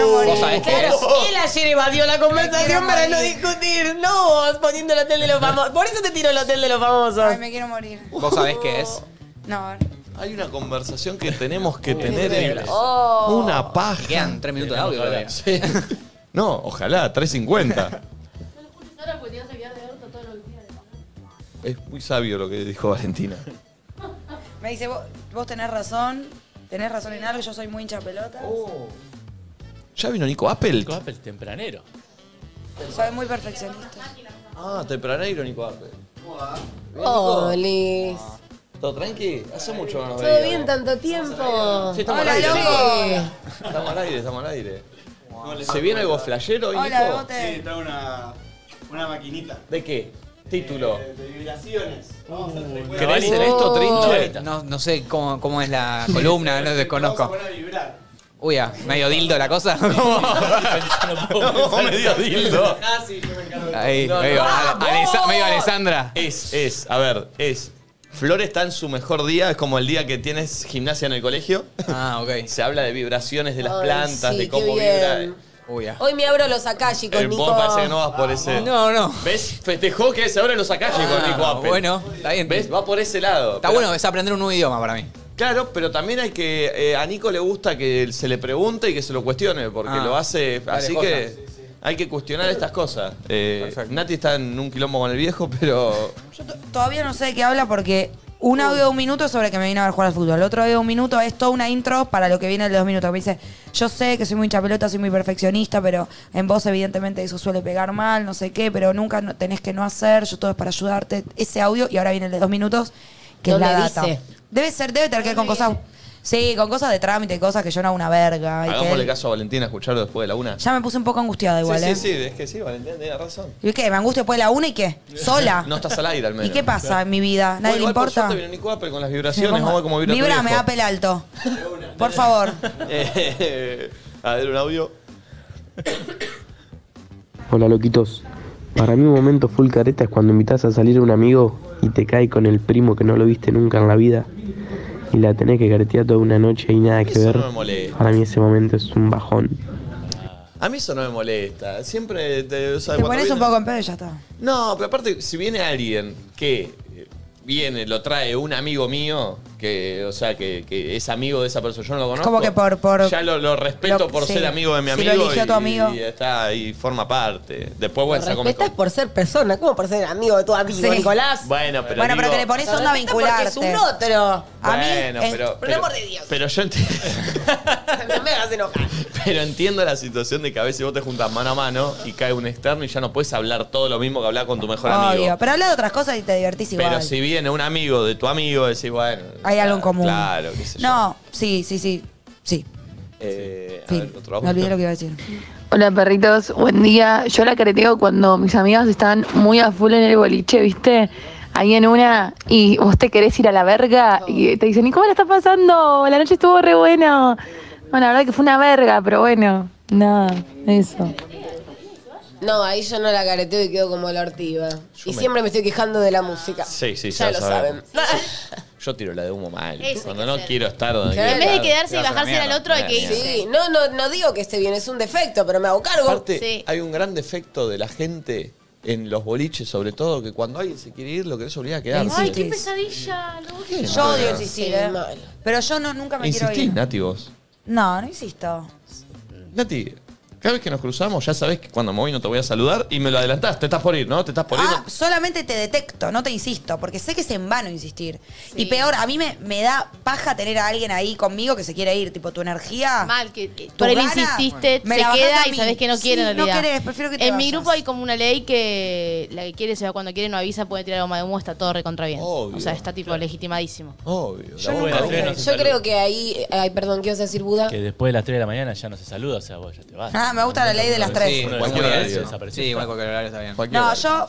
[SPEAKER 2] morir.
[SPEAKER 14] Vos sabés que
[SPEAKER 2] Claro,
[SPEAKER 1] Oh.
[SPEAKER 14] es.
[SPEAKER 2] él ayer evadió la conversación
[SPEAKER 3] Me quiero
[SPEAKER 2] para no
[SPEAKER 3] morir.
[SPEAKER 2] discutir. No vos poniendo el hotel de los famosos. Por eso te tiro el hotel de los famosos.
[SPEAKER 3] Ay, me quiero morir.
[SPEAKER 4] ¿Vos sabés qué es?
[SPEAKER 3] No,
[SPEAKER 1] Hay una conversación que tenemos que tener en
[SPEAKER 2] Oh.
[SPEAKER 1] una paja.
[SPEAKER 4] Quedan tres minutos de audio todavía.
[SPEAKER 1] Sí. No, ojalá, 3.50.
[SPEAKER 2] pues
[SPEAKER 1] es muy sabio lo que dijo Valentina.
[SPEAKER 3] Me dice, vos, vos tenés razón, tenés razón en algo, yo soy muy hincha pelota.
[SPEAKER 1] Uh. ¿Ya vino Oh. Nico Apple?
[SPEAKER 8] Nico Apple tempranero.
[SPEAKER 3] Soy muy perfeccionista.
[SPEAKER 1] Ah, tempranero Nico Apple.
[SPEAKER 2] Oh, Liz.
[SPEAKER 1] ¿Todo tranqui? Hace mucho que no nos
[SPEAKER 2] Todo
[SPEAKER 1] veíamos.
[SPEAKER 2] bien tanto tiempo.
[SPEAKER 1] Sí, estamos
[SPEAKER 2] Hola,
[SPEAKER 1] al aire.
[SPEAKER 2] loco.
[SPEAKER 1] Estamos al aire, estamos al aire. ¿Se viene algo flashero hoy,
[SPEAKER 15] Hola,
[SPEAKER 1] Nico?
[SPEAKER 15] Bebote. Sí, trae una, una maquinita. Eh,
[SPEAKER 1] ¿De qué? Título.
[SPEAKER 15] De, de vibraciones. Vamos a hacer
[SPEAKER 1] ¿Querés hacer esto, Trinche?
[SPEAKER 4] No, no sé cómo, cómo es la columna, no
[SPEAKER 15] Vamos a
[SPEAKER 4] desconozco.
[SPEAKER 15] poner a vibrar.
[SPEAKER 4] Uy, ah, medio dildo la cosa. ¿Cómo?
[SPEAKER 1] No, medio dildo.
[SPEAKER 15] Ah, sí, yo me encargo de
[SPEAKER 4] Ahí,
[SPEAKER 1] No, no.
[SPEAKER 4] medio,
[SPEAKER 1] ¡Ah,
[SPEAKER 4] Ale- Alesa-
[SPEAKER 1] vos!
[SPEAKER 4] medio Alessandra.
[SPEAKER 1] Es, es, a ver, es. Flor está en su mejor día, es como el día que tienes gimnasia en el colegio.
[SPEAKER 4] Ah, ok.
[SPEAKER 1] Se habla de vibraciones de las
[SPEAKER 2] Ay,
[SPEAKER 1] plantas,
[SPEAKER 2] sí,
[SPEAKER 1] de cómo
[SPEAKER 2] qué
[SPEAKER 1] vibra.
[SPEAKER 2] bien.
[SPEAKER 4] Uy, ah.
[SPEAKER 2] Hoy me abro los Akashi con
[SPEAKER 1] El
[SPEAKER 2] Nico.
[SPEAKER 1] vos parece que no vas por ese.
[SPEAKER 4] No, no.
[SPEAKER 1] ¿Ves? Festejó que se abren los Akashi con Nico Appel.
[SPEAKER 4] Ah, Bueno, está bien.
[SPEAKER 1] ¿Ves? Va por ese lado.
[SPEAKER 4] Está
[SPEAKER 1] Pero-
[SPEAKER 4] bueno, es aprender un nuevo idioma para mí.
[SPEAKER 1] Claro, pero también hay que. eh, a Nico le gusta que se le pregunte y que se lo cuestione, porque
[SPEAKER 4] Ah,
[SPEAKER 1] lo hace.
[SPEAKER 4] varias
[SPEAKER 1] Así
[SPEAKER 4] cosas.
[SPEAKER 1] que hay que cuestionar estas cosas. Eh, Nati está en un quilombo con el viejo, pero.
[SPEAKER 3] Todavía no sé de qué habla porque un audio de un minuto es sobre que me vine a ver jugar al fútbol. Otro audio de un minuto es toda una intro para lo que viene el de dos minutos. Me dice, yo sé que soy muy chapelota, soy muy perfeccionista, pero en vos evidentemente eso suele pegar mal, no sé qué, pero nunca no- tenés que no hacer, yo todo es para ayudarte. Ese audio y ahora viene el de dos minutos, que es
[SPEAKER 2] No
[SPEAKER 3] la
[SPEAKER 2] le
[SPEAKER 3] data.
[SPEAKER 2] dice.
[SPEAKER 3] Debe ser, debe tener que ver con cosas... Sí, con cosas de trámite, cosas que yo no hago una verga. y que
[SPEAKER 1] Hagámosle
[SPEAKER 3] él-
[SPEAKER 1] caso a Valentina, escucharlo después de la una.
[SPEAKER 3] ya me puse un poco angustiada igual,
[SPEAKER 1] sí,
[SPEAKER 3] ¿eh?
[SPEAKER 1] sí, sí, es que sí, Valentina tiene razón.
[SPEAKER 3] ¿Y qué? ¿Me angustio después de la una y qué? ¿Sola?
[SPEAKER 1] No estás al aire al menos.
[SPEAKER 3] Ah. ¿Y qué pasa en mi vida? ¿Nadie
[SPEAKER 1] Bueno,
[SPEAKER 3] le
[SPEAKER 1] igual por
[SPEAKER 3] importa?
[SPEAKER 1] suerte vino Nico Appel con las vibraciones,
[SPEAKER 3] Vibrame
[SPEAKER 1] vamos a ver cómo vibra tu
[SPEAKER 3] Vibrame,
[SPEAKER 1] viejo.
[SPEAKER 3] Apple alto. Por favor.
[SPEAKER 1] Eh, a ver, un audio.
[SPEAKER 16] Hola loquitos. Para mí un momento full careta es cuando invitas a salir a un amigo y te cae con el primo que no lo viste nunca en la vida y la tenés que caretear toda una noche y nada que
[SPEAKER 1] Eso
[SPEAKER 16] ver.
[SPEAKER 1] no me molesta.
[SPEAKER 16] Para mí ese momento es un bajón.
[SPEAKER 1] A mí eso no me molesta. Siempre te. o sea,
[SPEAKER 3] Te
[SPEAKER 1] cuando
[SPEAKER 3] pones un
[SPEAKER 1] viene-
[SPEAKER 3] poco en pedo y ya está.
[SPEAKER 1] No, pero aparte, si viene alguien que eh, viene, lo trae un amigo mío, que, o sea, que, que es amigo de esa persona, yo no lo conozco.
[SPEAKER 3] Como que por- por-
[SPEAKER 1] ya lo, lo respeto
[SPEAKER 3] lo-
[SPEAKER 1] por
[SPEAKER 3] sí.
[SPEAKER 1] ser amigo de mi
[SPEAKER 3] Si
[SPEAKER 1] amigo.
[SPEAKER 3] lo eligió
[SPEAKER 1] y,
[SPEAKER 3] tu amigo.
[SPEAKER 1] y está ahí, forma parte. Después, bueno,
[SPEAKER 2] Lo
[SPEAKER 1] sacó mi
[SPEAKER 2] respetas por ser persona, ¿cómo por ser amigo de tu amigo,
[SPEAKER 3] Sí.
[SPEAKER 2] Nicolás?
[SPEAKER 1] Bueno, pero.
[SPEAKER 3] bueno, pero
[SPEAKER 1] digo-
[SPEAKER 3] que le pones onda a
[SPEAKER 2] Respeta porque
[SPEAKER 3] vincularte.
[SPEAKER 2] es un otro.
[SPEAKER 3] A mí,
[SPEAKER 1] Bueno,
[SPEAKER 3] es-
[SPEAKER 1] pero,
[SPEAKER 2] por el amor de Dios.
[SPEAKER 1] Pero yo enti-
[SPEAKER 2] No me hagas enojar.
[SPEAKER 1] pero entiendo la situación de que a veces vos te juntas mano a mano y cae un externo y ya no puedes hablar todo lo mismo que hablar con tu mejor amigo.
[SPEAKER 3] Obvio. Pero habla de otras cosas y te divertís igual.
[SPEAKER 1] Pero si viene un amigo de tu amigo, decís, bueno.
[SPEAKER 3] Hay algo en común.
[SPEAKER 1] Claro, qué sé yo.
[SPEAKER 3] No, sí, sí, sí. Sí.
[SPEAKER 1] Eh, a
[SPEAKER 3] Sí.
[SPEAKER 1] ver, otro audio.
[SPEAKER 3] Me olvidé lo que iba a decir.
[SPEAKER 17] Hola perritos, buen día. Yo la careteo cuando mis amigas están muy a full en el boliche, ¿viste? Ahí en una y vos te querés ir a la verga y te dicen, ¿y cómo la estás pasando? La noche estuvo re buena. Bueno, la verdad que fue una verga, pero bueno, nada, eso.
[SPEAKER 2] No, ahí yo no la careteo y quedo como la ortiva. Y
[SPEAKER 1] me-
[SPEAKER 2] siempre me estoy quejando de la música.
[SPEAKER 1] Sí, sí,
[SPEAKER 2] ya,
[SPEAKER 1] ya
[SPEAKER 2] lo
[SPEAKER 1] saben.
[SPEAKER 2] saben.
[SPEAKER 1] Yo tiro la de humo mal.
[SPEAKER 2] Eso hay
[SPEAKER 1] Cuando
[SPEAKER 2] que
[SPEAKER 1] no
[SPEAKER 2] hacer.
[SPEAKER 1] quiero estar donde
[SPEAKER 2] Que
[SPEAKER 1] quiero
[SPEAKER 2] en vez de
[SPEAKER 1] estar,
[SPEAKER 2] quedarse
[SPEAKER 1] te
[SPEAKER 2] y
[SPEAKER 1] vas a la
[SPEAKER 2] bajársela al
[SPEAKER 1] mierda.
[SPEAKER 2] otro, hay que
[SPEAKER 1] Mierda.
[SPEAKER 2] Sí, no, no, no digo que esté bien, es un defecto, pero me hago cargo.
[SPEAKER 1] Aparte, hay un gran defecto de la gente en los boliches, sobre todo, que cuando alguien se quiere ir, lo querés obligar a quedarse.
[SPEAKER 5] Ay, qué pesadilla, no.
[SPEAKER 1] Sí,
[SPEAKER 3] Yo odio
[SPEAKER 1] pero-
[SPEAKER 3] insistir, ¿eh? Pero yo no, nunca me quiero
[SPEAKER 1] Insistís,
[SPEAKER 3] ir.
[SPEAKER 1] Nati, vos.
[SPEAKER 3] No, no insisto.
[SPEAKER 1] Nati, cada vez que nos cruzamos, ya sabés que cuando me voy no te voy a saludar y me lo adelantás. Te estás por ir, ¿no? Te estás por ir.
[SPEAKER 3] Ah, solamente te detecto, no te insisto, porque sé que es en vano insistir. Y peor, a mí me, me da paja tener a alguien ahí conmigo que se quiere ir, tipo tu energía. Mal,
[SPEAKER 5] que, Por ahí insististe, se queda y sabes que no quiere en
[SPEAKER 3] No
[SPEAKER 5] realidad.
[SPEAKER 3] querés, prefiero que te
[SPEAKER 5] En
[SPEAKER 3] vayas.
[SPEAKER 5] mi grupo hay como una ley que la que quiere se va cuando quiere, no avisa, puede tirar goma de humo, está todo recontra bien.
[SPEAKER 1] Obvio.
[SPEAKER 5] O sea, está tipo legitimadísimo.
[SPEAKER 1] Obvio.
[SPEAKER 8] Yo nunca- Buenas, Fede, no se
[SPEAKER 2] Yo
[SPEAKER 8] saluda.
[SPEAKER 2] creo que ahí. eh, Ay, perdón, ¿qué ibas a decir, Buda?
[SPEAKER 8] Que después de las 3 de la mañana ya no se saluda, o sea, vos ya te vas.
[SPEAKER 3] Ah, me gusta la ley de las tres. Sí,
[SPEAKER 8] Uno de
[SPEAKER 4] cualquier
[SPEAKER 8] los
[SPEAKER 4] horario.
[SPEAKER 8] días desapareció.
[SPEAKER 4] Sí, igual cualquier horario está bien.
[SPEAKER 3] No, yo.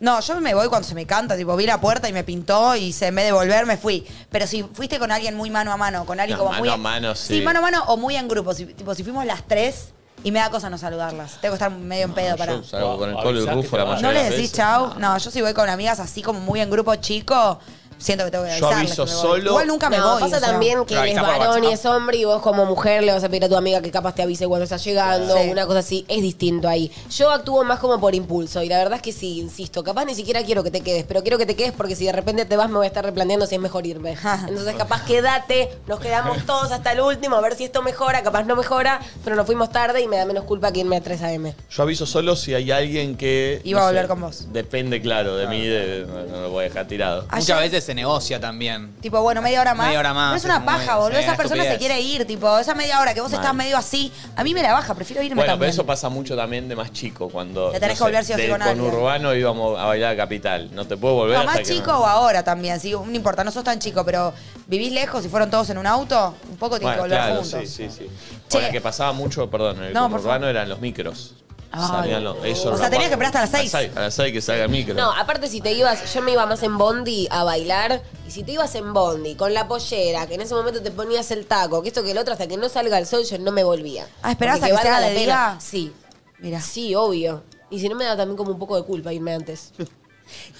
[SPEAKER 3] No, yo me voy cuando se me canta, tipo, vi la puerta y me pintó y se, en vez de volver me fui. Pero si fuiste con alguien muy mano a mano, con alguien
[SPEAKER 1] No,
[SPEAKER 3] como
[SPEAKER 1] mano
[SPEAKER 3] muy.
[SPEAKER 1] a mano, sí.
[SPEAKER 3] mano a mano o muy en grupo. Si, tipo, si fuimos las tres y me da cosa no saludarlas. Tengo que estar medio en pedo para.
[SPEAKER 1] Yo salgo con el
[SPEAKER 8] O
[SPEAKER 1] Pablo y
[SPEAKER 8] avisás que
[SPEAKER 1] Rufo
[SPEAKER 8] te
[SPEAKER 1] la
[SPEAKER 8] vas.
[SPEAKER 1] mayoría
[SPEAKER 3] ¿No
[SPEAKER 1] de
[SPEAKER 3] le
[SPEAKER 1] las
[SPEAKER 3] decís
[SPEAKER 1] veces.
[SPEAKER 3] chao? No, yo si voy con amigas así como muy en grupo chico, siento que tengo que
[SPEAKER 1] Yo
[SPEAKER 3] avisarles.
[SPEAKER 1] aviso
[SPEAKER 3] que me voy.
[SPEAKER 1] solo.
[SPEAKER 3] Igual nunca me
[SPEAKER 2] No,
[SPEAKER 3] voy.
[SPEAKER 2] Pasa
[SPEAKER 3] o sea.
[SPEAKER 2] también que
[SPEAKER 1] Claro,
[SPEAKER 2] es
[SPEAKER 1] está por
[SPEAKER 2] varón y
[SPEAKER 1] WhatsApp.
[SPEAKER 2] es hombre y vos como mujer le vas a pedir a tu amiga que capaz te avise cuando estás llegando,
[SPEAKER 3] Sí.
[SPEAKER 2] una cosa así. Es distinto ahí. Yo actúo más como por impulso y la verdad es que sí, insisto. Capaz ni siquiera quiero que te quedes, pero quiero que te quedes porque si de repente te vas me voy a estar replanteando si es mejor irme.
[SPEAKER 3] Ah.
[SPEAKER 2] Entonces capaz quédate, nos quedamos todos hasta el último a ver si esto mejora, capaz no mejora, pero nos fuimos tarde y me da menos culpa que irme a 3 AM.
[SPEAKER 1] Yo aviso solo si hay alguien que.
[SPEAKER 2] Iba a
[SPEAKER 1] no sé,
[SPEAKER 2] volver con vos.
[SPEAKER 1] Depende, claro, de mí, de- no, no lo voy a dejar tirado.
[SPEAKER 4] Muchas veces se negocia también.
[SPEAKER 3] Tipo, bueno, media hora más.
[SPEAKER 4] Media hora más,
[SPEAKER 3] Pero es
[SPEAKER 4] es
[SPEAKER 3] una
[SPEAKER 4] como
[SPEAKER 3] paja,
[SPEAKER 4] medio-
[SPEAKER 3] boludo.
[SPEAKER 4] sí,
[SPEAKER 3] Esa
[SPEAKER 4] una
[SPEAKER 3] persona se
[SPEAKER 4] estupidez.
[SPEAKER 3] quiere ir, tipo, esa media hora que vos
[SPEAKER 1] Mal.
[SPEAKER 3] estás medio así. A mí me la baja, prefiero irme
[SPEAKER 1] Bueno, pero
[SPEAKER 3] también.
[SPEAKER 1] eso pasa mucho también de más chico, cuando.
[SPEAKER 3] Te tenés que volver sí o sí
[SPEAKER 1] del
[SPEAKER 3] con alguien.
[SPEAKER 1] conurbano íbamos a bailar a Capital. No te puedo volver
[SPEAKER 3] No,
[SPEAKER 1] hasta
[SPEAKER 3] más
[SPEAKER 1] que
[SPEAKER 3] chico
[SPEAKER 1] no.
[SPEAKER 3] o ahora también, sí, no importa, no sos tan chico, pero vivís lejos y fueron todos en un auto, un poco tienen
[SPEAKER 1] Bueno,
[SPEAKER 3] que volver
[SPEAKER 1] claro,
[SPEAKER 3] juntos.
[SPEAKER 1] sí, sí, sí.
[SPEAKER 3] Che.
[SPEAKER 1] O la que pasaba mucho, perdón, en el
[SPEAKER 3] No, por
[SPEAKER 1] conurbano
[SPEAKER 3] favor.
[SPEAKER 1] eran los micros.
[SPEAKER 3] Ay.
[SPEAKER 1] Salían los- eso
[SPEAKER 3] O
[SPEAKER 1] era
[SPEAKER 3] sea,
[SPEAKER 1] una
[SPEAKER 3] tenías que
[SPEAKER 1] paja.
[SPEAKER 3] esperar hasta las
[SPEAKER 1] A
[SPEAKER 3] seis.
[SPEAKER 1] las 6. A las 6 que salga el micro.
[SPEAKER 2] No, aparte si te ibas, yo me iba más en bondi a bailar, y si te ibas en bondi con la pollera, que en ese momento te ponías el taco, que esto que el otro, hasta que no salga el sol, yo no me volvía.
[SPEAKER 3] Ah, ¿esperabas
[SPEAKER 2] Porque
[SPEAKER 3] a que
[SPEAKER 2] valga
[SPEAKER 3] salga
[SPEAKER 2] la
[SPEAKER 3] de
[SPEAKER 2] pena.
[SPEAKER 3] día?
[SPEAKER 2] Sí.
[SPEAKER 3] Mira.
[SPEAKER 2] Sí, obvio. Y si no me da también como un poco de culpa irme antes.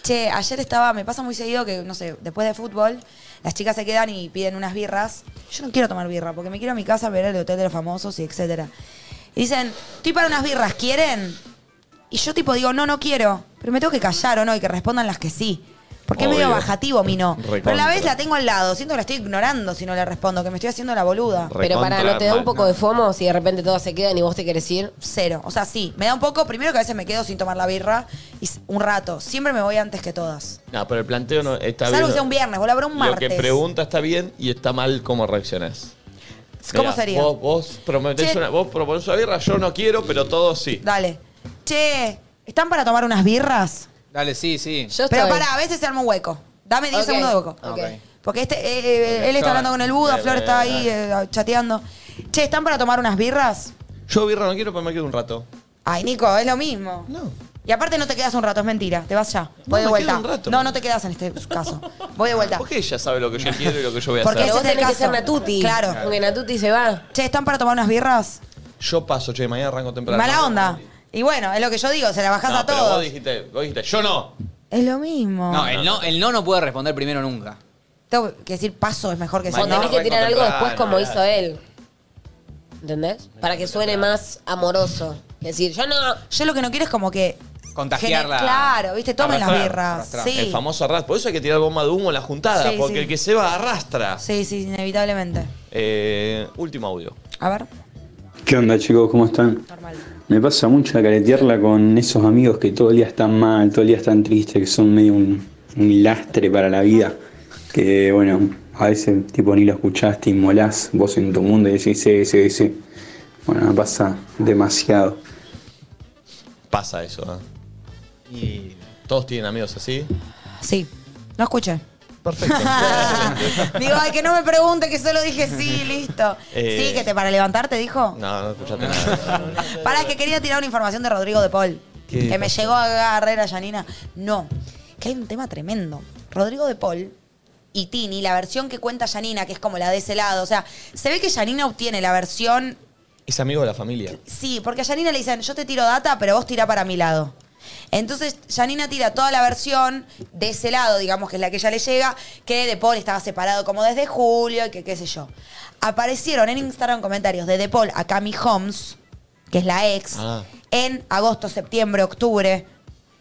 [SPEAKER 3] Che, ayer estaba, me pasa muy seguido que, no sé, después de fútbol, las chicas se quedan y piden unas birras. Yo no quiero tomar birra porque me quiero a mi casa, ver el hotel de los famosos y etcétera. Y dicen, estoy para unas birras, ¿quieren? Y yo tipo digo, no, no quiero. Pero me tengo que callar o no y que respondan las que sí. Porque es medio
[SPEAKER 2] Obvio.
[SPEAKER 3] bajativo mi no.
[SPEAKER 2] Recontra.
[SPEAKER 3] Pero a la vez la tengo al lado. Siento que la estoy ignorando si no le respondo, que me estoy haciendo la boluda.
[SPEAKER 2] Pero para, ¿no te da un poco de FOMO si de repente todas se quedan y vos te querés ir?
[SPEAKER 3] Cero. O sea, sí, me da un poco. Primero que a veces me quedo sin tomar la birra y s- un rato. Siempre me voy antes que todas.
[SPEAKER 1] No, pero el planteo no está
[SPEAKER 3] Salvo
[SPEAKER 1] bien.
[SPEAKER 3] que sea un viernes, vos laburás un
[SPEAKER 1] Lo
[SPEAKER 3] martes.
[SPEAKER 1] que pregunta está bien y está mal cómo reaccionás.
[SPEAKER 3] ¿Cómo
[SPEAKER 1] Mirá,
[SPEAKER 3] sería?
[SPEAKER 1] Vos, vos prometés
[SPEAKER 3] Che.
[SPEAKER 1] una, vos proponés una birra, yo no quiero, pero todos sí.
[SPEAKER 3] Dale. Che, ¿están para tomar unas birras?
[SPEAKER 4] Dale, sí, sí.
[SPEAKER 3] Pero para, a veces se arma un hueco. Dame 10
[SPEAKER 4] Ok.
[SPEAKER 3] segundos de hueco.
[SPEAKER 4] Ah, ok.
[SPEAKER 3] Porque este, eh, eh,
[SPEAKER 1] Ok.
[SPEAKER 3] él está
[SPEAKER 1] Yo-
[SPEAKER 3] hablando con el Buda,
[SPEAKER 1] Dale,
[SPEAKER 3] Flor está
[SPEAKER 1] dale,
[SPEAKER 3] ahí eh, chateando. Che, ¿están para tomar unas birras?
[SPEAKER 1] Yo birra no quiero, pero me quedo un rato.
[SPEAKER 3] Ay, Nico, es lo mismo. No. Y aparte no te quedas un rato, es mentira. Te vas ya. Voy
[SPEAKER 1] me
[SPEAKER 3] de vuelta.
[SPEAKER 1] quedo un rato.
[SPEAKER 3] No, no te quedas en este caso. Voy de vuelta.
[SPEAKER 1] ¿Por qué ella sabe lo que yo quiero y lo que yo voy a
[SPEAKER 3] Porque
[SPEAKER 1] hacer?
[SPEAKER 3] ese
[SPEAKER 2] vos
[SPEAKER 3] es el
[SPEAKER 2] tenés que ser
[SPEAKER 3] caso.
[SPEAKER 2] Natuti.
[SPEAKER 3] Claro.
[SPEAKER 2] Porque Natuti se va.
[SPEAKER 3] Che, ¿están para tomar unas birras?
[SPEAKER 1] Yo paso, che, mañana arranco temprano.
[SPEAKER 3] Mala onda. Y bueno, es lo que yo digo, se la bajás
[SPEAKER 1] No,
[SPEAKER 3] a
[SPEAKER 1] pero
[SPEAKER 3] todos.
[SPEAKER 1] vos dijiste, eh. vos dijiste, yo no.
[SPEAKER 3] Es lo mismo.
[SPEAKER 4] No, el no, el no no puede responder primero nunca.
[SPEAKER 3] Tengo que decir paso, es mejor que
[SPEAKER 2] O
[SPEAKER 3] sea no.
[SPEAKER 2] tenés que tirar algo después como
[SPEAKER 4] Temprano,
[SPEAKER 2] hizo él. ¿Entendés? Para que suene más amoroso. Es decir, yo no...
[SPEAKER 3] Yo lo que no quiero es como que...
[SPEAKER 1] Contagiarla.
[SPEAKER 3] Claro, viste, tomen las
[SPEAKER 1] Arrastrar,
[SPEAKER 3] birras.
[SPEAKER 1] arrastrar.
[SPEAKER 3] Sí.
[SPEAKER 1] El famoso arrastre. Por eso hay que tirar bomba de humo en la juntada,
[SPEAKER 3] Sí,
[SPEAKER 1] porque
[SPEAKER 3] sí.
[SPEAKER 1] el que se va arrastra.
[SPEAKER 3] Sí, sí, inevitablemente.
[SPEAKER 1] Eh, último audio.
[SPEAKER 3] A ver.
[SPEAKER 18] ¿Qué onda chicos? ¿Cómo están?
[SPEAKER 3] Normal.
[SPEAKER 18] Me pasa mucho de caretearla con esos amigos que todo el día están mal, todo el día están tristes, que son medio un, un lastre para la vida. Que bueno, a veces tipo ni lo escuchaste y molás vos en tu mundo y decís, sí, sí, sí. Bueno, me pasa demasiado.
[SPEAKER 1] Pasa eso, ¿eh? Y todos tienen amigos así.
[SPEAKER 3] Sí. No escuché.
[SPEAKER 1] Perfecto.
[SPEAKER 3] Digo, ay, que no me pregunte, que solo dije sí, listo.
[SPEAKER 1] Eh.
[SPEAKER 3] Sí, que te para levantarte dijo.
[SPEAKER 1] No, no escuchaste nada.
[SPEAKER 3] Para que quería tirar una información de Rodrigo de Paul.
[SPEAKER 1] ¿Qué
[SPEAKER 3] Que me
[SPEAKER 1] pasó?
[SPEAKER 3] llegó a Herrera Yanina. No, que hay un tema tremendo. Rodrigo de Paul y Tini, la versión que cuenta Yanina, que es como la de ese lado. O sea, se ve que Yanina obtiene la versión
[SPEAKER 1] Es amigo de la familia.
[SPEAKER 3] Sí, porque a Janina le dicen, yo te tiro data, pero vos tirá para mi lado. Entonces, Janina tira toda la versión de ese lado, digamos, que es la que ella le llega, que De Paul estaba separado como desde julio y que qué sé yo. Aparecieron en Instagram comentarios de De Paul a Cami Holmes, que es la ex,
[SPEAKER 19] Ah.
[SPEAKER 3] en agosto, septiembre, octubre.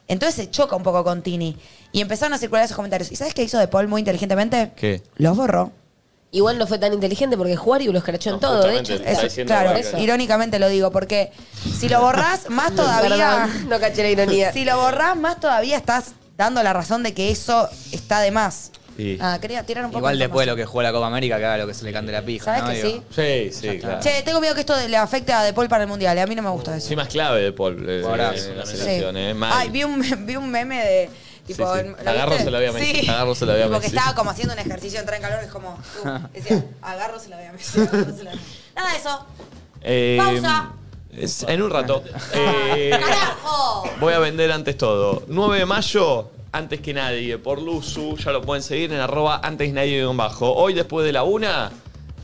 [SPEAKER 3] Entonces se choca un poco con Tini. Y empezaron a circular esos comentarios. ¿Y sabes qué hizo De Paul muy inteligentemente?
[SPEAKER 1] ¿Qué?
[SPEAKER 3] Los borró.
[SPEAKER 2] Igual no fue tan inteligente porque Juario lo escrachó en
[SPEAKER 3] No,
[SPEAKER 2] todo, de hecho.
[SPEAKER 3] justamente, está diciendo claro,
[SPEAKER 2] eso.
[SPEAKER 3] irónicamente lo digo, porque si lo borrás, más todavía.
[SPEAKER 2] Perdón, no caché la ironía.
[SPEAKER 3] Si lo borrás, más todavía estás dando la razón de que eso está de más.
[SPEAKER 4] Sí.
[SPEAKER 3] Ah, quería tirar un poco
[SPEAKER 4] Igual
[SPEAKER 3] de
[SPEAKER 4] después de lo que jugó la Copa América, que haga lo que se le cante la pija.
[SPEAKER 3] ¿Sabes
[SPEAKER 4] ¿no?
[SPEAKER 3] que
[SPEAKER 4] Digo,
[SPEAKER 3] sí?
[SPEAKER 1] Sí, sí, claro.
[SPEAKER 3] Che, tengo miedo que esto le afecte a De Paul para el mundial. eh, A mí no me gusta eso.
[SPEAKER 1] Sí, más clave de Paul eh,
[SPEAKER 4] Ahora,
[SPEAKER 1] en la
[SPEAKER 4] sí.
[SPEAKER 1] selección, ¿eh? Mal.
[SPEAKER 3] Ay, vi un, vi un meme de. Tipo,
[SPEAKER 1] Sí, sí.
[SPEAKER 3] ¿lo viste?
[SPEAKER 1] Agarro, se la voy a Messi,
[SPEAKER 3] Sí.
[SPEAKER 1] agarro, se la voy a
[SPEAKER 3] Tipo
[SPEAKER 1] Messi.
[SPEAKER 3] que estaba como haciendo un ejercicio, entra en calor, es como. tú, decía, agarro, se la voy a Messi. agarro, se la voy a- Nada de eso.
[SPEAKER 1] Eh,
[SPEAKER 3] Pausa.
[SPEAKER 1] es- en un rato. Eh, voy a vender antes todo. 9 de mayo, antes que nadie, por Luzu. Ya lo pueden seguir en arroba antes nadie guión bajo. Hoy, después de la una,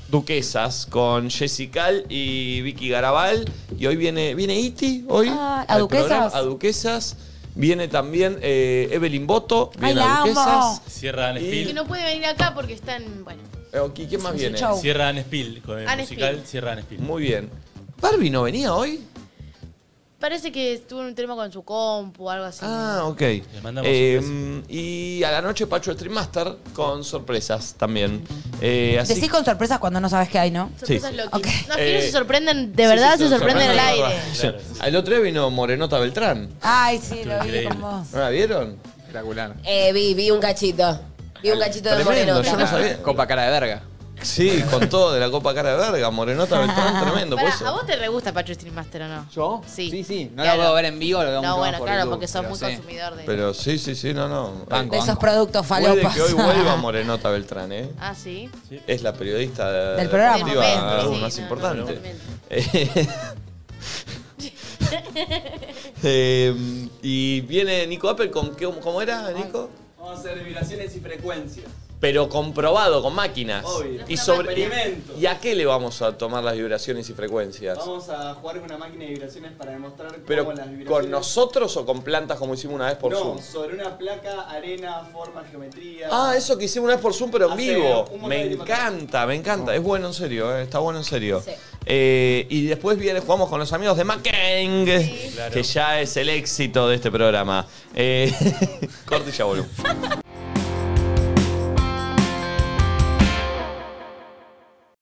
[SPEAKER 1] Duquesas con Jessica y Vicky Garabal. Y hoy viene, viene Iti, hoy.
[SPEAKER 3] Ah, ¿a
[SPEAKER 1] al
[SPEAKER 3] Duquesas?
[SPEAKER 1] programa, a Duquesas. Viene también eh, Evelyn Boto. Viene
[SPEAKER 5] la
[SPEAKER 1] a
[SPEAKER 5] amo.
[SPEAKER 1] Duquesas.
[SPEAKER 8] Cierra Anne
[SPEAKER 5] Que
[SPEAKER 8] Spill.
[SPEAKER 5] no puede venir acá porque están, bueno,
[SPEAKER 1] Eh, ok, ¿Quién más
[SPEAKER 5] Es un
[SPEAKER 1] viene?
[SPEAKER 5] show.
[SPEAKER 8] Cierra Anne Spill con el
[SPEAKER 5] Anne
[SPEAKER 8] musical.
[SPEAKER 5] Spill.
[SPEAKER 8] Cierra Anne Spill.
[SPEAKER 1] Muy bien. ¿Barbie no venía hoy?
[SPEAKER 5] parece que tuvo un tema con su compu o algo así.
[SPEAKER 1] Ah, ok.
[SPEAKER 8] mandamos
[SPEAKER 1] Eh, y a la noche Pacho Stream Master con sorpresas también. Eh, así
[SPEAKER 3] Decís con sorpresas cuando no sabes qué hay, ¿no?
[SPEAKER 1] Sí. Cosas
[SPEAKER 5] loquitas. No, es
[SPEAKER 1] Eh,
[SPEAKER 5] que no se sorprenden,
[SPEAKER 1] sí,
[SPEAKER 5] de verdad
[SPEAKER 1] sí,
[SPEAKER 5] se sorprenden al
[SPEAKER 1] sorprende,
[SPEAKER 5] aire.
[SPEAKER 1] de verdad. El otro día vino Morenota Beltrán.
[SPEAKER 3] Ay, sí, lo vi
[SPEAKER 1] Increíble.
[SPEAKER 3] con vos.
[SPEAKER 1] ¿No la vieron? Espectacular.
[SPEAKER 2] Eh, vi, vi un cachito. Vi un cachito de
[SPEAKER 1] Tremendo, yo no
[SPEAKER 2] Morenota.
[SPEAKER 1] sabía. Copa cara de verga. Sí, con todo de la copa cara de verga. Morenota Beltrán, tremendo. por
[SPEAKER 5] Ah. Pará,
[SPEAKER 1] eso-
[SPEAKER 5] ¿a vos te re gusta Pacho Stream Master o no?
[SPEAKER 4] ¿Yo?
[SPEAKER 5] Sí.
[SPEAKER 4] Sí, sí. No
[SPEAKER 5] Claro.
[SPEAKER 4] lo puedo ver en vivo, lo veo
[SPEAKER 5] No,
[SPEAKER 4] mucho más
[SPEAKER 5] bueno,
[SPEAKER 4] por
[SPEAKER 5] claro,
[SPEAKER 4] YouTube,
[SPEAKER 5] porque sos
[SPEAKER 4] pero
[SPEAKER 5] muy
[SPEAKER 4] sí.
[SPEAKER 5] consumidor de...
[SPEAKER 1] Pero sí, sí, sí, no, no.
[SPEAKER 4] Banco,
[SPEAKER 3] De esos productos
[SPEAKER 1] Puede
[SPEAKER 3] falopas.
[SPEAKER 1] que hoy vuelva Morenota Beltrán, ¿eh?
[SPEAKER 5] Ah, sí.
[SPEAKER 1] Es la periodista de-
[SPEAKER 3] Del programa.
[SPEAKER 1] deportiva,
[SPEAKER 3] Del momento,
[SPEAKER 1] más
[SPEAKER 5] sí, no,
[SPEAKER 1] importante.
[SPEAKER 5] no,
[SPEAKER 1] Eh, y viene Nico Apple con qué, cómo era, Nico?
[SPEAKER 15] Vamos a hacer vibraciones y frecuencias.
[SPEAKER 1] Pero comprobado con máquinas.
[SPEAKER 15] Obvio.
[SPEAKER 1] Y sobre
[SPEAKER 15] Experimento.
[SPEAKER 1] ¿Y a qué le vamos a tomar las vibraciones y frecuencias?
[SPEAKER 15] Vamos a jugar con una máquina de vibraciones para demostrar cómo
[SPEAKER 1] Pero
[SPEAKER 15] las vibraciones.
[SPEAKER 1] con nosotros o con plantas como hicimos una vez por
[SPEAKER 15] no,
[SPEAKER 1] Zoom.
[SPEAKER 15] sobre una placa, arena, forma, geometría.
[SPEAKER 1] Ah, eso que hicimos una vez por Zoom, pero en
[SPEAKER 15] Hace un
[SPEAKER 1] vivo.
[SPEAKER 15] montón
[SPEAKER 1] Me
[SPEAKER 15] de tiempo
[SPEAKER 1] encanta, me encanta. Es bueno en serio, eh, está bueno en serio.
[SPEAKER 15] Sí.
[SPEAKER 1] Eh, y después viene, jugamos con los amigos de Macang, que ya es el éxito de este programa. Eh, corte y ya volvemos.